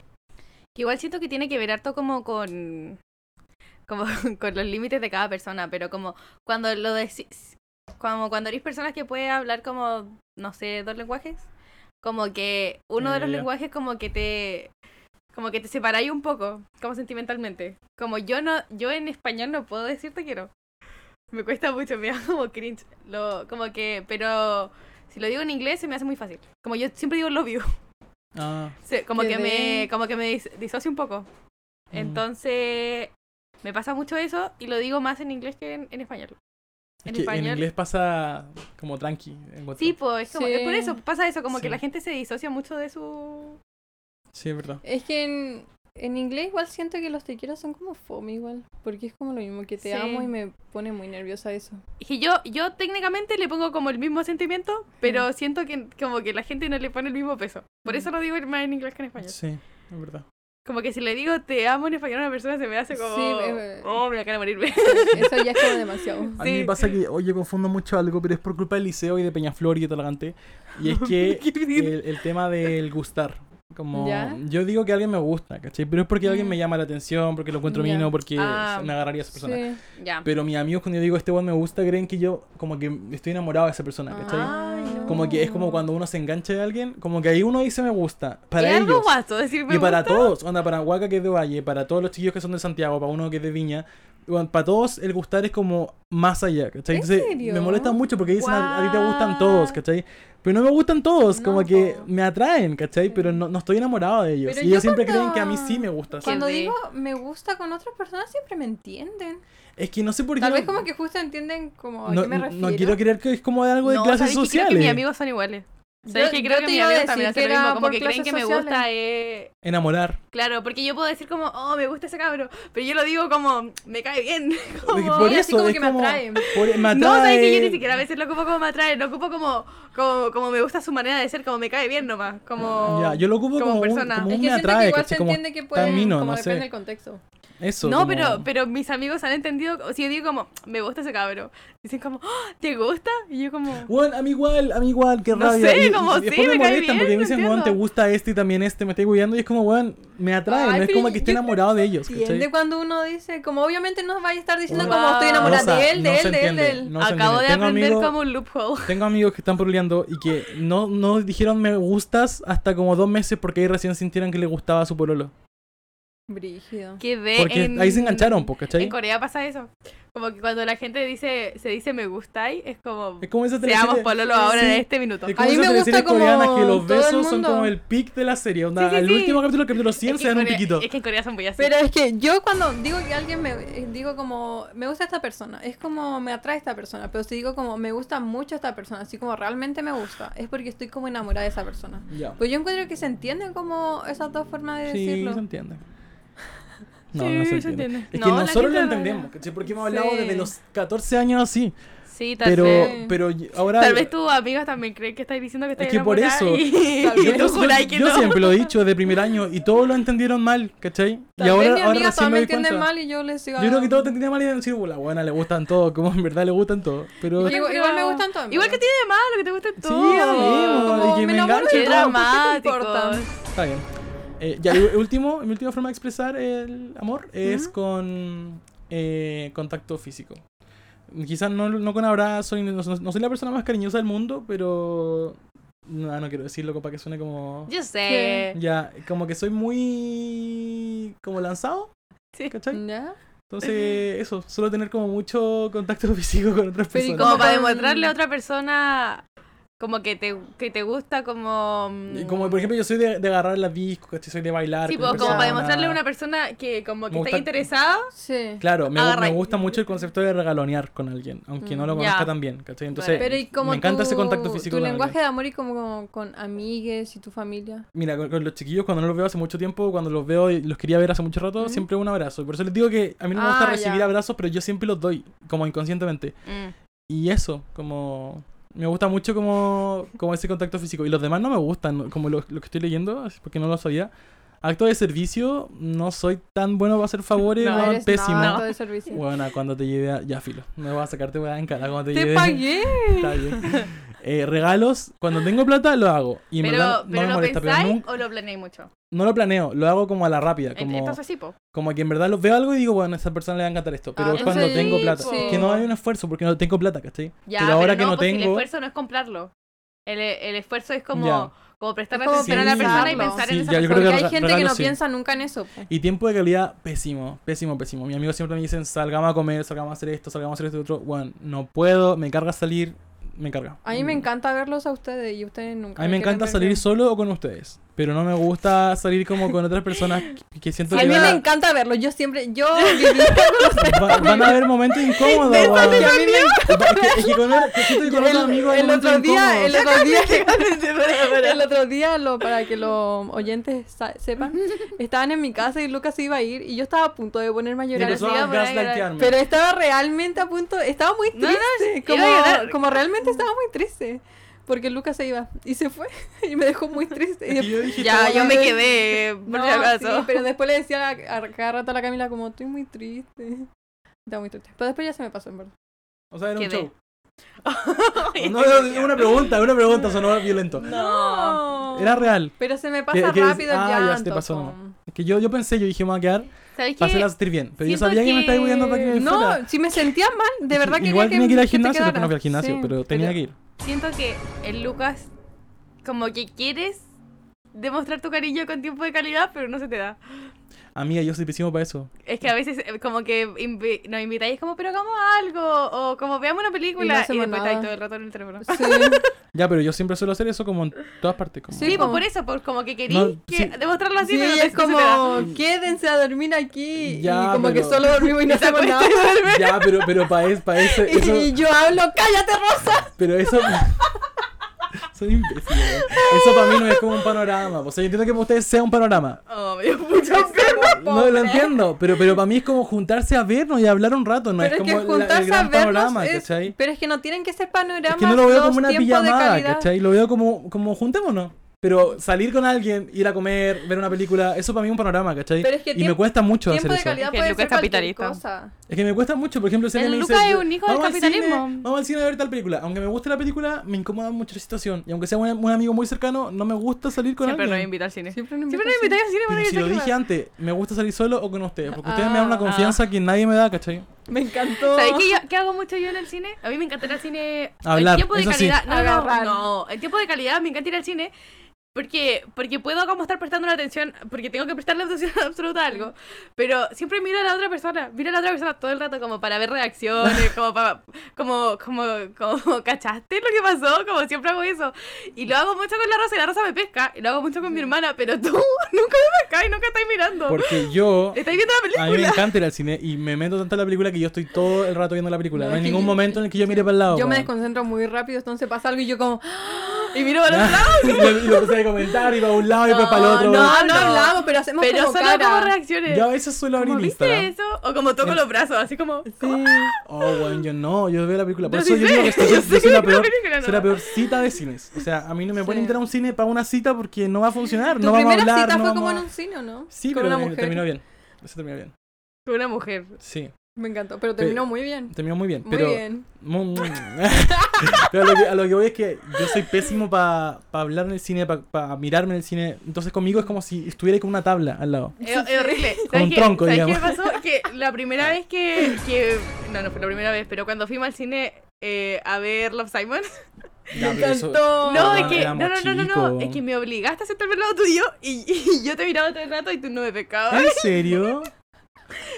Speaker 3: que igual siento que tiene que ver harto como con como [laughs] con los límites de cada persona, pero como cuando lo decís, como cuando eres personas que puede hablar como no sé, dos lenguajes, como que uno de los
Speaker 2: Ya.
Speaker 3: lenguajes como que te como que te separáis un poco, como sentimentalmente. Como yo no yo en español no puedo decirte quiero. Me cuesta mucho, me [laughs] da como cringe, lo como que pero si lo digo en inglés se me hace muy fácil. Como yo siempre digo love you.
Speaker 2: Ah,
Speaker 3: Se- como,
Speaker 1: Que
Speaker 3: que me,
Speaker 1: de-
Speaker 3: como que me dis- disocio un poco.
Speaker 2: Mm.
Speaker 3: Entonces, me pasa mucho eso y lo digo más en inglés que en, en español.
Speaker 2: es
Speaker 3: En
Speaker 2: que en
Speaker 3: español.
Speaker 2: inglés pasa como tranqui. encuentro.
Speaker 3: Sí, pues, es como- es por
Speaker 1: Sí.
Speaker 3: eso pasa eso, como
Speaker 2: Sí.
Speaker 3: que la gente se disocia mucho de su...
Speaker 2: Sí, es verdad.
Speaker 1: Es que en, en inglés igual siento que los te quiero son como fome igual, porque es como lo mismo que te
Speaker 3: Sí.
Speaker 1: amo y me pone muy nerviosa eso.
Speaker 3: Es que yo, yo técnicamente le pongo como el mismo sentimiento,
Speaker 2: Mm.
Speaker 3: pero siento que como que la gente no le pone el mismo peso. Por eso lo digo más en inglés que en español.
Speaker 2: Sí, es verdad.
Speaker 3: Como que si le digo te amo en español a una persona se me hace como...
Speaker 1: Sí, eh,
Speaker 3: oh, me acaban de morirme.
Speaker 1: Eso ya es como demasiado.
Speaker 2: A mí me
Speaker 3: Sí.
Speaker 2: pasa que, oye, confundo mucho algo, pero es por culpa del liceo y de Peñaflor y de Talagante. Y es
Speaker 1: [laughs]
Speaker 2: que [laughs]
Speaker 3: [laughs] Qué bien.
Speaker 2: el, el tema del gustar. Como
Speaker 1: ¿Ya?
Speaker 2: yo digo que alguien me gusta, ¿cachai? Pero es porque alguien me llama la atención, porque lo encuentro
Speaker 1: Ya.
Speaker 2: mino, porque
Speaker 3: Ah,
Speaker 2: se- me agarraría a esa persona.
Speaker 1: Sí.
Speaker 3: ya.
Speaker 2: Pero mis amigos cuando yo digo este weón me gusta, creen que yo como que estoy enamorado de esa persona,
Speaker 3: Ah,
Speaker 2: ¿cachai?
Speaker 1: Ah.
Speaker 2: Como que es como cuando uno se engancha de alguien, como que ahí uno dice me gusta. Para
Speaker 3: es algo
Speaker 2: ellos.
Speaker 3: guaso decir me
Speaker 2: Y para
Speaker 3: gusta.
Speaker 2: todos, onda, para Huaca que es de Valle, para todos los chiquillos que son de Santiago, para uno que es de Viña, bueno, para todos el gustar es como más allá, ¿cachai?
Speaker 1: ¿En
Speaker 2: Entonces,
Speaker 1: serio?
Speaker 2: me molesta mucho porque dicen, a, a ti te gustan
Speaker 3: What?
Speaker 2: todos, ¿cachai? Pero no me gustan todos, como
Speaker 1: No,
Speaker 2: que
Speaker 1: po.
Speaker 2: me atraen, ¿cachai? Pero no, no estoy enamorado de ellos.
Speaker 1: Pero yo
Speaker 2: y ellos siempre creen
Speaker 1: cuando-
Speaker 2: que a mí sí me gustan.
Speaker 3: Cuan-
Speaker 1: Cuando
Speaker 3: ve.
Speaker 1: digo me gusta con otras personas siempre me entienden.
Speaker 2: Es que no sé por qué...
Speaker 1: Tal
Speaker 2: no-
Speaker 1: vez como que justo entienden como a
Speaker 2: no,
Speaker 1: qué me
Speaker 2: no
Speaker 1: refiero.
Speaker 2: quiero creer que es como de algo de
Speaker 3: no,
Speaker 2: clases
Speaker 3: ¿sabes qué? Creo
Speaker 2: sociales.
Speaker 3: que mis amigos son iguales. ¿Sabes
Speaker 1: Yo-
Speaker 3: que Creo
Speaker 1: yo
Speaker 3: que
Speaker 1: te
Speaker 3: mis
Speaker 1: iba a
Speaker 3: amigos
Speaker 1: decir
Speaker 3: también
Speaker 1: que
Speaker 3: hacen lo
Speaker 1: era
Speaker 3: mismo. Como
Speaker 1: por
Speaker 3: que creen
Speaker 1: clases
Speaker 3: que me
Speaker 1: sociales.
Speaker 3: gusta eh,
Speaker 2: Enamorar.
Speaker 1: [laughs]
Speaker 3: Claro, porque yo puedo decir como, oh, me gusta ese cabro. Pero yo lo digo como, me cae bien. [laughs]
Speaker 2: Es que
Speaker 3: como-
Speaker 2: Por
Speaker 1: Sí, así
Speaker 2: eso
Speaker 1: como
Speaker 2: es
Speaker 1: que me
Speaker 2: como...
Speaker 1: atrae.
Speaker 2: por- me
Speaker 3: No, sabes que yo
Speaker 2: atrae.
Speaker 3: ni siquiera a veces lo ocupo como me atrae, lo ocupo como, como, como me gusta su manera de ser, como me cae bien nomás. Como,
Speaker 2: Ya, yo lo ocupo como, un-
Speaker 3: persona.
Speaker 2: como
Speaker 1: Es
Speaker 2: un
Speaker 1: que
Speaker 2: me
Speaker 1: siento
Speaker 2: atrae,
Speaker 1: que igual
Speaker 2: ¿cachai?
Speaker 1: se
Speaker 2: Como
Speaker 1: entiende que puede
Speaker 2: camino,
Speaker 1: como
Speaker 2: no
Speaker 1: depende
Speaker 2: sé.
Speaker 1: del contexto.
Speaker 2: Eso,
Speaker 3: no,
Speaker 2: como-
Speaker 3: pero, pero mis amigos han entendido, si yo digo como, me gusta ese cabro, dicen como, "Ah, ¿te gusta? Y yo como,
Speaker 2: Bueno, a mí igual, a mí igual, qué
Speaker 3: No
Speaker 2: rabia.
Speaker 3: sé,
Speaker 2: Y- y-
Speaker 3: como
Speaker 2: y
Speaker 3: sí,
Speaker 2: después me,
Speaker 3: me cae
Speaker 2: molestan
Speaker 3: bien,
Speaker 2: porque me
Speaker 3: no
Speaker 2: dicen, weón, te
Speaker 3: entiendo".
Speaker 2: gusta este y también este, me estoy cuidando. Y es como, weón, me atrae,
Speaker 1: Ay,
Speaker 2: no es
Speaker 1: pero
Speaker 2: como
Speaker 1: yo-
Speaker 2: que esté
Speaker 1: yo creo
Speaker 2: enamorado de ellos,
Speaker 1: Entiende
Speaker 2: ¿cachai?
Speaker 1: cuando uno dice, como obviamente no vaya a estar diciendo
Speaker 3: Wow.
Speaker 1: como estoy enamorada
Speaker 2: No, o
Speaker 1: de
Speaker 2: sea,
Speaker 1: él,
Speaker 2: no
Speaker 1: de
Speaker 2: se
Speaker 1: él, de él, de
Speaker 2: entiende,
Speaker 1: él.
Speaker 2: no se
Speaker 3: acabo de
Speaker 2: entiende. Tengo
Speaker 3: aprender
Speaker 2: amigos-
Speaker 3: como un loophole.
Speaker 2: Tengo amigos que están peleando y que no, no dijeron me gustas hasta como dos meses porque ahí recién sintieron que le gustaba a su pololo.
Speaker 1: Brígido.
Speaker 3: Que ve
Speaker 2: Porque
Speaker 3: Eh, en-
Speaker 2: ahí se engancharon, po, ¿cachai?
Speaker 3: En Corea pasa eso. Como que cuando la gente dice, se dice me gustáis, es como,
Speaker 2: Es como esa
Speaker 3: seamos
Speaker 2: teleserie.
Speaker 3: pololo ahora
Speaker 2: Sí.
Speaker 3: en este minuto.
Speaker 2: Es como
Speaker 1: A mí
Speaker 2: esas
Speaker 1: me gusta
Speaker 2: teleseries coreanas
Speaker 1: como
Speaker 2: que los
Speaker 1: todo el
Speaker 2: besos son
Speaker 1: mundo.
Speaker 2: como el pic de la serie. Onda,
Speaker 3: Sí, sí,
Speaker 2: el
Speaker 3: sí.
Speaker 2: último capítulo, el capítulo 100,
Speaker 3: Es
Speaker 2: se
Speaker 3: que en
Speaker 2: dan un
Speaker 3: Corea-
Speaker 2: piquito.
Speaker 3: Es que en Corea son muy así.
Speaker 1: Pero es que yo cuando digo que alguien me eh, digo como me gusta esta persona, es como me atrae esta persona, pero si digo como me gusta mucho esta persona, así como realmente me gusta, es porque estoy como enamorada de esa persona.
Speaker 2: Ya.
Speaker 1: Pues yo encuentro que se entienden como esas dos formas de
Speaker 2: Sí,
Speaker 1: decirlo.
Speaker 2: se
Speaker 3: [laughs]
Speaker 2: entiende.
Speaker 3: Sí, se entiende.
Speaker 2: Es
Speaker 3: No,
Speaker 2: que
Speaker 3: la
Speaker 2: nosotros lo
Speaker 3: gente no-
Speaker 2: entendemos, ¿cachai? Porque hemos hablado
Speaker 1: Sí.
Speaker 2: desde los 14 años así.
Speaker 3: Sí, tal
Speaker 2: Pero,
Speaker 3: vez.
Speaker 2: pero y- ahora.
Speaker 3: Tal vez tus amigos también creen que estás diciendo que estás
Speaker 2: Es que por
Speaker 3: enamorada
Speaker 2: [laughs] eso-
Speaker 3: Y,
Speaker 1: Tal
Speaker 3: y [laughs]
Speaker 1: vez-
Speaker 3: tú
Speaker 2: [laughs] Yo,
Speaker 3: juráis que
Speaker 2: yo
Speaker 3: no.
Speaker 2: siempre lo he dicho desde primer año y todos lo entendieron mal, ¿cachai?
Speaker 1: Tal vez
Speaker 2: y ahora,
Speaker 1: mi
Speaker 2: ahora
Speaker 1: amiga
Speaker 2: recién
Speaker 1: todas
Speaker 2: me
Speaker 1: me
Speaker 2: doy
Speaker 1: entienden
Speaker 2: cuenta.
Speaker 1: mal y yo les digo.
Speaker 2: Yo creo que todos te entendían mal y decían, la buena le gustan todos, como en verdad le gustan todos. Pero
Speaker 1: Yo Igual- igual me gustan todos, en
Speaker 3: Igual que
Speaker 1: verdad.
Speaker 3: tiene de malo, que te guste
Speaker 2: Sí,
Speaker 3: todo.
Speaker 2: amigo,
Speaker 1: Como
Speaker 2: y que
Speaker 1: me
Speaker 2: me
Speaker 1: enamoro
Speaker 2: enganche
Speaker 3: Qué
Speaker 1: de
Speaker 2: todo.
Speaker 1: drama.
Speaker 3: dramático.
Speaker 1: importa?
Speaker 2: Está bien. Eh, ya, y último, mi última forma de expresar el amor es con eh, contacto físico. Quizás no, no con abrazo, y no, no- no soy la persona más cariñosa del mundo, pero... No, no quiero decirlo para que suene como...
Speaker 3: Yo sé.
Speaker 2: Ya, como que soy muy... como lanzado,
Speaker 3: Sí. Mm.
Speaker 2: ¿cachai?
Speaker 1: ¿Ya?
Speaker 2: Entonces, eso, solo tener como mucho contacto [laughs] físico con otras
Speaker 1: Pero ¿y
Speaker 2: personas.
Speaker 3: Como para
Speaker 1: Con-
Speaker 3: demostrarle a otra persona como que te, que te gusta como...
Speaker 2: Y como, por ejemplo, yo soy de, de agarrar las discos, ¿cachai? Soy de bailar
Speaker 3: Sí,
Speaker 2: con
Speaker 3: pues, como
Speaker 2: personas.
Speaker 3: para demostrarle a una persona que como que
Speaker 2: Me
Speaker 3: está
Speaker 2: gusta-
Speaker 3: interesada.
Speaker 1: Sí.
Speaker 2: Claro, me, gu-
Speaker 3: Agarra
Speaker 2: me
Speaker 3: y-
Speaker 2: gusta mucho el concepto de regalonear con alguien, aunque no lo
Speaker 3: Mm,
Speaker 2: conozca
Speaker 3: ya.
Speaker 2: tan bien, ¿cachai? Entonces,
Speaker 3: Vale.
Speaker 1: Pero y como
Speaker 2: me encanta ese
Speaker 1: tu-
Speaker 2: contacto físico
Speaker 1: Tu
Speaker 2: con
Speaker 1: lenguaje
Speaker 2: alguien.
Speaker 1: de amor y como, como con amigues y tu familia.
Speaker 2: Mira, con, con los chiquillos, cuando no los veo hace mucho tiempo, cuando los veo y los quería ver hace mucho rato,
Speaker 1: Mm.
Speaker 2: siempre un abrazo. Por eso les digo que a mí no me gusta
Speaker 1: Ah,
Speaker 2: recibir
Speaker 1: ya.
Speaker 2: abrazos, pero yo siempre los doy, como inconscientemente. Y eso, como... Me gusta mucho como, como ese contacto físico. Y los demás no me gustan, como lo, lo que estoy leyendo, así, porque no lo sabía. Acto de servicio, no soy tan bueno para hacer favores,
Speaker 3: No,
Speaker 2: weón,
Speaker 1: eres
Speaker 2: pésimo.
Speaker 1: nada de
Speaker 2: [laughs]
Speaker 1: servicio.
Speaker 2: Bueno, cuando te lleve a... Ya, filo. No vas a sacarte weá en cara cuando te,
Speaker 1: Te
Speaker 2: lleve...
Speaker 1: pagué.
Speaker 2: [laughs] Está bien. Eh, regalos, cuando tengo plata lo hago. Y en verdad
Speaker 3: Pero,
Speaker 2: no
Speaker 3: pero
Speaker 2: me
Speaker 3: ¿lo
Speaker 2: molesta, pero
Speaker 3: pensáis
Speaker 2: nunca-
Speaker 3: o lo planeáis mucho?
Speaker 2: no lo planeo, lo hago como a la rápida.
Speaker 3: Ent-
Speaker 2: Como,
Speaker 3: Entonces sí, po.
Speaker 2: como que en verdad lo veo algo y digo, bueno, a esa persona le va a encantar esto. Pero
Speaker 1: Ah,
Speaker 2: es cuando
Speaker 1: entonces
Speaker 2: tengo
Speaker 1: sí,
Speaker 2: plata.
Speaker 1: po.
Speaker 2: Que no hay un esfuerzo porque no tengo plata, ¿cachai?
Speaker 3: Ya,
Speaker 2: pero ahora que no
Speaker 3: pues, si El
Speaker 2: tengo.
Speaker 3: esfuerzo no es comprarlo. El, el esfuerzo es como,
Speaker 2: Ya.
Speaker 3: como prestar
Speaker 1: Es como
Speaker 3: atención a la persona y
Speaker 1: pensarlo.
Speaker 3: pensar
Speaker 2: Sí,
Speaker 3: en esa
Speaker 2: ya, yo creo
Speaker 1: Porque
Speaker 3: persona.
Speaker 2: que
Speaker 1: hay
Speaker 2: rega-
Speaker 1: gente que
Speaker 2: regalo
Speaker 1: no
Speaker 2: sí.
Speaker 1: piensa nunca en eso. po.
Speaker 2: Y tiempo de calidad, pésimo, pésimo, pésimo. Mi amigo siempre me dicen, salgamos a comer, salgamos a hacer esto, salgamos a hacer esto, otro. Bueno, no puedo, me carga salir, me carga.
Speaker 1: A mí me encanta verlos a ustedes y ustedes nunca.
Speaker 2: Mm. A mí me
Speaker 1: quieren
Speaker 2: encanta
Speaker 1: ver
Speaker 2: salir
Speaker 1: bien.
Speaker 2: solo o con ustedes. Pero no me gusta salir como con otras personas que- que siento
Speaker 1: A
Speaker 2: que
Speaker 1: mí me
Speaker 2: da-
Speaker 1: encanta verlos. Yo siempre. [laughs] Yo viví.
Speaker 2: Va- van a haber
Speaker 1: [laughs]
Speaker 2: momentos incómodos.
Speaker 1: Eso
Speaker 2: weón.
Speaker 1: te salió.
Speaker 2: Es que- es que con el- que siento que con
Speaker 1: el,
Speaker 2: otro amigo hay
Speaker 1: el
Speaker 2: momentos
Speaker 1: otro día, el
Speaker 2: incómodos.
Speaker 1: otro [laughs] día,
Speaker 2: [laughs]
Speaker 3: [laughs]
Speaker 1: el otro día, lo, para que los oyentes sa- [laughs] sepan, estaban en mi casa y Lucas se iba a ir y yo estaba a punto de ponerme a
Speaker 2: Y
Speaker 1: llorar.
Speaker 2: empezó
Speaker 1: así,
Speaker 2: a
Speaker 3: llorar, llorar.
Speaker 2: gaslightearme.
Speaker 1: Pero estaba realmente a punto, estaba muy
Speaker 3: No, no,
Speaker 1: triste,
Speaker 3: iba a
Speaker 1: como,
Speaker 3: llorar.
Speaker 1: como realmente estaba muy triste, porque Lucas se iba y se fue [laughs] y me dejó muy triste.
Speaker 2: [laughs]
Speaker 1: Y
Speaker 2: Y yo dije,
Speaker 3: Ya,
Speaker 2: "Toma,
Speaker 3: yo me
Speaker 2: weón".
Speaker 3: quedé, por
Speaker 1: No,
Speaker 3: si acaso.
Speaker 1: sí, pero después le decía a, a cada rato a la Camila como, estoy muy triste. Estaba muy triste. Pero después ya se me pasó, en verdad.
Speaker 2: O sea, era un
Speaker 3: Quedé.
Speaker 1: [laughs]
Speaker 2: show. No, no, es una pregunta, una pregunta, sonó violento.
Speaker 3: No.
Speaker 2: Era real.
Speaker 1: Pero se me
Speaker 2: Que-
Speaker 1: pasa
Speaker 2: que-
Speaker 1: rápido
Speaker 2: ah,
Speaker 1: el
Speaker 2: ya,
Speaker 1: llanto.
Speaker 2: se te pasó
Speaker 1: po.
Speaker 2: nomás. Es Que yo, yo pensé, yo dije, me voy a quedar, para
Speaker 3: ¿Sabes qué?
Speaker 2: hacerla sentir bien. Pero yo
Speaker 3: Siento
Speaker 2: sabía que, me estaba
Speaker 3: que-
Speaker 2: cuidando para que me fuera.
Speaker 1: No, si me sentía mal, de verdad quería
Speaker 2: Igual
Speaker 1: que
Speaker 2: tenía que ir al
Speaker 1: que te
Speaker 2: gimnasio, porque no fui al
Speaker 1: quedaras.
Speaker 2: gimnasio,
Speaker 1: Sí,
Speaker 2: pero tenía que ir.
Speaker 3: Siento que el Lucas, como que quieres demostrar tu cariño con tiempo de calidad, pero no se te da.
Speaker 2: Amiga, yo soy pésimo para eso.
Speaker 3: Es que a veces eh, como que invi- nos invitáis como, pero hagamos algo, o como veamos una película, y,
Speaker 1: hacemos
Speaker 3: después estáis
Speaker 1: nada.
Speaker 3: todo el rato en el teléfono.
Speaker 1: Sí,
Speaker 2: Ya, pero yo siempre suelo hacer eso como en todas partes. Como...
Speaker 1: Sí,
Speaker 3: Sí, pues
Speaker 1: po.
Speaker 3: por eso, por, como que querí
Speaker 2: No,
Speaker 3: que
Speaker 2: sí.
Speaker 3: demostrarlo así,
Speaker 1: Sí,
Speaker 3: pero no
Speaker 1: es
Speaker 3: te- no se te da.
Speaker 1: como, quédense a dormir aquí.
Speaker 2: Mm. Ya,
Speaker 1: y como
Speaker 2: pero-
Speaker 1: que solo dormimos y
Speaker 3: [laughs]
Speaker 1: no hacemos nada.
Speaker 2: Ya, pero, pero para eso, pa
Speaker 1: [laughs]
Speaker 2: eso,
Speaker 1: Y,
Speaker 2: [laughs] eso-
Speaker 1: y yo hablo, cállate, Rosa.
Speaker 2: Pero eso. [laughs] Soy imbécil, weón. Eso para mí no es como un panorama. O sea, yo entiendo que para ustedes sea un panorama.
Speaker 3: [laughs] Oh, me dio [laughs] mucha pena.
Speaker 2: No lo entiendo, pero, pero para mí es como juntarse a vernos y hablar un rato, no
Speaker 1: pero
Speaker 2: es
Speaker 1: es que
Speaker 2: como la- el
Speaker 1: juntarse a
Speaker 2: gran
Speaker 1: vernos.
Speaker 2: panorama,
Speaker 1: es-
Speaker 2: ¿cachai?
Speaker 1: Pero es que no tienen que ser panoramas.
Speaker 2: Es que no lo veo
Speaker 1: los
Speaker 2: como una
Speaker 1: tiempos de
Speaker 2: pijamada,
Speaker 1: calidad.
Speaker 2: ¿cachai? Lo veo como, como juntémonos. Pero salir con alguien, ir a comer, ver una película, eso para mí es un panorama, ¿cachai?
Speaker 1: Pero es que
Speaker 2: y me
Speaker 1: tiemp-
Speaker 2: cuesta mucho hacer
Speaker 1: Tiempo de
Speaker 2: eso.
Speaker 1: calidad
Speaker 3: Es que
Speaker 1: puede
Speaker 3: Lucas
Speaker 1: ser
Speaker 3: es
Speaker 1: cualquier
Speaker 3: capitalista.
Speaker 1: cosa.
Speaker 2: Es que me cuesta mucho, por ejemplo, si
Speaker 3: El
Speaker 2: alguien me dice,
Speaker 3: Luca es un hijo del
Speaker 2: "Vamos al
Speaker 3: capitalismo".
Speaker 2: cine, vamos al cine a ver tal película. Aunque me guste la película, me incomoda mucho la situación. Y aunque sea un, un amigo muy cercano, no me gusta salir con
Speaker 3: Siempre nos
Speaker 2: alguien.
Speaker 3: invita al cine. Siempre
Speaker 1: Siempre nos
Speaker 3: nos
Speaker 1: invitan
Speaker 3: invita al cine para
Speaker 2: Pero si lo dije antes, me gusta salir solo o con ustedes, porque ustedes me
Speaker 3: Ah,
Speaker 2: dan una confianza que nadie me da, ¿cachai?
Speaker 3: Oh.
Speaker 1: Me encantó.
Speaker 3: ¿Sabes qué,
Speaker 2: [laughs]
Speaker 3: yo- qué hago mucho yo en el cine? A mí me encanta ir al cine.
Speaker 2: Hablar,
Speaker 3: el tiempo de
Speaker 2: eso sí.
Speaker 3: calidad. No, no,
Speaker 1: Agarrar.
Speaker 3: no. El tiempo de calidad me encanta ir al cine. Porque, porque puedo como estar prestando la atención, porque tengo que prestarle atención [laughs] absoluta a algo. Pero siempre miro a la otra persona, miro a la otra persona todo el rato como para ver
Speaker 2: [laughs]
Speaker 3: reacciones, como para, como, como, como, ¿cachaste lo que pasó? Como siempre hago eso. Y lo hago mucho con la Rosa y la Rosa me pesca, y lo hago mucho con mi hermana, pero tú [laughs] nunca me pescas y nunca estás mirando. [laughs]
Speaker 2: Porque yo.
Speaker 3: Estás viendo la
Speaker 2: A mí me
Speaker 3: película.
Speaker 2: encanta ir al cine y me meto tanto en la película que yo estoy todo el rato viendo la película.
Speaker 1: No,
Speaker 2: No hay
Speaker 1: es que
Speaker 2: ningún
Speaker 1: yo-
Speaker 2: momento en el que yo mire para el lado.
Speaker 1: Yo me
Speaker 2: weón.
Speaker 1: desconcentro muy rápido, entonces pasa algo y yo como...
Speaker 3: Y miro
Speaker 2: [laughs]
Speaker 3: para otro lado.
Speaker 2: Y lo- y lo empecé a comentar y para un lado y después para el otro.
Speaker 3: No,
Speaker 1: Ah, No, no,
Speaker 3: no.
Speaker 1: hablamos, pero hacemos
Speaker 3: Pero
Speaker 1: como
Speaker 3: solo
Speaker 1: cara.
Speaker 3: como reacciones.
Speaker 2: Yo a veces suelo abrir
Speaker 3: Como,
Speaker 2: mi
Speaker 3: ¿Viste
Speaker 2: Instagram.
Speaker 3: eso? O como toco
Speaker 2: Ya.
Speaker 3: los brazos, así como.
Speaker 1: Sí.
Speaker 2: Oh, weón, yo no, yo veo la película. Por eso
Speaker 3: Yo sí
Speaker 2: yo
Speaker 3: sé,
Speaker 2: digo que estoy-
Speaker 3: [laughs] yo
Speaker 2: yo
Speaker 3: sé
Speaker 2: soy
Speaker 3: que
Speaker 2: la
Speaker 3: la
Speaker 2: peor,
Speaker 3: película no.
Speaker 2: soy la peor cita de cines. O sea, a mí no me pueden
Speaker 1: Sí.
Speaker 2: invitar a un cine para una cita porque no va a funcionar,
Speaker 1: Tu
Speaker 2: no vamos a
Speaker 1: primera
Speaker 2: hablar.
Speaker 1: cita
Speaker 2: no
Speaker 1: fue
Speaker 2: vamos
Speaker 1: como en
Speaker 2: a-
Speaker 1: un cine, ¿o ¿no?
Speaker 2: Sí,
Speaker 1: Con
Speaker 2: pero
Speaker 1: una
Speaker 2: eh,
Speaker 1: mujer.
Speaker 2: terminó bien. Eso terminó bien.
Speaker 3: Con una mujer.
Speaker 2: Sí,
Speaker 1: Me encantó, pero terminó muy bien.
Speaker 2: terminó muy bien.
Speaker 1: Muy
Speaker 2: pero
Speaker 1: bien.
Speaker 2: Mu- mu- [laughs] Pero a lo, que, a lo que voy es que yo soy pésimo para hablar en el cine, para mirarme en el cine. Entonces conmigo es como si estuviera con una tabla al lado.
Speaker 3: Es, es horrible.
Speaker 2: Como un
Speaker 3: qué?
Speaker 2: tronco,
Speaker 3: ¿Sabes qué
Speaker 2: digamos.
Speaker 3: pasó? Que la primera vez que, que- No, no fue la primera vez, pero cuando fuimos al cine eh, a ver Love Simon.
Speaker 2: Ya, pero eso-
Speaker 1: Encantó.
Speaker 3: No,
Speaker 2: Ah,
Speaker 3: es que. No,
Speaker 2: éramos
Speaker 3: no, no, no, no.
Speaker 2: chicos.
Speaker 3: Es que me obligaste a sentarme al lado tuyo y, y yo te miraba todo el rato y tú no me pescabas.
Speaker 2: ¿En serio?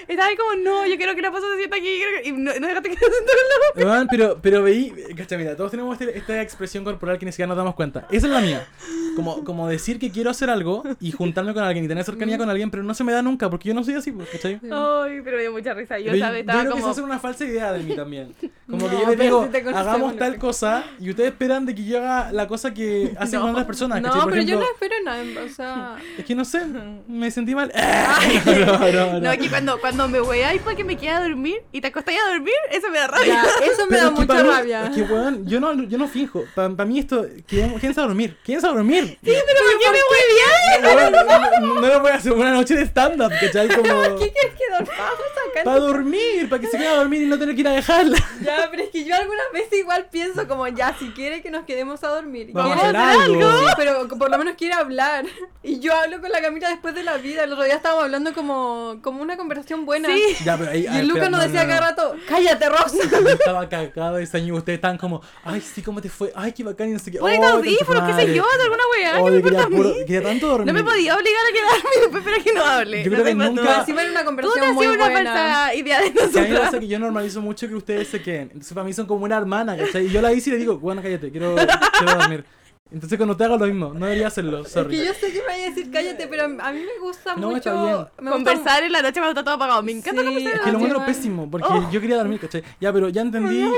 Speaker 3: Estaba ahí como, no, yo quiero que la persona se sienta aquí. quiero que- Y no, no dejaste que [laughs] se sentara al lado.
Speaker 2: Weón, pero, pero veí, cacha, mira, todos tenemos este- esta expresión corporal que ni siquiera nos damos cuenta. Esa es la mía. Como, como decir que quiero hacer algo y juntarme con alguien y tener cercanía con alguien, pero no se me da nunca porque yo no soy así, pues, ¿cachai?
Speaker 3: Ay, pero me dio mucha risa. Yo,
Speaker 2: Pero yo
Speaker 3: ¿sabes? Estaba
Speaker 2: creo que se
Speaker 3: como.
Speaker 2: hace una falsa idea de mí también. Como que
Speaker 1: No,
Speaker 2: yo les
Speaker 1: pero
Speaker 2: digo,
Speaker 1: sí te conocemos,
Speaker 2: hagamos tal
Speaker 1: Lupe.
Speaker 2: cosa y ustedes esperan de que yo haga la cosa que hacen con otras personas.
Speaker 1: No,
Speaker 2: ¿cachai? Por
Speaker 1: pero yo
Speaker 2: ejemplo,
Speaker 1: no espero nada, o
Speaker 2: [laughs]
Speaker 1: sea...
Speaker 2: Es que no sé, me sentí mal. [laughs] No, no, no.
Speaker 3: No, aquí cuando, cuando me weáis para que me quede a dormir y te acostáis a dormir, eso me da rabia.
Speaker 1: Ya, eso me
Speaker 2: Pero
Speaker 1: da
Speaker 2: es que
Speaker 1: mucha
Speaker 2: pa' mí-
Speaker 1: rabia.
Speaker 2: es que, weón, yo no, yo no finjo. Para mí esto, ¿quién quién sabe dormir? ¿Quién sabe dormir?
Speaker 1: [laughs]
Speaker 3: pero ¿por qué me hueveáis?
Speaker 2: Weón, no, no lo voy a hacer una noche de stand-up, ¿cachai?
Speaker 1: [laughs]
Speaker 2: Como...
Speaker 1: ¿Qué quieres que dormamos acá?
Speaker 2: Para dormir, para que se quede a dormir y no tener que ir a dejarla.
Speaker 1: Ya, pero es que yo algunas veces igual pienso como, ya, si quiere que nos quedemos a dormir.
Speaker 2: Vamos a
Speaker 1: Quiere-
Speaker 2: hacer algo.
Speaker 1: Sí, pero por lo menos quiere hablar. Y yo hablo con la Camila después de la vida. El otro día estábamos hablando como, como una conversación buena.
Speaker 3: Sí.
Speaker 2: Ya, pero ahí,
Speaker 1: Y
Speaker 2: ah,
Speaker 1: el Luca
Speaker 2: espera,
Speaker 1: nos
Speaker 2: no,
Speaker 1: decía
Speaker 2: no, no.
Speaker 1: cada rato, cállate, Rosa.
Speaker 2: Yo estaba cagado de sueño y ustedes estaban como, ay, sí, ¿cómo te fue? Ay, qué bacán y no sé qué.
Speaker 3: Ponete
Speaker 2: Ay,
Speaker 3: audífonos, qué sé yo, de alguna
Speaker 2: Oye,
Speaker 3: weá, ¿qué me importa
Speaker 2: Oh, quería,
Speaker 3: a mí?
Speaker 2: puro- quería tanto dormir.
Speaker 3: No me podía obligar a quedarme [laughs] y después esperar que no hable.
Speaker 2: Yo creo
Speaker 3: No
Speaker 2: que
Speaker 3: soy más
Speaker 2: nunca-
Speaker 3: tonta.
Speaker 1: Encima era una
Speaker 3: Tú te
Speaker 1: conversación
Speaker 3: has
Speaker 1: muy
Speaker 3: sido una
Speaker 1: buena.
Speaker 3: falsa idea de
Speaker 2: Que a mí me pasa
Speaker 3: nosotros.
Speaker 2: que yo normalizo mucho que ustedes se queden. Entonces, para mí son como una hermana, ¿cachai? Y yo la hice y le digo, bueno, cállate, quiero, quiero dormir. Entonces, cuando te hago lo mismo, no debería hacerlo,
Speaker 1: Es
Speaker 2: sorry.
Speaker 1: que yo sé que me vaya a decir cállate, pero a a mí me gusta
Speaker 2: No,
Speaker 1: mucho
Speaker 2: está bien.
Speaker 1: me gusta-
Speaker 3: Conversar en la noche cuando está todo apagado. Me encanta
Speaker 1: Sí,
Speaker 3: conversar.
Speaker 2: Es
Speaker 3: en la
Speaker 2: que lo
Speaker 3: noche.
Speaker 2: encuentro
Speaker 1: Ay,
Speaker 2: pésimo, porque
Speaker 3: Oh.
Speaker 2: yo quería dormir, ¿cachai? Ya, pero ya entendí y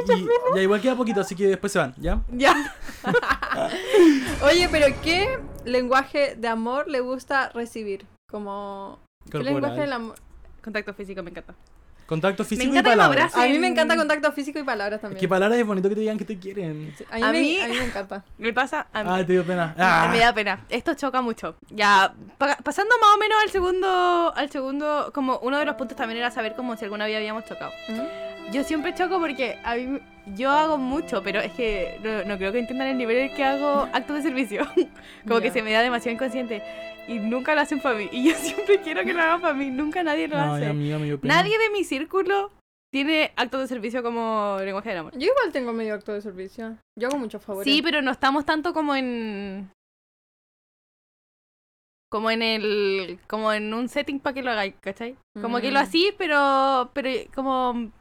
Speaker 2: ya igual queda poquito, así que después se van, ¿ya?
Speaker 3: Ya.
Speaker 1: Oye, pero ¿qué lenguaje de amor le gusta recibir? Como... ¿Qué
Speaker 2: Corporal.
Speaker 1: lenguaje del amor?
Speaker 3: Contacto físico, me encanta.
Speaker 2: Contacto físico
Speaker 3: encanta
Speaker 2: y
Speaker 3: que me
Speaker 2: palabras.
Speaker 3: abracen.
Speaker 1: A mí me encanta contacto físico y palabras
Speaker 2: Es
Speaker 1: también.
Speaker 2: que palabras es bonito que te digan que te quieren.
Speaker 1: Sí, a, mí
Speaker 3: A
Speaker 1: me,
Speaker 3: mí-
Speaker 1: a mí me encanta.
Speaker 3: Me pasa a mí.
Speaker 2: Ah, te dio pena.
Speaker 3: Ah, Me
Speaker 2: Ah.
Speaker 3: da pena. Esto choca mucho. Ya, pa- pasando más o menos al segundo, al segundo, como uno de los puntos también era saber como si alguna vez habíamos chocado. Yo siempre choco porque a mí, yo hago mucho, pero es que no, no creo que entiendan el nivel en el que hago actos de servicio. [laughs] como que
Speaker 1: Ya.
Speaker 3: se me da demasiado inconsciente. Y nunca lo hacen para mí. Y yo [laughs] siempre quiero que lo hagan para mí. Nunca nadie lo
Speaker 2: Ay,
Speaker 3: hace.
Speaker 2: amiga, me dio pena.
Speaker 3: Nadie de mi círculo tiene actos de servicio como lenguaje del amor.
Speaker 1: Yo igual tengo medio acto de servicio. Yo hago muchos favores.
Speaker 3: Sí, pero no estamos tanto como en... como en el como en un setting para que lo hagáis, ¿cachai? Como que lo
Speaker 1: Mm.
Speaker 3: así, pero pero como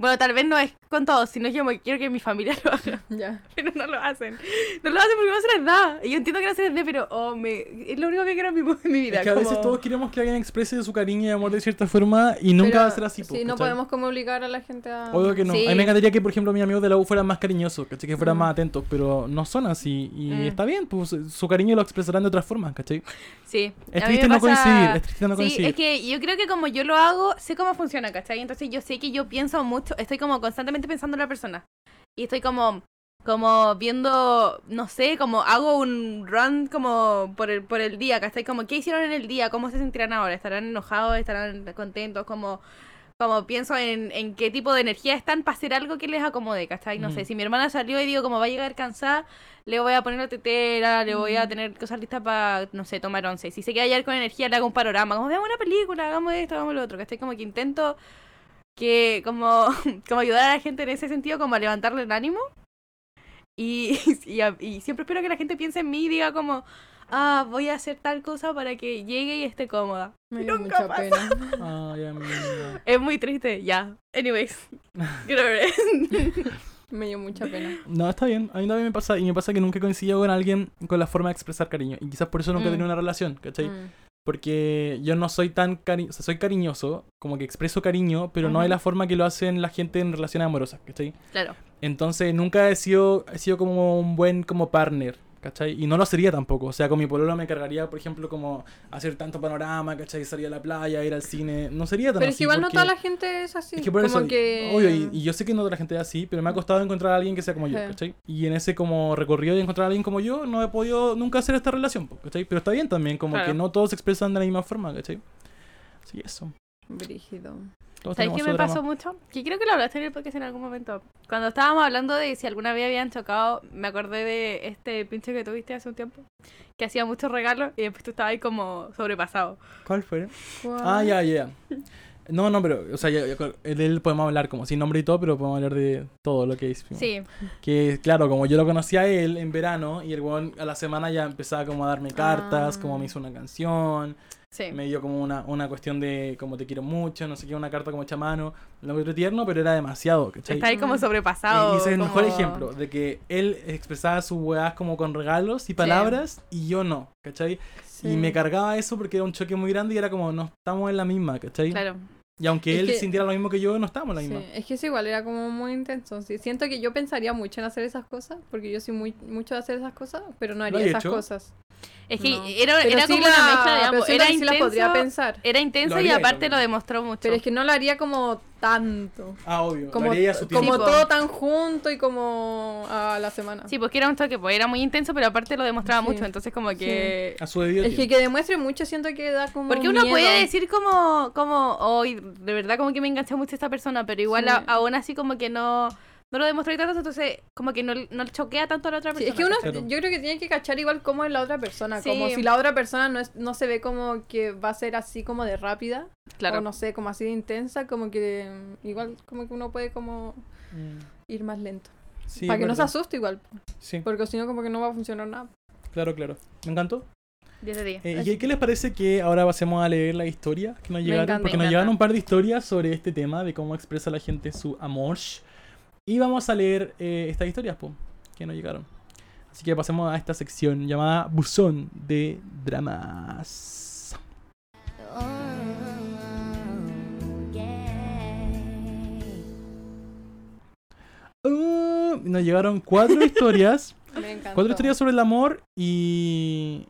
Speaker 3: bueno, tal vez no es con todos, sino yo me- quiero que mi familia [laughs] lo haga,
Speaker 1: Ya.
Speaker 3: pero no lo hacen. No lo hacen porque no se les da. Y yo entiendo que no se les dé, pero oh, me, es lo único que quiero en mi, en mi vida.
Speaker 2: Es que a veces
Speaker 3: como-
Speaker 2: todos queremos que alguien exprese su cariño y amor de cierta forma y nunca va a ser así. po,
Speaker 1: Sí, no
Speaker 2: ¿cachai?
Speaker 1: podemos como obligar a la gente a.
Speaker 2: Obvio que no.
Speaker 1: Sí.
Speaker 2: A mí me encantaría que, por ejemplo, mis amigos de la U fueran más cariñosos, ¿cachai? Que fueran más atentos, pero no son así. Y
Speaker 3: Mm.
Speaker 2: está bien, pues su cariño lo expresarán de otras formas, ¿cachai?
Speaker 3: Sí.
Speaker 2: Es
Speaker 3: a mí me
Speaker 2: triste no
Speaker 3: pasa-
Speaker 2: coincidir, es triste no
Speaker 3: Sí,
Speaker 2: coincidir.
Speaker 3: es que yo creo que como yo lo hago, sé cómo funciona, ¿cachai? Entonces yo sé que yo pienso mucho, estoy como constantemente pensando en la persona. Y estoy como como viendo, no sé, como hago un run como por el, por el día, ¿cachai? Como qué hicieron en el día, cómo se sentirán ahora, estarán enojados, estarán contentos, como como pienso en, en qué tipo de energía están para hacer algo que les acomode, ¿cachai? No sé,
Speaker 2: Mm.
Speaker 3: si mi hermana salió y digo como va a llegar cansada, le voy a poner la tetera, le voy a tener cosas listas para, no sé, tomar once. Si se queda ayer con energía, le hago un panorama, como veamos una película, hagamos esto, hagamos lo otro, ¿cachai? Como que intento que como, [laughs] como ayudar a la gente en ese sentido, como a levantarle el ánimo. Y, [laughs] y, a- y siempre espero que la gente piense en mí y diga como, ah, voy a hacer tal cosa para que llegue y esté cómoda.
Speaker 1: Me dio
Speaker 3: Nunca
Speaker 1: mucha
Speaker 3: pasa.
Speaker 1: pena.
Speaker 2: Ay, amiga.
Speaker 3: Es muy triste, ya.
Speaker 2: [laughs]
Speaker 3: Anyways, creo que-
Speaker 1: [laughs] Me dio mucha pena.
Speaker 2: No, está bien. A mí también me pasa. Y me pasa que nunca coincido con alguien con la forma de expresar cariño. Y quizás por eso nunca he
Speaker 3: Mm.
Speaker 2: tenido una relación, ¿cachai?
Speaker 1: Mm.
Speaker 2: Porque yo no soy tan cariñoso. O sea, soy cariñoso, como que expreso cariño, pero no
Speaker 3: Ajá.
Speaker 2: hay la forma que lo hacen la gente en relaciones amorosas, ¿cachai?
Speaker 3: Claro.
Speaker 2: Entonces nunca he sido, he sido como un buen como partner, ¿cachai? Y no lo sería tampoco. O sea, con mi pololo me cargaría, por ejemplo, como hacer tanto panorama, ¿cachai? Salir a la playa, ir al cine. No sería tan
Speaker 1: Pero es
Speaker 2: así
Speaker 1: que igual no
Speaker 2: porque-
Speaker 1: toda la gente es así.
Speaker 2: Es que por
Speaker 1: como
Speaker 2: eso,
Speaker 1: que.
Speaker 2: obvio, y, y yo sé que no toda la gente es así, pero me ha costado encontrar a alguien que sea como yo,
Speaker 1: Ajá.
Speaker 2: ¿cachai? Y en ese como recorrido de encontrar a alguien como yo, no he podido nunca hacer esta relación, po, ¿cachai? Pero está bien también, como
Speaker 3: Claro.
Speaker 2: que no todos se expresan de la misma forma, ¿cachai? Así que eso.
Speaker 1: Brígido.
Speaker 2: Todos
Speaker 3: ¿Sabes
Speaker 2: tenemos
Speaker 3: qué
Speaker 2: su
Speaker 3: me
Speaker 2: drama.
Speaker 3: pasó mucho? Que creo que lo hablaste en el podcast en algún momento. Cuando estábamos hablando de si alguna vez habían chocado, me acordé de este pinche que tuviste hace un tiempo, que hacía muchos regalos y después tú estabas ahí como sobrepasado.
Speaker 2: ¿Cuál fue? Ah, ya, ya. ya. No, no, pero, o sea, ya- ya con- de él podemos hablar como sin nombre y todo, pero podemos hablar de todo lo que hicimos.
Speaker 3: Sí.
Speaker 2: Que, claro, como yo lo conocí a él en verano y el weón a la semana ya empezaba como a darme cartas,
Speaker 1: Ah.
Speaker 2: como me hizo una canción,
Speaker 3: Sí.
Speaker 2: me dio como una, una cuestión de como te quiero mucho, no sé qué, una carta como hecha a mano. Lo encontré tierno, pero era demasiado, ¿cachai?
Speaker 3: Está ahí como
Speaker 1: Mm.
Speaker 3: sobrepasado.
Speaker 2: Y ese es el
Speaker 3: como-
Speaker 2: mejor ejemplo de que él expresaba sus weas como con regalos y palabras y yo no, ¿cachai? Y me cargaba eso porque era un choque muy grande y era como, no estamos en la misma, ¿cachai?
Speaker 3: Claro.
Speaker 2: Y aunque
Speaker 1: Es
Speaker 2: él
Speaker 1: que-
Speaker 2: sintiera lo mismo que yo, no estábamos en la misma.
Speaker 1: es que eso igual era como muy intenso. Sí, siento que yo pensaría mucho en hacer esas cosas, porque yo soy muy mucho de hacer esas cosas, pero no haría
Speaker 2: he
Speaker 1: esas
Speaker 2: hecho.
Speaker 1: cosas.
Speaker 3: Es que
Speaker 1: No.
Speaker 3: era,
Speaker 1: Pero
Speaker 3: era
Speaker 1: sí
Speaker 3: como
Speaker 1: la-
Speaker 3: una mezcla de
Speaker 1: pero
Speaker 3: ambos.
Speaker 1: siento
Speaker 3: Era
Speaker 1: que sí la podría
Speaker 3: intenso,
Speaker 1: pensar.
Speaker 3: era intenso
Speaker 2: Lo
Speaker 3: y
Speaker 2: haría
Speaker 3: aparte
Speaker 2: también.
Speaker 3: lo demostró mucho.
Speaker 1: Pero es que no la haría como tanto.
Speaker 2: Ah, obvio.
Speaker 1: Como,
Speaker 2: Como, su tiempo.
Speaker 1: como
Speaker 3: Sí, po.
Speaker 1: todo tan junto y como a la semana.
Speaker 3: Sí, porque era un toque, pues era muy intenso, pero aparte lo demostraba
Speaker 1: Sí.
Speaker 3: mucho, entonces como que...
Speaker 2: A su debido
Speaker 1: es que
Speaker 2: tiempo.
Speaker 1: que demuestre mucho siento que da como
Speaker 3: Porque uno
Speaker 1: miedo.
Speaker 3: puede decir como, como, hoy de verdad como que me enganché mucho a esta persona, pero igual
Speaker 1: Sí.
Speaker 3: a- aún así como que no, no lo demostré tanto, entonces como que no, no choquea tanto a la otra
Speaker 1: Sí,
Speaker 3: persona.
Speaker 1: es que uno,
Speaker 2: Claro.
Speaker 1: yo creo que tiene que cachar igual cómo es la otra persona,
Speaker 3: Sí.
Speaker 1: como si la otra persona no, es- no se ve como que va a ser así como de rápida,
Speaker 3: Claro.
Speaker 1: o no sé, como así de intensa, como que mm, igual como que uno puede como
Speaker 2: Mm.
Speaker 1: ir más lento.
Speaker 2: Sí,
Speaker 1: Para que no se
Speaker 2: verdad.
Speaker 1: asuste igual,
Speaker 2: Sí,
Speaker 1: porque si no como que no va a funcionar nada.
Speaker 2: claro, claro. Me encantó.
Speaker 3: Diez de diez.
Speaker 2: Eh, ¿Y qué les parece que ahora pasemos a leer las historias que nos llegaron?
Speaker 1: encanta,
Speaker 2: Porque
Speaker 3: me
Speaker 2: nos
Speaker 3: encanta.
Speaker 2: llegaron un par de historias sobre este tema de cómo expresa la gente su amor. Y vamos a leer eh, estas historias po, que nos llegaron. Así que pasemos a esta sección llamada Buzón de Dramas. Uh, nos llegaron cuatro historias.
Speaker 1: Me encanta.
Speaker 2: Cuatro historias sobre el amor y.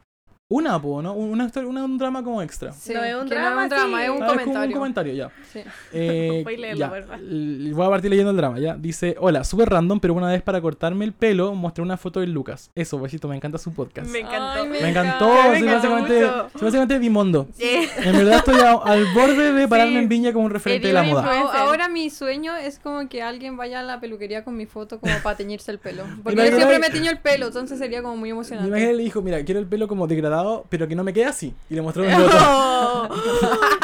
Speaker 2: Una, po, ¿no? Una, historia- una- un drama como extra.
Speaker 3: No es un
Speaker 1: que
Speaker 3: drama, sí.
Speaker 1: es un
Speaker 2: Ah, es como
Speaker 1: comentario.
Speaker 2: un comentario, ya.
Speaker 1: Sí.
Speaker 2: Eh,
Speaker 3: [laughs] Voy a leerlo,
Speaker 2: ya.
Speaker 3: ¿verdad?
Speaker 2: L- Voy a partir leyendo el drama, ya. Dice: Hola, súper random, pero una vez para cortarme el pelo mostré una foto de Lucas. Eso, besito, me encanta su podcast.
Speaker 3: Me
Speaker 2: Me,
Speaker 3: encantó.
Speaker 1: Ay, me
Speaker 2: encantó,
Speaker 3: encanta.
Speaker 2: sí,
Speaker 3: Me encantó
Speaker 2: básicamente,
Speaker 3: mucho.
Speaker 2: sí, básicamente Vimondo.
Speaker 3: Eh,
Speaker 1: [laughs]
Speaker 2: En verdad estoy a- al borde de pararme
Speaker 3: Sí.
Speaker 2: en Viña como un referente de la
Speaker 3: Eddie
Speaker 2: moda.
Speaker 3: Puede ser.
Speaker 1: A- Ahora mi sueño es como que alguien vaya a la peluquería con mi foto como para teñirse el
Speaker 2: [laughs]
Speaker 1: pelo. Porque
Speaker 2: Imagínate-
Speaker 1: yo siempre me teño el pelo, entonces sería como muy emocionante.
Speaker 2: Imagínate, le dijo: Mira, quiero el pelo como degradado, pero que no me quede así. Y le mostró un
Speaker 3: [laughs]
Speaker 2: foto.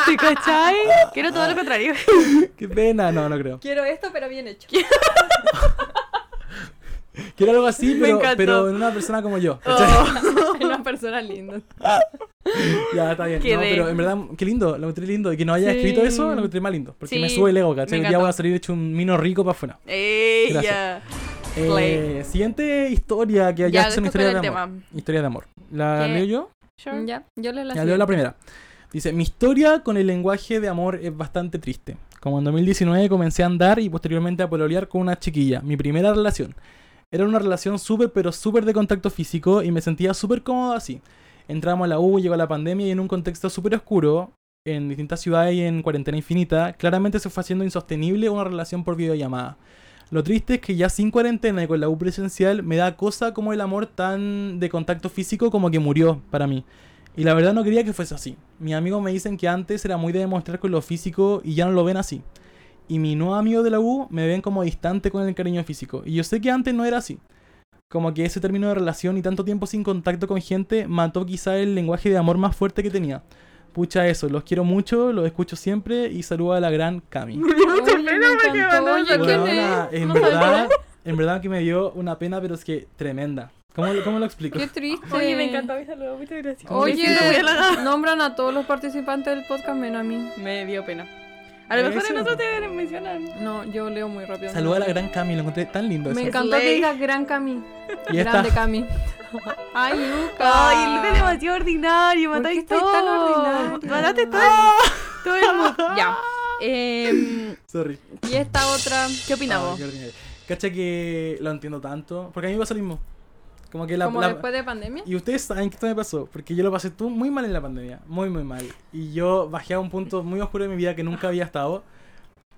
Speaker 3: ¿Te cachai? Quiero todo lo
Speaker 1: [laughs]
Speaker 3: contrario.
Speaker 2: Qué pena, no, no creo.
Speaker 1: Quiero esto, pero bien hecho.
Speaker 2: Quiero algo así,
Speaker 3: Me
Speaker 2: pero,
Speaker 3: encantó.
Speaker 2: pero en una persona como yo.
Speaker 1: Oh.
Speaker 3: [laughs]
Speaker 1: Es una persona linda.
Speaker 2: Ya, está bien. No,
Speaker 3: Quedé.
Speaker 2: pero en verdad, qué lindo, lo encontré lindo. Y que no haya
Speaker 1: Sí.
Speaker 2: escrito eso, lo encontré más lindo. Porque
Speaker 3: Sí,
Speaker 2: me sube el ego,
Speaker 3: me
Speaker 2: ¿cachai? Ya
Speaker 3: encantó.
Speaker 2: voy a salir hecho un mino rico para afuera.
Speaker 3: Ella.
Speaker 2: Eh,
Speaker 3: Play.
Speaker 2: siguiente historia que
Speaker 3: Ya,
Speaker 2: ya, es una
Speaker 3: esto
Speaker 2: historia de
Speaker 3: fue el
Speaker 2: amor. Historia de amor. ¿La
Speaker 3: ¿Qué?
Speaker 2: leo yo?
Speaker 3: Sure.
Speaker 1: Ya, yo le la
Speaker 2: Ya leo
Speaker 1: siguiente.
Speaker 2: la primera. Dice, mi historia con el lenguaje de amor es bastante triste. Como en 2019 comencé a andar y posteriormente a pololear con una chiquilla, mi primera relación. Era una relación súper pero súper de contacto físico y me sentía súper cómodo así. Entramos a la U, llegó la pandemia y en un contexto súper oscuro, en distintas ciudades y en cuarentena infinita, claramente se fue haciendo insostenible una relación por videollamada. Lo triste es que ya sin cuarentena y con la U presencial me da cosa como el amor tan de contacto físico como que murió para mí. Y la verdad no quería que fuese así. Mis amigos me dicen que antes era muy de demostrar con lo físico y ya no lo ven así. Y mis nuevos amigos de la U me ven como distante con el cariño físico. Y yo sé que antes no era así. Como que ese término de relación y tanto tiempo sin contacto con gente mató quizá el lenguaje de amor más fuerte que tenía. Pucha eso, los quiero mucho, los escucho siempre y saludo a la gran
Speaker 1: [laughs]
Speaker 2: Cami.
Speaker 1: Oye, me encantó. Oye, ¿quién
Speaker 2: Weona,
Speaker 1: es?
Speaker 2: en
Speaker 1: No
Speaker 2: verdad,
Speaker 1: sabía.
Speaker 2: en verdad que me dio una pena, pero es que tremenda. ¿Cómo, cómo lo explico?
Speaker 1: Qué triste.
Speaker 3: Oye, me encantó mi saludo. Muchas gracias.
Speaker 1: Oye,
Speaker 3: me siento muy halagada.
Speaker 1: nombran a todos los participantes del podcast menos a mí.
Speaker 3: Me dio pena. A lo mejor en
Speaker 2: Eso.
Speaker 3: otro te mencionan.
Speaker 1: No, yo leo muy rápido.
Speaker 2: Saluda a la gran Cami, lo encontré tan lindo eso.
Speaker 1: Me encantó
Speaker 3: Slay.
Speaker 1: que diga gran Cami.
Speaker 2: Y esta,
Speaker 1: Grande
Speaker 3: [laughs]
Speaker 1: Cami. Ay, Luca.
Speaker 3: Ay, Luca es demasiado ordinario.
Speaker 1: ¿Por qué
Speaker 3: Mataste
Speaker 1: estáis
Speaker 3: todo.
Speaker 1: tan ordinario?
Speaker 3: Mataste todo. Todo el mundo. Ya. [laughs] Em,
Speaker 2: sorry.
Speaker 1: Y esta otra.
Speaker 3: ¿Qué opinamos?
Speaker 2: Ay, qué ordinario. Ah, Cacha que lo entiendo tanto, porque a mí me pasa lo mismo. Como que la,
Speaker 1: Como
Speaker 2: la-
Speaker 1: después de pandemia.
Speaker 2: Y ustedes saben que esto me pasó, porque yo lo pasé tú muy mal en la pandemia, muy muy mal. Y yo bajé a un punto muy oscuro de mi vida que nunca había estado.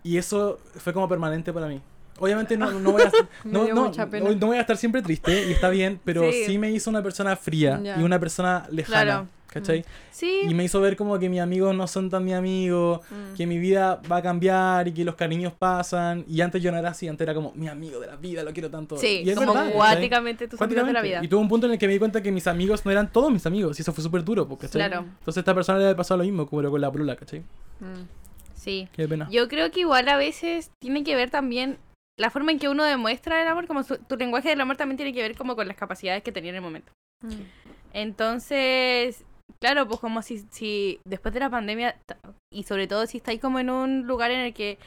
Speaker 2: Y eso fue como permanente para mí. Obviamente no,
Speaker 1: [laughs]
Speaker 2: no voy, a,
Speaker 1: Me
Speaker 2: no,
Speaker 1: dio
Speaker 2: no-
Speaker 1: mucha pena.
Speaker 2: no- no voy a estar siempre triste, y está bien, pero sí,
Speaker 3: Sí.
Speaker 2: me hizo una persona fría
Speaker 1: Ya.
Speaker 2: y una persona lejana.
Speaker 3: Claro.
Speaker 2: ¿Cachai? Y
Speaker 3: Sí.
Speaker 2: me hizo ver como que mis amigos no son tan mis amigos,
Speaker 1: Mm.
Speaker 2: que mi vida va a cambiar y que los cariños pasan. Y antes yo no era así, antes era como mi amigo de la vida, lo quiero tanto.
Speaker 3: Sí,
Speaker 2: y es
Speaker 3: como
Speaker 2: verdad, ¿cachai?
Speaker 3: cuáticamente tus amigos de la
Speaker 2: Cuánticamente.
Speaker 3: vida.
Speaker 2: Y tuve un punto en el que me di cuenta que mis amigos no eran todos mis amigos. Y eso fue súper duro, porque
Speaker 3: Claro.
Speaker 2: Entonces a esta persona le había pasado lo mismo, como lo con la brula, ¿cachai?
Speaker 3: Mm, Sí.
Speaker 2: Qué pena.
Speaker 3: Yo creo que igual a veces tiene que ver también la forma en que uno demuestra el amor, como su- tu lenguaje del amor también tiene que ver como con las capacidades que tenía en el momento.
Speaker 1: Mm.
Speaker 3: Entonces, claro, pues como si, si después de la pandemia, ta- y sobre todo si estáis como en un lugar en el que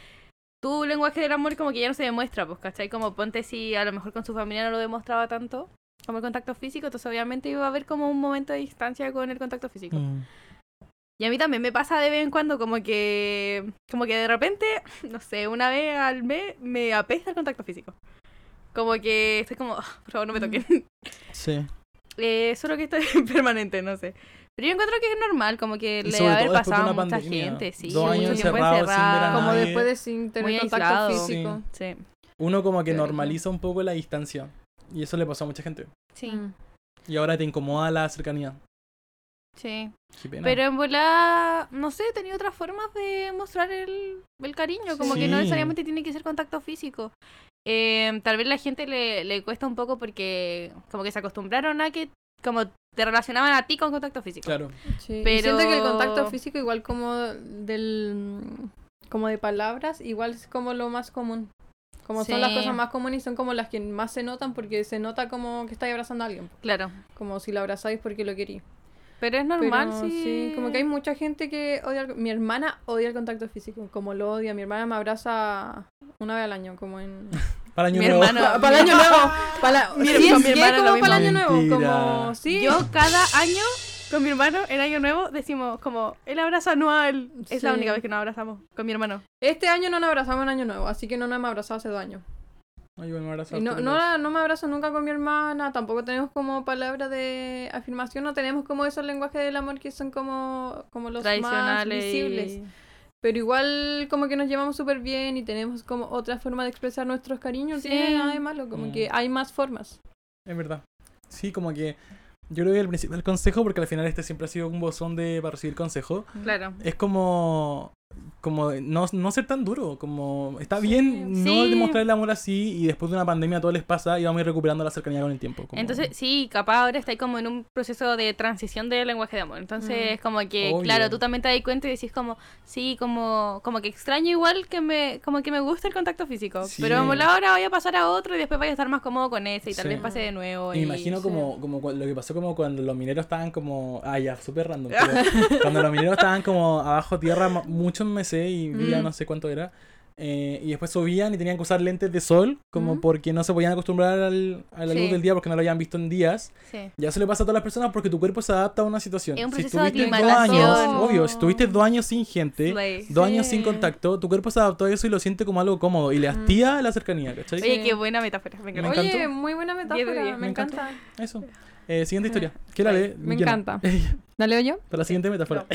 Speaker 3: tu lenguaje del amor como que ya no se demuestra, pues, ¿cachai? Como ponte si a lo mejor con su familia no lo demostraba tanto, como el contacto físico, entonces obviamente iba a haber como un momento de distancia con el contacto físico.
Speaker 2: Mm.
Speaker 3: Y a mí también me pasa de vez en cuando como que como que de repente, no sé, una vez al mes me apesta el contacto físico. Como que estoy como, "Ah, por favor, no me toquen.
Speaker 2: Sí.
Speaker 3: Eh, solo que estoy [laughs] permanente, no sé. Pero yo encuentro que es normal, como que
Speaker 2: Y
Speaker 3: le
Speaker 2: sobre
Speaker 3: debe haber
Speaker 2: todo después de
Speaker 3: pasado a
Speaker 2: una
Speaker 3: mucha
Speaker 2: pandemia,
Speaker 3: gente, sí.
Speaker 2: dos
Speaker 1: años
Speaker 3: mucho tiempo
Speaker 2: encerrados sin ver a
Speaker 3: encerrado.
Speaker 1: Como
Speaker 2: nadie.
Speaker 1: después de sin tener
Speaker 3: Muy
Speaker 1: contacto
Speaker 3: aislado.
Speaker 1: físico.
Speaker 3: Sí,
Speaker 2: Uno como que
Speaker 1: Qué
Speaker 2: normaliza un poco la distancia. Y eso le pasó a mucha gente.
Speaker 3: sí,
Speaker 1: Mm.
Speaker 2: Y ahora te incomoda la cercanía.
Speaker 3: sí.
Speaker 2: Qué pena.
Speaker 3: Pero en volar, no sé, he tenido otras formas de mostrar el, el cariño, como
Speaker 2: Sí.
Speaker 3: que no
Speaker 2: Sí.
Speaker 3: necesariamente tiene que ser contacto físico. Eh, tal vez la gente le, le cuesta un poco porque como que se acostumbraron a que como te relacionaban a ti con contacto físico.
Speaker 2: Claro.
Speaker 1: Sí, y
Speaker 3: Pero-
Speaker 1: siento que el contacto físico igual como del como de palabras, igual es como lo más común. Como son las
Speaker 3: Sí.
Speaker 1: cosas más comunes y son como las que más se notan porque se nota como que estáis abrazando a alguien,
Speaker 3: Claro.
Speaker 1: como si lo abrazáis porque lo querí.
Speaker 3: Pero es normal,
Speaker 1: Pero
Speaker 3: sí.
Speaker 1: como que hay mucha gente que odia el- mi hermana odia el contacto físico, como lo odia, mi hermana me abraza una vez al año, como en
Speaker 2: Para año
Speaker 3: [laughs] Mi
Speaker 2: nuevo.
Speaker 3: hermano-
Speaker 1: para el año nuevo, para
Speaker 3: Mi-
Speaker 1: sí,
Speaker 3: con
Speaker 1: es gay
Speaker 3: mi hermana lo
Speaker 1: como para el año
Speaker 2: mismo.
Speaker 1: nuevo,
Speaker 2: Mentira.
Speaker 1: como sí.
Speaker 3: Yo cada año con mi hermano, en año nuevo, decimos como el abrazo anual. Es la
Speaker 1: Sí.
Speaker 3: única vez que nos abrazamos con mi hermano.
Speaker 1: Este año no nos abrazamos en año nuevo, así que no nos hemos abrazado hace dos años.
Speaker 2: [laughs] Ay, bueno, ahora
Speaker 1: Y no,
Speaker 2: salto
Speaker 1: no,
Speaker 2: con
Speaker 1: la- no me abrazo nunca con mi hermana, tampoco tenemos como palabras de afirmación, no tenemos como esos lenguajes del amor que son como, como los más
Speaker 3: Tradicionales. y-
Speaker 1: visibles. Pero igual como que nos llevamos súper bien y tenemos como otra forma de expresar nuestros cariños,
Speaker 3: Sí.
Speaker 1: no tiene nada de malo, como
Speaker 2: Mm.
Speaker 1: que hay más formas.
Speaker 2: Es verdad. Sí, como que. Yo creo que el principal consejo, porque al final este siempre ha sido un bozón de para recibir consejo,
Speaker 3: Claro.
Speaker 2: es como como de no, no ser tan duro, como está bien no
Speaker 3: Sí.
Speaker 2: demostrar el amor así y después de una pandemia todo les pasa y vamos a ir recuperando la cercanía con el tiempo. como-
Speaker 3: Entonces, sí, capaz ahora estáis como en un proceso de transición del lenguaje de amor. Entonces, es como que,
Speaker 2: Obvio.
Speaker 3: claro, tú también te das cuenta y decís como, sí, como, como que extraño igual que me, como que me gusta el contacto físico.
Speaker 2: Sí.
Speaker 3: Pero como ahora voy a pasar a otro y después voy a estar más cómodo con ese y tal
Speaker 2: Sí.
Speaker 3: vez pase de nuevo.
Speaker 2: Me
Speaker 3: y-
Speaker 2: imagino
Speaker 3: sí.
Speaker 2: como, como cua- lo que pasó como cuando los mineros estaban como... Ah, ya, súper random.
Speaker 3: [laughs]
Speaker 2: pero cuando los mineros estaban como abajo tierra ma- muchos meses y vía
Speaker 3: Mm.
Speaker 2: no sé cuánto era. eh, y después subían y tenían que usar lentes de sol como
Speaker 1: Mm.
Speaker 2: porque no se podían acostumbrar al- a la luz
Speaker 3: Sí.
Speaker 2: del día porque no lo habían visto en días.
Speaker 3: Sí.
Speaker 2: Ya se le pasa a todas las personas porque tu cuerpo se adapta a una situación.
Speaker 3: Es un
Speaker 2: si
Speaker 3: proceso de
Speaker 2: estuviste dos
Speaker 3: aclimatación.
Speaker 2: años, obvio, si estuviste dos años sin gente,
Speaker 3: Slay.
Speaker 2: dos
Speaker 1: Sí.
Speaker 2: años sin contacto, tu cuerpo se adaptó a eso y lo siente como algo cómodo y le
Speaker 3: Mm.
Speaker 2: hastía la cercanía, ¿cachai?
Speaker 3: Oye, qué buena metáfora. Me encanta.
Speaker 2: encanta.
Speaker 1: Oye,
Speaker 2: encantó.
Speaker 1: muy buena
Speaker 3: Diez de
Speaker 1: metáfora,
Speaker 3: diez.
Speaker 1: me,
Speaker 2: Me encantó.
Speaker 1: encanta.
Speaker 2: Eso. Eh, siguiente historia. ¿Qué la lee?
Speaker 1: Me
Speaker 2: Jenna?
Speaker 1: encanta.
Speaker 2: [laughs]
Speaker 1: ¿La leo yo?
Speaker 2: Para la siguiente metáfora.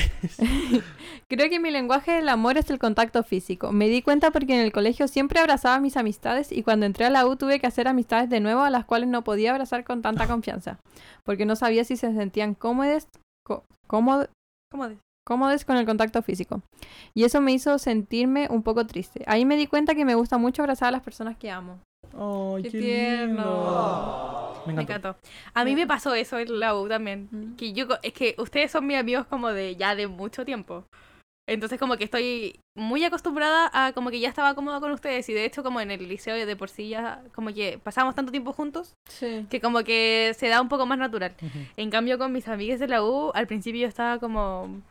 Speaker 1: Creo que mi lenguaje del amor es el contacto físico. Me di cuenta porque en el colegio siempre abrazaba a mis amistades y cuando entré a la U tuve que hacer amistades de nuevo a las cuales no podía abrazar con [laughs] tanta confianza, porque no sabía si se sentían cómodas, co- cómodo-
Speaker 3: ¿Cómo de-
Speaker 1: cómodos con el contacto físico. Y eso me hizo sentirme un poco triste. Ahí me di cuenta que me gusta mucho abrazar a las personas que amo.
Speaker 2: [laughs] Ay,
Speaker 1: Qué
Speaker 2: qué,
Speaker 1: tierno.
Speaker 2: lindo. Me
Speaker 3: Me
Speaker 2: encantó.
Speaker 3: encantó. A mí me pasó eso en la U también. Que yo, co- es que ustedes son mis amigos como de ya de mucho tiempo. Entonces como que estoy muy acostumbrada a como que ya estaba cómoda con ustedes y de hecho como en el liceo de por sí ya como que pasamos tanto tiempo juntos
Speaker 1: Sí.
Speaker 3: que como que se da un poco más natural.
Speaker 2: Ujú.
Speaker 3: En cambio con mis amigas de la U al principio yo estaba como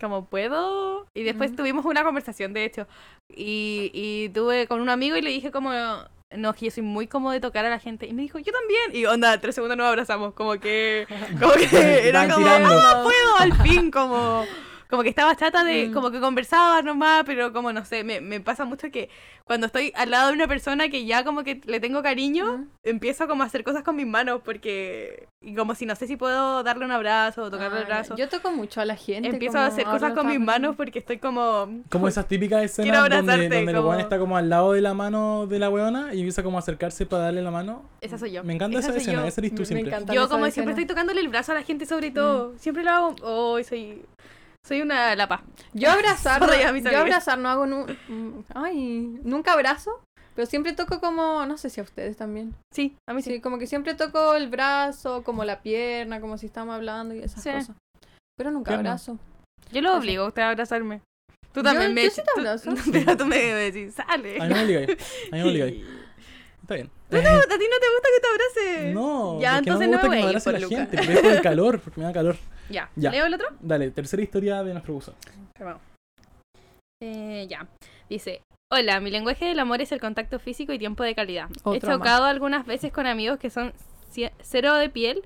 Speaker 3: como puedo y después
Speaker 1: Ujú.
Speaker 3: tuvimos una conversación de hecho y, y tuve con un amigo y le dije como no, es que yo soy muy cómodo de tocar a la gente. Y me dijo, yo también. Y onda, tres segundos nos abrazamos. Como
Speaker 1: [laughs]
Speaker 3: que. Como que era
Speaker 2: Estaban
Speaker 3: como.
Speaker 2: tirando.
Speaker 3: "Ah, puedo! Al fin, como. Como que estaba chata de.
Speaker 1: Mm.
Speaker 3: Como que conversaba nomás, pero como no sé. Me, me pasa mucho que cuando estoy al lado de una persona que ya como que le tengo cariño, empiezo como a hacer cosas con mis manos. Porque. Y como si no sé si puedo darle un abrazo o tocarle el brazo.
Speaker 1: Ah, yo toco mucho a la gente.
Speaker 3: empiezo a hacer cosas con mis manos porque estoy como.
Speaker 2: Como esas típicas
Speaker 3: [laughs] Quiero
Speaker 2: escenas
Speaker 3: abrazarte,
Speaker 2: donde, donde el
Speaker 3: como-
Speaker 2: weón está como al lado de la mano de la weona y empieza como a acercarse para darle la mano.
Speaker 3: Esa soy yo.
Speaker 2: Me encanta
Speaker 3: Esa
Speaker 2: esa,
Speaker 3: soy
Speaker 2: escena,
Speaker 3: yo.
Speaker 2: esa eres tú
Speaker 1: Me- me
Speaker 2: siempre.
Speaker 1: encanta.
Speaker 3: Yo
Speaker 1: esa
Speaker 3: como
Speaker 1: escena.
Speaker 3: siempre estoy tocándole el brazo a la gente sobre
Speaker 1: Mm.
Speaker 3: todo. Siempre lo hago. Oh, soy soy una lapa.
Speaker 1: [laughs] Yo abrazar,
Speaker 3: Sorry a mis
Speaker 1: no, yo
Speaker 3: amigas.
Speaker 1: abrazar no hago nu- mm, ay, nunca abrazo, pero siempre toco como, no sé si a ustedes también.
Speaker 3: Sí, a mí sí.
Speaker 1: Sí, como que siempre toco el brazo, como la pierna, como si estamos hablando y esas
Speaker 3: Sí.
Speaker 1: cosas. Pero nunca
Speaker 2: Tierno.
Speaker 1: abrazo.
Speaker 3: Yo lo obligo a usted a abrazarme. Tú también
Speaker 1: Yo-
Speaker 3: me
Speaker 1: yo sí te
Speaker 3: tú- [laughs]
Speaker 1: abrazo.
Speaker 3: Pero tú me, me decís, sale.
Speaker 2: A mí me obligáis. A mí me
Speaker 3: [laughs]
Speaker 2: obligáis. Está bien. [laughs]
Speaker 3: No, a ti no te gusta que te abrace.
Speaker 2: No,
Speaker 3: Ya,
Speaker 2: porque
Speaker 3: entonces
Speaker 2: no me
Speaker 3: no
Speaker 2: gusta que me
Speaker 3: me voy a ir
Speaker 2: abrace
Speaker 3: por
Speaker 2: la
Speaker 3: Luca.
Speaker 2: gente, porque es por el
Speaker 3: [laughs]
Speaker 2: calor, porque me da calor.
Speaker 3: Ya.
Speaker 2: Ya.
Speaker 3: ¿Leo el otro?
Speaker 2: Dale, tercera historia de nuestro buzo.
Speaker 3: Vamos. Eh, ya. Dice, hola, mi lenguaje del amor es el contacto físico y tiempo de calidad. He
Speaker 1: Otro
Speaker 3: chocado algunas veces con amigos que son cie- cero de piel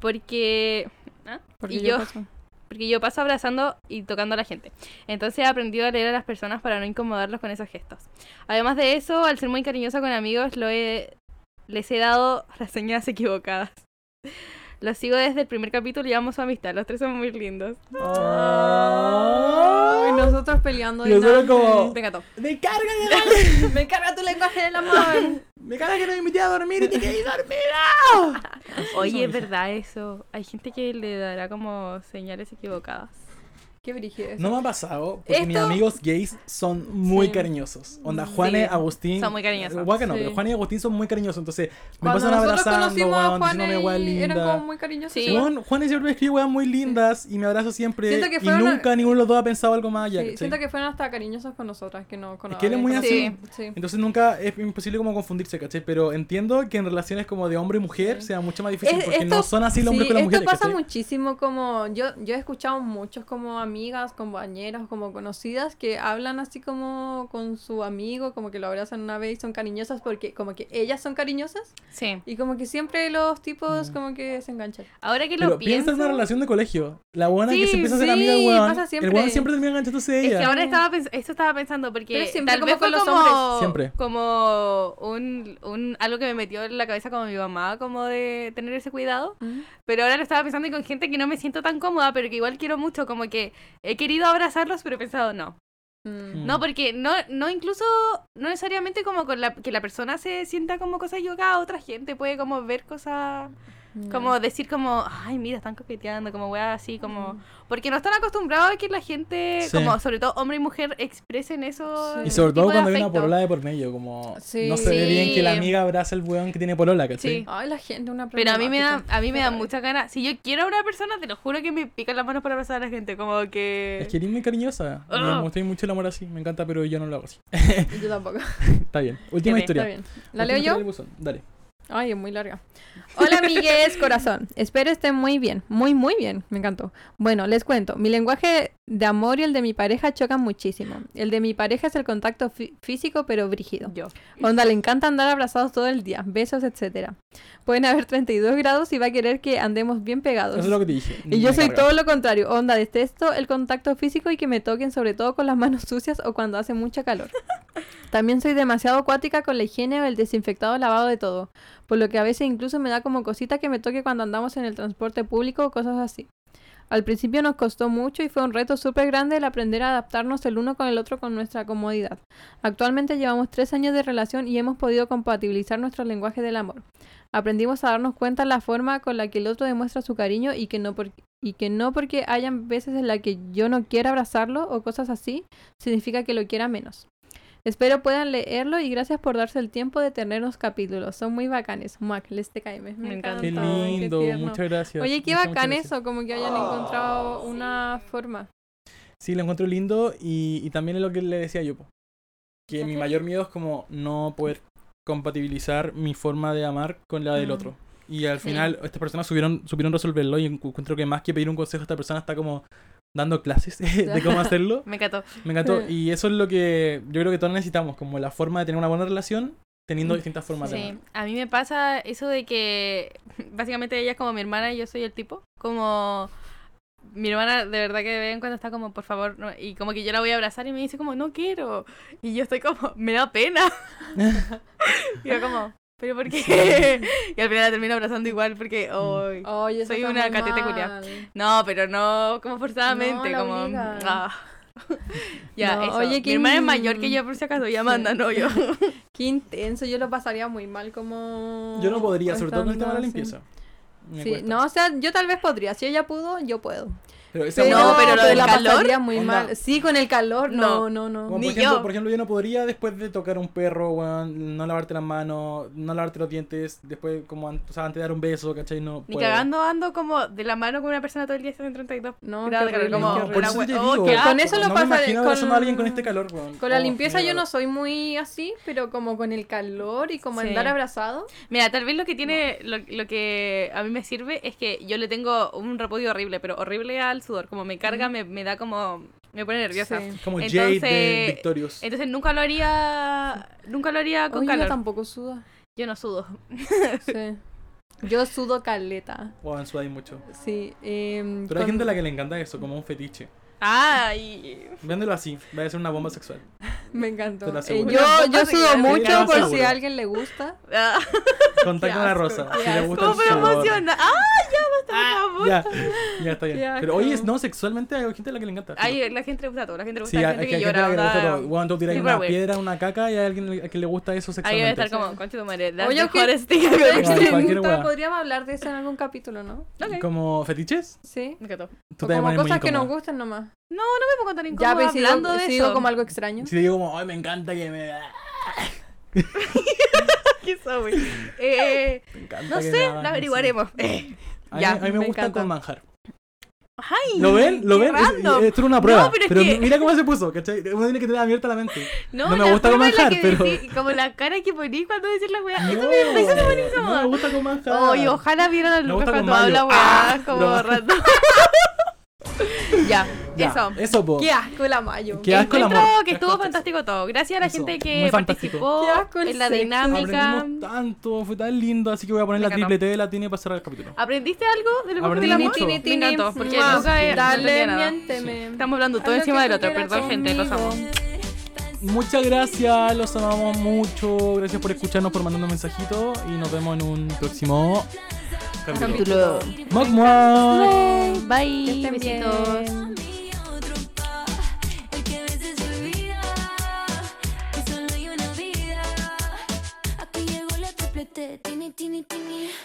Speaker 3: porque... ¿Ah?
Speaker 1: Porque
Speaker 3: y
Speaker 1: yo,
Speaker 3: yo
Speaker 1: paso-
Speaker 3: porque yo paso abrazando y tocando a la gente. Entonces he aprendido a leer a las personas para no incomodarlos con esos gestos. Además de eso, al ser muy cariñosa con amigos, lo he- les he dado [laughs] las señas equivocadas. Los sigo desde el primer capítulo y amo su amistad. Los tres son muy lindos.
Speaker 1: Ay, nosotros peleando
Speaker 2: Y nosotros
Speaker 1: nada.
Speaker 2: como-
Speaker 3: Me encantó.
Speaker 2: ¡Me carga
Speaker 1: Me encarga tu lenguaje del amor.
Speaker 2: ¡Me carga que no me invité a dormir y te quedé dormir!
Speaker 3: Oye, es verdad eso. Hay gente que le dará como señales equivocadas.
Speaker 1: Qué brígido eso.
Speaker 2: No me ha pasado, porque mis
Speaker 1: Esto-
Speaker 2: amigos gays son muy
Speaker 1: Sí.
Speaker 2: cariñosos. Onda, Juan y
Speaker 3: Sí,
Speaker 2: Agustín.
Speaker 3: son muy cariñosos.
Speaker 2: Guaca no,
Speaker 1: Sí.
Speaker 2: pero Juan y Agustín son muy cariñosos. Entonces, me
Speaker 1: Cuando
Speaker 2: pasan
Speaker 1: nosotros
Speaker 2: abrazando,
Speaker 1: conocimos a
Speaker 2: weón,
Speaker 1: Juan
Speaker 2: diciéndome weón
Speaker 1: y eran
Speaker 2: linda.
Speaker 1: como muy cariñosos.
Speaker 3: Sí.
Speaker 1: igual.
Speaker 2: Juan, Juan siempre me escribe weas muy lindas y me abrazo siempre.
Speaker 1: Siento que
Speaker 2: y
Speaker 1: fueron-
Speaker 2: nunca ninguno de los dos ha pensado algo más allá.
Speaker 1: Sí,
Speaker 2: ¿cachai?
Speaker 1: siento que fueron hasta cariñosos con nosotras, que no con
Speaker 2: Ah, Es que él es muy
Speaker 1: Sí,
Speaker 2: así.
Speaker 1: sí.
Speaker 2: Entonces nunca es imposible como confundirse, ¿cachai? Pero entiendo que en relaciones como de hombre y mujer
Speaker 1: Sí.
Speaker 2: sea mucho más difícil
Speaker 1: Es-
Speaker 2: porque no son así los hombres
Speaker 1: sí,
Speaker 2: con las
Speaker 1: esto
Speaker 2: mujeres,
Speaker 1: pasa
Speaker 2: ¿cachai?
Speaker 1: muchísimo como yo yo he escuchado muchos como amigas, compañeras, como conocidas que hablan así como con su amigo, como que lo abrazan una vez y son cariñosas porque como que ellas son cariñosas
Speaker 3: Sí.
Speaker 1: y como que siempre los
Speaker 2: Mm.
Speaker 1: tipos como que se enganchan.
Speaker 3: Ahora que lo
Speaker 2: Pero piensa
Speaker 3: pienso...
Speaker 2: en una relación de colegio. La buena que
Speaker 3: Sí,
Speaker 2: se empieza a ser
Speaker 1: sí,
Speaker 2: amiga del weón.
Speaker 1: pasa
Speaker 2: El
Speaker 1: siempre.
Speaker 2: weón siempre termina enganchándose de
Speaker 3: Es
Speaker 2: ella.
Speaker 3: que ahora estaba pens- eso estaba pensando porque
Speaker 1: Pero siempre
Speaker 3: tal
Speaker 1: como
Speaker 3: vez
Speaker 1: con
Speaker 3: fue
Speaker 1: los
Speaker 3: como,
Speaker 1: hombres.
Speaker 2: Siempre.
Speaker 3: como un, un algo que me metió en la cabeza como mi mamá, como de tener ese cuidado. Pero ahora lo estaba pensando y con gente que no me siento tan cómoda, pero que igual quiero mucho, como que he querido abrazarlos, pero he pensado no.
Speaker 1: Mm.
Speaker 3: No, porque no, no incluso, no necesariamente como con la, que la persona se sienta como cosa equivocada, otra gente puede como ver cosas Mm. Como decir como, ay, mira, están coqueteando, como weá así, como... Porque no están acostumbrados a que la gente,
Speaker 2: Sí.
Speaker 3: como sobre todo hombre y mujer, expresen eso.
Speaker 1: Sí.
Speaker 2: Y
Speaker 3: ese
Speaker 2: sobre todo
Speaker 3: tipo de
Speaker 2: cuando hay una
Speaker 3: afecto.
Speaker 2: polola de por medio, como
Speaker 1: Sí.
Speaker 2: no se ve bien que la
Speaker 3: Sí.
Speaker 2: amiga abraza al weón que tiene polola, ¿cachai?
Speaker 3: Sí.
Speaker 1: Ay, la gente, una
Speaker 3: Pero a mí me da,
Speaker 1: problemática.
Speaker 3: a mí me
Speaker 1: Qué
Speaker 3: da
Speaker 1: rabia.
Speaker 3: mucha ganas. Si yo quiero a una persona, te lo juro que me pican las manos para abrazar a la gente, como que...
Speaker 2: Es que eres muy cariñosa.
Speaker 3: Ah.
Speaker 2: Me gusta mucho el amor así, me encanta, pero yo no lo hago así.
Speaker 1: [laughs] Yo tampoco.
Speaker 2: Está bien. Última
Speaker 3: bien,
Speaker 2: historia.
Speaker 1: Está bien. ¿La
Speaker 2: Última
Speaker 1: leo
Speaker 2: historia del
Speaker 1: yo?
Speaker 2: buzón. Dale.
Speaker 1: Ay, es muy larga. Hola, amigues, corazón. Espero estén muy bien. Muy, muy bien. Me encantó. Bueno, les cuento. Mi lenguaje de amor y el de mi pareja chocan muchísimo. El de mi pareja es el contacto fí- físico, pero brígido.
Speaker 3: Yo.
Speaker 1: Onda, le encanta andar abrazados todo el día. Besos, etcétera. Pueden haber 32 grados y va a querer que andemos bien pegados.
Speaker 2: Eso es lo que te dije.
Speaker 1: Y yo
Speaker 2: Me
Speaker 1: soy
Speaker 2: carga.
Speaker 1: todo lo contrario. Onda, detesto el contacto físico y que me toquen, sobre todo con las manos [laughs] sucias o cuando hace mucha calor. También soy demasiado acuática con la higiene o el desinfectado lavado de todo, por lo que a veces incluso me da como cosita que me toque cuando andamos en el transporte público o cosas así. Al principio nos costó mucho y fue un reto súper grande el aprender a adaptarnos el uno con el otro con nuestra comodidad. Actualmente llevamos tres años de relación y hemos podido compatibilizar nuestro lenguaje del amor. Aprendimos a darnos cuenta la forma con la que el otro demuestra su cariño y que no por- y que no porque hayan veces en la que yo no quiera abrazarlo o cosas así, significa que lo quiera menos. Espero puedan leerlo y gracias por darse el tiempo de tenernos capítulos. Son muy bacanes. Muac, les TKM. Me,
Speaker 3: Me encanta.
Speaker 2: Qué
Speaker 1: encanta, ay, qué
Speaker 2: lindo,
Speaker 1: tierno.
Speaker 2: muchas gracias.
Speaker 1: Oye, qué
Speaker 2: Muchas, muchas
Speaker 1: bacán
Speaker 2: gracias.
Speaker 1: eso, como que hayan
Speaker 3: Oh.
Speaker 1: encontrado una forma.
Speaker 2: Sí, lo encuentro lindo y, y también es lo que le decía yo. po. Que mi mayor miedo es como no poder compatibilizar mi forma de amar con la del
Speaker 1: Mm.
Speaker 2: otro. Y al
Speaker 1: Sí.
Speaker 2: final estas personas supieron, supieron resolverlo y encuentro que más que pedir un consejo esta persona está como dando clases [laughs] de
Speaker 1: [laughs]
Speaker 2: cómo hacerlo.
Speaker 3: Me encantó.
Speaker 2: Me encantó.
Speaker 1: Sí.
Speaker 2: Y eso es lo que yo creo que todos necesitamos, como la forma de tener una buena relación teniendo
Speaker 1: Mm,
Speaker 2: distintas formas de
Speaker 3: Sí,
Speaker 2: amar.
Speaker 3: a mí me pasa eso de que [laughs] básicamente ella es como mi hermana y yo soy el tipo. Como mi hermana de verdad que de vez en cuando está como, por favor, no", y como que yo la voy a abrazar y me dice como, no quiero. Y yo estoy como, me da pena. [laughs] y yo como, pero ¿por qué? [laughs] y al final la termino abrazando igual porque, "Ay".
Speaker 1: Oye, eso
Speaker 3: Soy
Speaker 1: está
Speaker 3: una
Speaker 1: muy
Speaker 3: catete culiá.
Speaker 1: mal.
Speaker 3: No, pero no como
Speaker 1: No,
Speaker 3: forzadamente,
Speaker 1: la
Speaker 3: como...
Speaker 1: obligan.
Speaker 3: "Ah". [laughs] ya,
Speaker 1: No,
Speaker 3: eso.
Speaker 1: oye,
Speaker 3: mi
Speaker 1: qué
Speaker 3: hermana es
Speaker 1: in-
Speaker 3: mayor que yo, por si acaso, ya manda, no yo.
Speaker 1: Qué intenso, yo lo pasaría muy mal como...
Speaker 2: Yo no podría, sobre todo con el tema de la
Speaker 1: estando así.
Speaker 2: limpieza. Me
Speaker 1: Mm, Sí,
Speaker 2: cuesta.
Speaker 1: no, o sea, yo tal vez podría. Si ella pudo, yo puedo.
Speaker 2: Pero esa
Speaker 1: Pero,
Speaker 3: No,
Speaker 2: hueá-
Speaker 3: pero lo del
Speaker 1: la
Speaker 3: calor,
Speaker 1: pasaría muy
Speaker 2: onda.
Speaker 1: mal. Sí, con el calor, no, no, no.
Speaker 2: Como,
Speaker 3: Ni
Speaker 2: por, ejemplo,
Speaker 3: yo.
Speaker 2: por ejemplo, yo no podría después de tocar a un perro, weón, no lavarte las manos, no lavarte los dientes, después como an- o sea, antes de dar un beso, ¿cachai? No
Speaker 3: Ni
Speaker 2: puedo.
Speaker 3: cagando ando como de la mano con una persona todo el día, están en 32
Speaker 1: No,
Speaker 3: grados de
Speaker 1: qué
Speaker 3: calor,
Speaker 1: horrible,
Speaker 3: como
Speaker 1: qué
Speaker 2: No, por
Speaker 1: horrible.
Speaker 3: una
Speaker 2: eso te
Speaker 3: hue- oh,
Speaker 2: digo, e-
Speaker 3: qué
Speaker 2: no,
Speaker 3: asco.
Speaker 1: Con eso lo
Speaker 2: no
Speaker 1: pasa-
Speaker 2: me imagino abrazando a
Speaker 1: con-
Speaker 2: alguien con este calor, weón.
Speaker 1: Con la
Speaker 2: Oh,
Speaker 1: limpieza
Speaker 2: mira,
Speaker 1: yo no
Speaker 2: weón.
Speaker 1: soy muy así, pero como con el calor y como
Speaker 3: Sí.
Speaker 1: andar abrazado.
Speaker 3: Mira, tal vez lo que tiene, lo, lo que a mí me sirve es que yo le tengo un repudio horrible, pero horrible al sudor, como me carga, me, me da como, me pone nerviosa.
Speaker 1: Sí.
Speaker 2: Como Jade de
Speaker 3: Entonces-
Speaker 2: Victorious.
Speaker 3: Entonces nunca lo haría, nunca lo haría con
Speaker 1: Oye, yo
Speaker 3: calor.
Speaker 1: tampoco
Speaker 3: [laughs]
Speaker 1: sudo.
Speaker 3: Yo no sudo.
Speaker 1: Sí. Yo sudo caleta.
Speaker 2: Weón, sudáis mucho.
Speaker 1: Sí. em,
Speaker 2: Pero hay
Speaker 1: con-
Speaker 2: gente a la que le encanta eso, como un fetiche.
Speaker 3: Ay,
Speaker 2: Véndelo así, va a ser una
Speaker 1: [laughs]
Speaker 2: bomba sexual.
Speaker 1: [laughs] Me encantó.
Speaker 2: Te lo
Speaker 1: Eh,
Speaker 2: aseguro.
Speaker 1: yo,
Speaker 3: Una bomba
Speaker 1: yo sudo
Speaker 3: sexual.
Speaker 2: Te lo
Speaker 1: mucho por si
Speaker 2: aseguro.
Speaker 1: a alguien le gusta.
Speaker 3: Ah,
Speaker 2: Contacta
Speaker 1: Qué
Speaker 2: a la
Speaker 1: asco,
Speaker 2: rosa,
Speaker 1: qué
Speaker 2: si le
Speaker 1: asco.
Speaker 2: gusta
Speaker 3: ¿cómo
Speaker 2: el
Speaker 3: me
Speaker 2: sudor.
Speaker 3: emociona? ¡Ah, ya basta, por favor!
Speaker 2: Ya, ya está bien.
Speaker 1: Qué
Speaker 2: Pero oye,
Speaker 1: asco.
Speaker 2: no, sexualmente hay gente a la que le encanta.
Speaker 3: Ay, la gente le gusta todo, la gente le gusta,
Speaker 2: Sí,
Speaker 3: la
Speaker 2: hay,
Speaker 3: gente
Speaker 2: hay
Speaker 3: que
Speaker 2: gente
Speaker 3: llora.
Speaker 2: a la que le gusta
Speaker 3: ¿verdad?
Speaker 2: todo. Bueno, tú tiras
Speaker 3: Sí,
Speaker 2: una
Speaker 3: pero-
Speaker 2: piedra, una caca y hay alguien a que le gusta eso
Speaker 3: Ahí debe
Speaker 2: sexualmente.
Speaker 3: estar como, concha tu madre, that's
Speaker 1: Oye,
Speaker 3: the
Speaker 1: que-
Speaker 3: [laughs] hottest thing I've ever
Speaker 2: Bueno,
Speaker 3: seen".
Speaker 2: cualquier
Speaker 1: Tal-
Speaker 2: wea.
Speaker 1: Podríamos hablar de eso en algún capítulo, ¿no?
Speaker 3: Ok.
Speaker 2: ¿Como fetiches?
Speaker 1: Sí.
Speaker 3: Me encantó.
Speaker 1: O
Speaker 2: te
Speaker 1: como
Speaker 2: pones muy
Speaker 1: cosas que
Speaker 2: incómoda.
Speaker 1: nos gustan nomás.
Speaker 3: No, no me pongo tan incómoda
Speaker 1: Ya, pero si digo-
Speaker 3: hablando de
Speaker 1: si
Speaker 3: eso.
Speaker 1: digo como algo extraño.
Speaker 2: Si te digo como, ay, me encanta que me...
Speaker 3: [laughs] ¿Qué soy? Eh,
Speaker 2: me encanta
Speaker 3: no
Speaker 2: que
Speaker 3: sé,
Speaker 2: me hagan
Speaker 3: lo averiguaremos. Eh,
Speaker 2: así". A mí,
Speaker 1: Ya,
Speaker 2: a mí me,
Speaker 1: me
Speaker 2: gusta
Speaker 1: encanta.
Speaker 2: con manjar.
Speaker 3: ¡Ay! [laughs]
Speaker 2: ¿Lo ven? ¿Lo
Speaker 3: qué
Speaker 2: ven? Es-
Speaker 3: random.
Speaker 2: esto era una prueba.
Speaker 3: No, pero es que-
Speaker 2: mira cómo se puso, ¿cachai? Uno tiene que tener abierta la
Speaker 3: [laughs]
Speaker 2: mente.
Speaker 3: no,
Speaker 2: no me
Speaker 3: la
Speaker 2: gusta con
Speaker 3: forma en la
Speaker 2: manjar,
Speaker 3: que
Speaker 2: pero-
Speaker 3: decí- como la cara que poní cuando decís
Speaker 2: [laughs]
Speaker 3: la weá. Eso
Speaker 2: No,
Speaker 3: me parece buenísimo.
Speaker 2: no me gusta con manjar.
Speaker 3: Oye, ojalá vieran a
Speaker 2: Me
Speaker 3: Lucas
Speaker 2: gusta con
Speaker 3: cuando
Speaker 2: mayo.
Speaker 3: habla weá
Speaker 2: Ah,
Speaker 3: como
Speaker 2: broma. [laughs]
Speaker 3: random. ya,
Speaker 2: Ya,
Speaker 3: eso.
Speaker 2: Eso, po.
Speaker 1: Qué asco la mayo.
Speaker 2: Qué asco el
Speaker 3: Encuentro
Speaker 2: amor.
Speaker 3: que
Speaker 2: Qué
Speaker 3: estuvo
Speaker 2: asco el
Speaker 3: fantástico todo. Gracias a la
Speaker 2: Eso,
Speaker 3: gente
Speaker 2: muy
Speaker 3: que
Speaker 2: fantástico.
Speaker 3: participó
Speaker 1: Qué asco el
Speaker 3: en la
Speaker 1: sexo.
Speaker 3: dinámica.
Speaker 2: Aprendimos tanto, fue tan lindo, así que voy a poner
Speaker 3: Me
Speaker 2: la
Speaker 3: encantó.
Speaker 2: triple T de la tiene para cerrar el capítulo.
Speaker 3: ¿Aprendiste algo del lenguaje del
Speaker 2: Aprendí
Speaker 3: amor?
Speaker 2: mucho. Tini,
Speaker 3: Me encantó, porque
Speaker 1: mua.
Speaker 3: nunca he- no
Speaker 1: Dale,
Speaker 3: entendía nada.
Speaker 1: miénteme.
Speaker 3: Estamos hablando todo
Speaker 1: Haz lo
Speaker 3: encima
Speaker 1: que
Speaker 3: del
Speaker 1: tú
Speaker 3: otro,
Speaker 1: quieras
Speaker 3: perdón, gente, los
Speaker 1: conmigo.
Speaker 3: amo.
Speaker 2: Muchas gracias, los amamos mucho. Gracias por escucharnos, por mandando mensajitos y nos vemos en un próximo capítulo.
Speaker 3: Capítulo.
Speaker 2: Muac, muac.
Speaker 1: Que
Speaker 3: Bye.
Speaker 1: estén
Speaker 3: Besitos.
Speaker 1: bien.
Speaker 5: Mí otro pa, el que a veces olvida que solo hay una vida. Aquí llegó la triple T, tini, tini, tini.